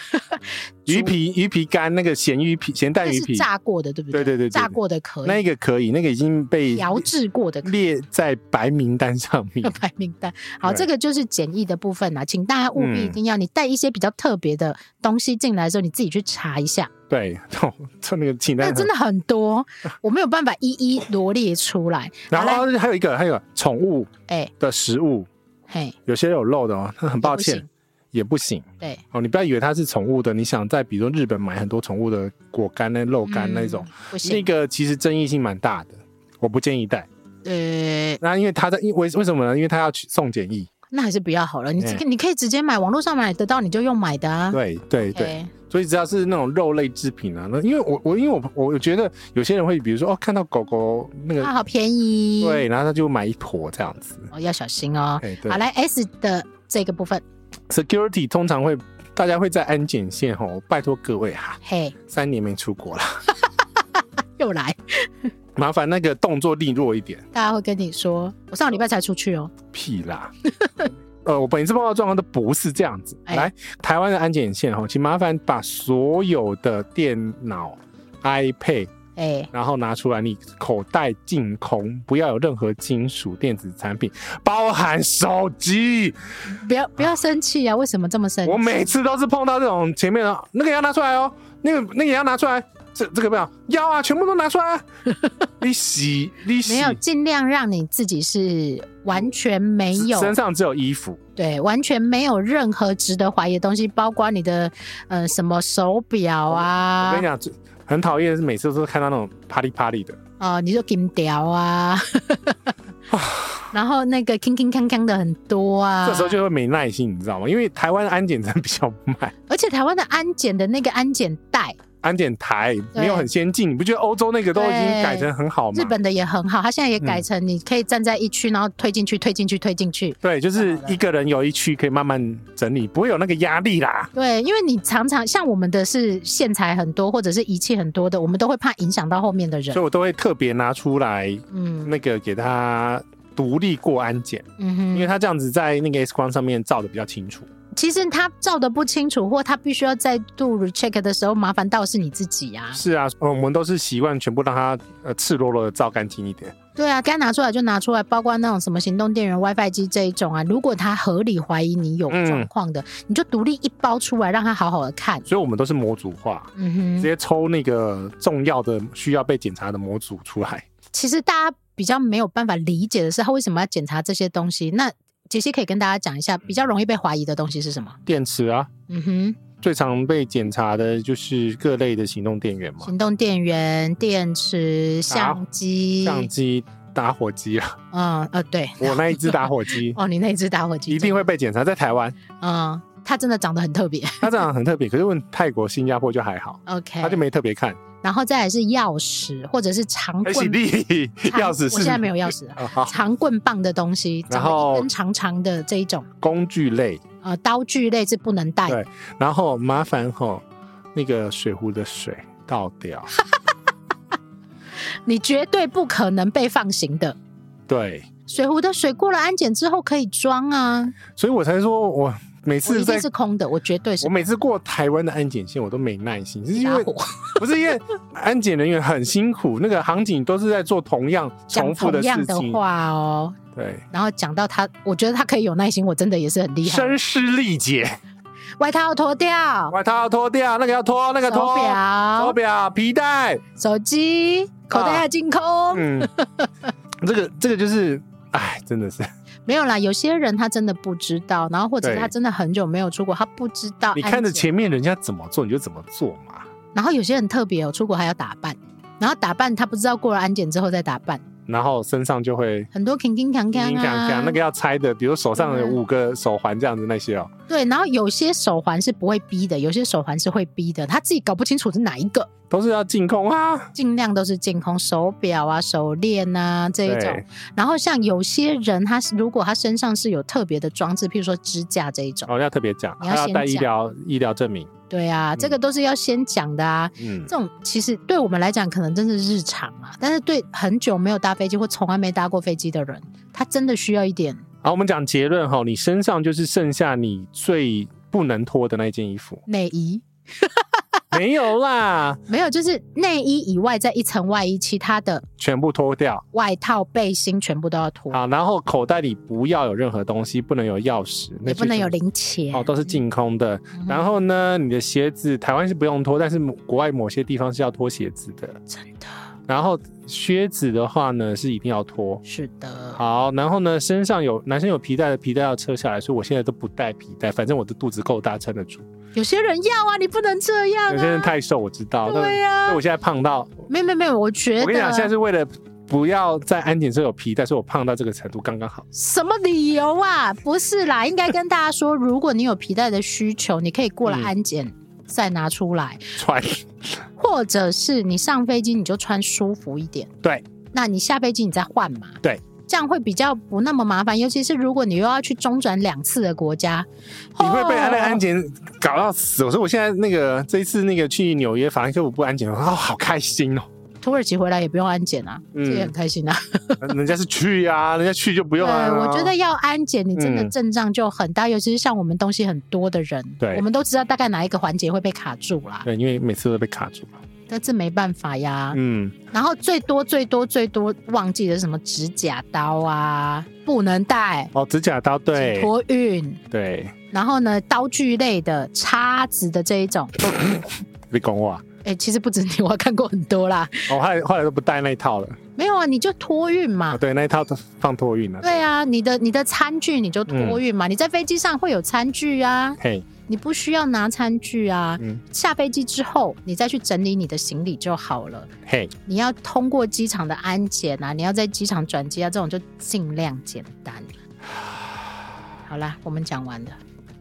Speaker 2: 鱼皮鱼皮干那个咸鱼皮咸蛋
Speaker 3: 这
Speaker 2: 鱼
Speaker 3: 是
Speaker 2: 皮，
Speaker 3: 炸过的，对不
Speaker 2: 对
Speaker 3: 对
Speaker 2: 对对对
Speaker 3: 炸过的可以，
Speaker 2: 那个可以，那个已经被
Speaker 3: 调制过的可以。。
Speaker 2: 列在白名单上面
Speaker 3: 白名单，好，
Speaker 2: 对
Speaker 3: 这个就是简易的部分啦，请大家务必
Speaker 2: 嗯
Speaker 3: 一定要你带一些比较特别的东西进来的时候，你自己去查一下，
Speaker 2: 对， 哦就那个清
Speaker 3: 那
Speaker 2: 单。
Speaker 3: 真的很 多，我没有办法一一罗列出来。
Speaker 2: 然
Speaker 3: 好
Speaker 2: 后还有一个，还有一个宠物
Speaker 3: 哎
Speaker 2: 的食物，
Speaker 3: 嘿，
Speaker 2: 有些有肉的哦，那很抱
Speaker 3: 也不
Speaker 2: 歉
Speaker 3: 行，
Speaker 2: 也不行
Speaker 3: 对，
Speaker 2: 哦。你不要以为它是宠物的，你想在比如说日本买很多宠物的果干、那肉干那种
Speaker 3: 嗯，不
Speaker 2: 那
Speaker 3: 行，
Speaker 2: 个其实争议性蛮大的，我不建议带。
Speaker 3: 呃，
Speaker 2: 那因为它在，因为为什么呢？因为它要去送检疫。
Speaker 3: 那还是不要好了。你这
Speaker 2: 哎
Speaker 3: 个你可以直接买，网络上买得到你就用买的啊。
Speaker 2: 对对对。
Speaker 3: OK，
Speaker 2: 所以只要是那种肉类制品啊，那因为我我因为我我觉得有些人会比如说哦看到狗狗那个、
Speaker 3: 它好便宜，
Speaker 2: 对，然后他就买一坨这样子。
Speaker 3: 哦，要小心哦。
Speaker 2: 哎，对
Speaker 3: 好，来 S 的这个部分，
Speaker 2: ，security 通常会大家会在安检线吼，拜托各位哈、
Speaker 3: 嘿，
Speaker 2: 三年没出国了，
Speaker 3: 又来，
Speaker 2: 麻烦那个动作利落一点，
Speaker 3: 大家会跟你说，我上个礼拜才出去哦。
Speaker 2: 屁啦。呃，我本次报告状况都不是这样子。
Speaker 3: 哎
Speaker 2: 来，台湾的安检线吼，请麻烦把所有的电脑、iPad
Speaker 3: 哎，
Speaker 2: 然后拿出来，你口袋净空，不要有任何金属电子产品，包含手机。
Speaker 3: 不要不要生气啊！为什么这么生气？
Speaker 2: 我每次都是碰到这种前面的，那个也要拿出来哦，那个那个也要拿出来，这这个不要，要啊，全部都拿出来、啊。 你洗，你洗，
Speaker 3: 没有尽量让你自己是完全没有
Speaker 2: 身上只有衣服，
Speaker 3: 对，完全没有任何值得怀疑的东西，包括你的呃什么手表
Speaker 2: 我跟
Speaker 3: 啊
Speaker 2: 你，讲，最很讨厌的是每次都是看到那种啪里啪里的，
Speaker 3: 哦，你说金条 啊，然后那个铿铿锵锵的很多啊，
Speaker 2: 这时候就会没耐心，你知道吗？因为台湾安检真的比较慢，
Speaker 3: 而且台湾的安检的那个安检袋
Speaker 2: 安检台没有很先进，你不觉得欧洲那个都已经
Speaker 3: 对
Speaker 2: 改成很好吗？
Speaker 3: 日本的也很好，它现在也
Speaker 2: 嗯
Speaker 3: 改成你可以站在一区，然后推进去、推进去、推进去。
Speaker 2: 对，就是
Speaker 3: 太好了
Speaker 2: 一个人有一区可以慢慢整理，不会有那个压力啦。
Speaker 3: 对，因为你常常像我们的是线材很多或者是仪器很多的，我们都会怕影响到后面的人
Speaker 2: 所以。我都会特别拿出来
Speaker 3: 嗯
Speaker 2: 那个给他独立过安检，
Speaker 3: 嗯
Speaker 2: 因为
Speaker 3: 哼，
Speaker 2: 他这样子在那个 X 光上面照的比较清楚。
Speaker 3: 其实他照的不清楚，或他必须要再度 recheck 的时候，麻烦到是你自己啊。
Speaker 2: 是啊，我们都是习惯全部让他呃赤裸裸的照干净一点。
Speaker 3: 对啊，该拿出来就拿出来，包括那种什么行动电源、WiFi 机这一种啊，如果他合理怀疑你有
Speaker 2: 嗯
Speaker 3: 状况的，你就独立一包出来，让他好好的看。
Speaker 2: 所以我们都是模组化，
Speaker 3: 嗯
Speaker 2: 直
Speaker 3: 哼，
Speaker 2: 接抽那个重要的需要被检查的模组出来。
Speaker 3: 其实大家比较没有办法理解的是，他为什么要检查这些东西？那杰西可以跟大家讲一下，比较容易被怀疑的东西是什么？
Speaker 2: 电池啊，
Speaker 3: 嗯哼，
Speaker 2: 最常被检查的就是各类的行动电源嘛，
Speaker 3: 行动电源、电池、相机，
Speaker 2: 相机、打火机啊，
Speaker 3: 嗯呃，对，
Speaker 2: 我那一只打火 机
Speaker 3: 哦，你那只打火机
Speaker 2: 一定会，被检查，在台湾，
Speaker 3: 嗯，它真的长得很特别。
Speaker 2: 它这样很特别，可是问泰国、新加坡就还好，
Speaker 3: OK，
Speaker 2: 他就没特别看。
Speaker 3: 然后再来是钥匙或者是长
Speaker 2: 还喜
Speaker 3: 棍，
Speaker 2: 力
Speaker 3: 长
Speaker 2: 哎钥匙
Speaker 3: 我现在
Speaker 2: 是
Speaker 3: 没有钥匙了。
Speaker 2: 啊，好
Speaker 3: 长棍棒的东西，
Speaker 2: 然
Speaker 3: 长得
Speaker 2: 后
Speaker 3: 一根长长的这一种，
Speaker 2: 工具类，
Speaker 3: 呃，刀具类是不能带的。
Speaker 2: 对然后麻烦吼那个水壶的水倒掉，
Speaker 3: 你绝对不可能被放行的。
Speaker 2: 对，
Speaker 3: 水壶的水过了安检之后可以装啊，
Speaker 2: 所以我才说我每
Speaker 3: 我
Speaker 2: 次
Speaker 3: 一
Speaker 2: 在
Speaker 3: 定是空的，我绝对是
Speaker 2: 我每次过台湾的安检线，我都没耐心，是因
Speaker 3: 打
Speaker 2: 为
Speaker 3: 火。
Speaker 2: 不是因为安检人员很辛苦，那个航警都是在做同样重
Speaker 3: 讲
Speaker 2: 复
Speaker 3: 同样
Speaker 2: 事
Speaker 3: 的
Speaker 2: 情，
Speaker 3: 话哦，
Speaker 2: 对，
Speaker 3: 然后讲到他，我觉得他可以有耐心，我真的也是很厉害。
Speaker 2: 声嘶力竭，
Speaker 3: 外套脱掉，
Speaker 2: 外套要脱掉，那个要脱，那个
Speaker 3: 手
Speaker 2: 脱，手
Speaker 3: 表、
Speaker 2: 表、皮带，
Speaker 3: 手机、口袋要进空。
Speaker 2: 嗯， 这个这个就是，哎，真 的是，
Speaker 3: 没有啦，有些人他真的不知道，然后或者是
Speaker 2: 对
Speaker 3: 他真的很久没有出国，他不知道安
Speaker 2: 你
Speaker 3: 检。
Speaker 2: 看着前面人家怎么做，你就怎么做嘛。
Speaker 3: 然后有些人特别哦，出国还要打扮，然后打扮他不知道过了安检之后再打扮，
Speaker 2: 然后身上就会
Speaker 3: 很多勤勤锵锵
Speaker 2: 影响
Speaker 3: 啊，
Speaker 2: 响那个要拆的，比如手上有
Speaker 3: 嗯
Speaker 2: 五个手环这样子那些哦。
Speaker 3: 对，然后有些手环是不会逼的，有些手环是会逼的，他自己搞不清楚是哪一个，
Speaker 2: 都是要进攻啊，
Speaker 3: 尽量都是净空手表啊、手链啊这一种
Speaker 2: 对。
Speaker 3: 然后像有些人他是如果他身上是有特别的装置，譬如说支架这一种，
Speaker 2: 哦，要特别讲，
Speaker 3: 你要
Speaker 2: 还要
Speaker 3: 先
Speaker 2: 带医
Speaker 3: 讲
Speaker 2: 疗医疗证明，
Speaker 3: 对啊，这个都是要先讲的啊。
Speaker 2: 嗯，
Speaker 3: 这种其实对我们来讲可能真是日常啊，但是对很久没有搭飞机或从来没搭过飞机的人，他真的需要一点，
Speaker 2: 好，我们讲结论哈，你身上就是剩下你最不能脱的那一件衣服
Speaker 3: 内衣。
Speaker 2: 没有啦，
Speaker 3: 没有，就是内衣以外再一层外衣，其他的
Speaker 2: 全部脱 掉。
Speaker 3: 外套、背心全部都要脱，
Speaker 2: 好，然后口袋里不要有任何东西，不能有钥匙，那
Speaker 3: 也不能
Speaker 2: 就是
Speaker 3: 有零钱。
Speaker 2: 哦，都是净空的。
Speaker 3: 嗯
Speaker 2: 然后呢，你的鞋子台湾是不用脱，但是某国外某些地方是要脱鞋子的。
Speaker 3: 真的
Speaker 2: 然后靴子的话呢，是一定要脱。
Speaker 3: 是的，
Speaker 2: 好，然后呢，身上有男生有皮带的皮带要撤下来，所以我现在都不带皮带，反正我的肚子够大，撑得住。
Speaker 3: 有些人要啊，你不能这样
Speaker 2: 有些人
Speaker 3: 啊。
Speaker 2: 太瘦，我知道，但所
Speaker 3: 对呀、
Speaker 2: 以
Speaker 3: 啊
Speaker 2: 我，现在胖到
Speaker 3: 没有没有没有，我觉
Speaker 2: 我跟你讲，现在
Speaker 3: 得啊
Speaker 2: 是为了不要在安检时候有皮带，所以我胖到这个程度刚刚好。
Speaker 3: 什么理由啊？不是啦，应该跟大家说，如果你有皮带的需求，你可以过了
Speaker 2: 嗯
Speaker 3: 安检。再拿出来，
Speaker 2: 穿
Speaker 3: 哦或者是你上飞机你就穿舒服一点，
Speaker 2: 对，
Speaker 3: 那你下飞机你再换嘛，
Speaker 2: 对，
Speaker 3: 这样会比较不那么麻烦，尤其是如果你又要去中转两次的国家，
Speaker 2: 你会被他
Speaker 3: 哦
Speaker 2: 那个安检搞到死。我说我现在那个这一次那个去纽约法兰克福不安检，哦，好开心哦。
Speaker 3: 土耳其回来也不用安检啊，
Speaker 2: 嗯
Speaker 3: 这也很开心啊。
Speaker 2: 人家是去啊，人家去就不用啊。
Speaker 3: 对，我觉得要安检，你真的
Speaker 2: 嗯
Speaker 3: 阵仗就很大，尤其是像我们东西很多的人，
Speaker 2: 对
Speaker 3: 我们都知道大概哪一个环节会被卡住啦，
Speaker 2: 对，因为每次都被卡住了。
Speaker 3: 但这没办法呀。
Speaker 2: 嗯，
Speaker 3: 然后最多最多最多忘记的是什么指甲刀啊，不能带，
Speaker 2: 哦，指甲刀，
Speaker 3: 请
Speaker 2: 对
Speaker 3: 托运。
Speaker 2: 对，
Speaker 3: 然后呢，刀具类的、叉子的这一种，
Speaker 2: 被拱我啊。
Speaker 3: 哎、其实不止你，我看过很多啦。
Speaker 2: 我后来后来都不带那一套了。
Speaker 3: 没有啊，你就托运嘛。
Speaker 2: 啊，对，那一套都放托运了。
Speaker 3: 对啊，你的你的餐具你就托运嘛，
Speaker 2: 嗯
Speaker 3: 你在飞机上会有餐具啊，
Speaker 2: 嘿，
Speaker 3: 你不需要拿餐具啊。
Speaker 2: 嗯，
Speaker 3: 下飞机之后，你再去整理你的行李就好了。
Speaker 2: 嘿，
Speaker 3: 你要通过机场的安检啊，你要在机场转机啊，这种就尽量简单。 好啦，我们讲完了。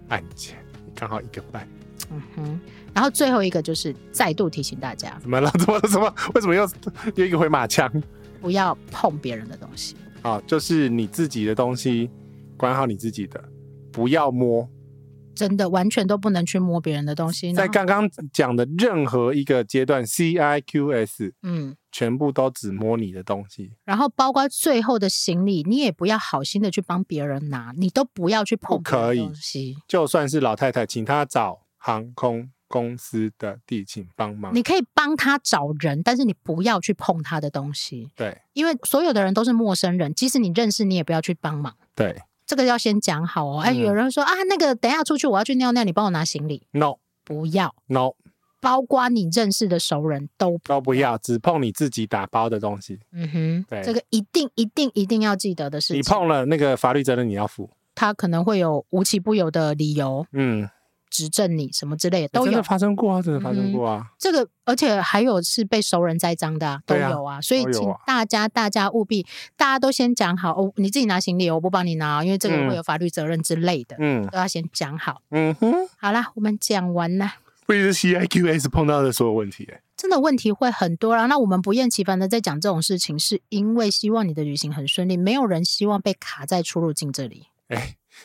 Speaker 2: 安检刚好一个半。
Speaker 3: 嗯哼，然后最后一个就是再度提醒大家
Speaker 2: 怎么了？怎么了？怎么？为什么又又一个回马枪？
Speaker 3: 不要碰别人的东西，
Speaker 2: 啊，就是你自己的东西，管好你自己的，不要摸。
Speaker 3: 真的完全都不能去摸别人的东西。
Speaker 2: 在
Speaker 3: 然后
Speaker 2: 刚刚讲的任何一个阶段，C I Q S
Speaker 3: 嗯，
Speaker 2: 全部都只摸你的东西，
Speaker 3: 然后包括最后的行李，你也不要好心的去帮别人拿，你都不要去碰
Speaker 2: 不可
Speaker 3: 别
Speaker 2: 以
Speaker 3: 人的东西。
Speaker 2: 就算是老太太，请她找航空公司的地勤帮忙
Speaker 3: 你。可以帮他找人，但是你不要去碰他的东西，
Speaker 2: 对
Speaker 3: 因为所有的人都是陌生人，即使你认识，你也不要去帮忙。
Speaker 2: 对
Speaker 3: 这个要先讲好哦。哎，
Speaker 2: 嗯
Speaker 3: 有人说啊，那个等一下出去我要去尿尿，你帮我拿行李，
Speaker 2: ，no
Speaker 3: 不要，
Speaker 2: no
Speaker 3: 包括你认识的熟人都，
Speaker 2: 都不要，只碰你自己打包的东西。
Speaker 3: 嗯哼
Speaker 2: 对，
Speaker 3: 这个一定一定一定要记得的事情。
Speaker 2: 你碰了那个法律责任你要负。
Speaker 3: 他可能会有无奇不有的理由
Speaker 2: 嗯，
Speaker 3: 指证你什么之类的，都
Speaker 2: 真
Speaker 3: 有
Speaker 2: 的。发生过啊，真的发
Speaker 3: 嗯
Speaker 2: 生过啊。
Speaker 3: 这个，而且还有是被熟人栽赃的、啊，都
Speaker 2: 对啊
Speaker 3: 有啊。所以
Speaker 2: 都有
Speaker 3: 请
Speaker 2: 啊
Speaker 3: 大家，大家务必，大家都先讲好哦，你自己拿行李，我不帮你拿哦，因为这个
Speaker 2: 嗯
Speaker 3: 会有法律责任之类的，
Speaker 2: 嗯
Speaker 3: 都要先讲好。
Speaker 2: 嗯哼，
Speaker 3: 好啦，我们讲完了。
Speaker 2: 不是 CIQS 碰到的所有问题、欸，
Speaker 3: 真的问题会很多啦。那我们不厌其烦的在讲这种事情，是因为希望你的旅行很顺利，没有人希望被卡在出入境这里。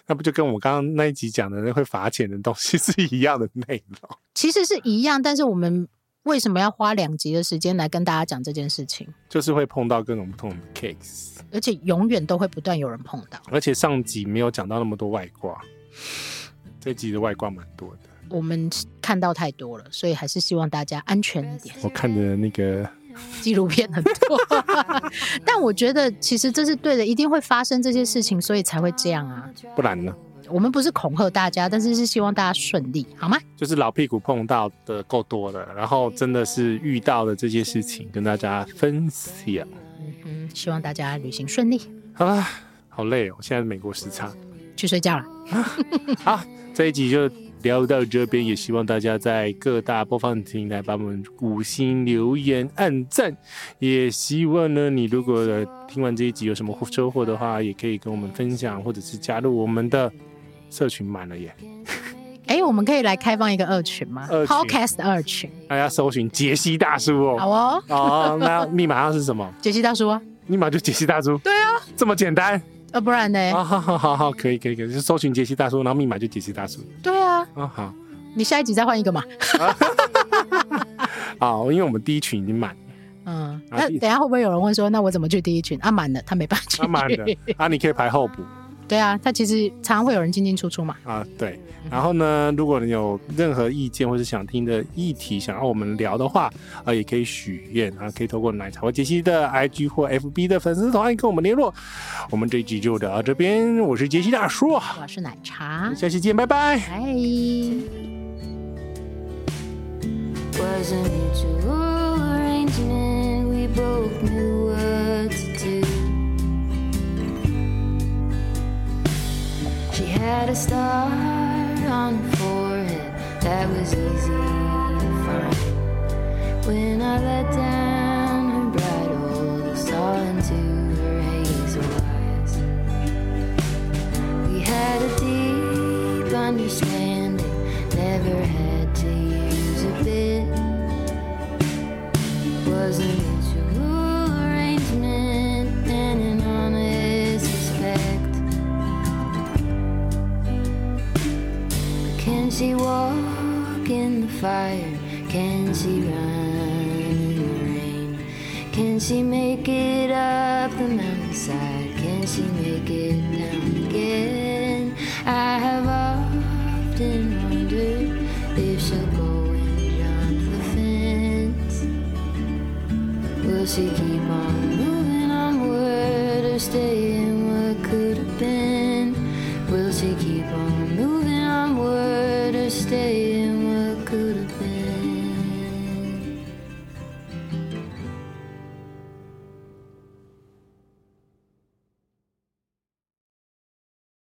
Speaker 2: 那不就跟我刚刚那一集讲的那会罚钱的东西是一样的内容？
Speaker 3: 其实是一样，但是我们为什么要花两集的时间来跟大家讲这件事情？
Speaker 2: 就是会碰到各种不同的 case，
Speaker 3: 而且永远都会不断有人碰到。
Speaker 2: 而且上集没有讲到那么多外挂，这集的外挂蛮多的。
Speaker 3: 我们看到太多了，所以还是希望大家安全一点。
Speaker 2: 我看的那个，
Speaker 3: 纪录片很多， 但我觉得其实这是对的，一定会发生这些事情，所以才会这样啊。
Speaker 2: 不然
Speaker 5: 哦
Speaker 2: 呢，
Speaker 3: 我们不是恐吓大家，但是是希望大家顺利，好吗？
Speaker 2: 就是老屁股碰到的够多了，然后真的是遇到的这些事情跟大家分享。
Speaker 3: 嗯，希望大家旅行顺利，
Speaker 2: 好啦，好累哦，现在美国时差。
Speaker 3: 去睡觉了。
Speaker 2: 好，这一集就聊到这边，也希望大家在各大播放平台帮我们五星留言、按赞。也希望呢，你如果呃听完这一集有什么收获的话，也可以跟我们分享，或者是加入我们的社群满了耶，
Speaker 3: 哎、我们可以来开放一个二群吗
Speaker 2: 二群
Speaker 3: p o d c a s t 二群，
Speaker 2: 大家哎搜寻杰西大叔
Speaker 3: 好
Speaker 2: 哦。
Speaker 3: 哦，
Speaker 2: 哦，那密码要是什么？
Speaker 3: 杰西大叔啊，
Speaker 2: 密码就杰西大叔。对啊，这么简单
Speaker 3: 呃，不然呢？
Speaker 2: 啊！好好好好，可以可以可以，就搜寻杰西大叔，然后密码就杰西大 叔
Speaker 3: 对啊，
Speaker 2: 啊。好
Speaker 3: 你下一集再换一个嘛。
Speaker 2: 好，因为我们第一群已经满了。
Speaker 3: 嗯，
Speaker 2: 啊
Speaker 3: 那
Speaker 2: 第
Speaker 3: 等一下会不会有人问说，那我怎么去第一群？啊，满了，他没办法去。
Speaker 2: 啊，满 的啊，你可以排候补
Speaker 3: 对啊，他其实常常会有人进进出出嘛。
Speaker 2: 啊，对。然后呢，如果你有任何意见或是想听的议题，想要我们聊的话，啊，也可以许愿啊，可以透过奶茶或杰西的 IG 或 FB 的粉丝团跟我们联络。我们这一集就聊到这边，我是杰西大叔，
Speaker 3: 我是奶茶，
Speaker 2: 下期见，拜拜。
Speaker 3: 拜。
Speaker 5: was a mutual arrangement. We both knew what to do. She had a star on her forehead that was easy to find. When I let down her bridle, I saw into her hazel eyes. We had a deep understanding, never had to use a bit. Was a mutual arrangement and an honest respect. Can she walk in the fire? Can she run in the rain? Can she make it up the mountainside? Can she make it down again? I have often wondered if she'll go and jump the fence. Will she keep on moving onward or stay in what could have been? Will she keep on moving onward or stay in what could have been?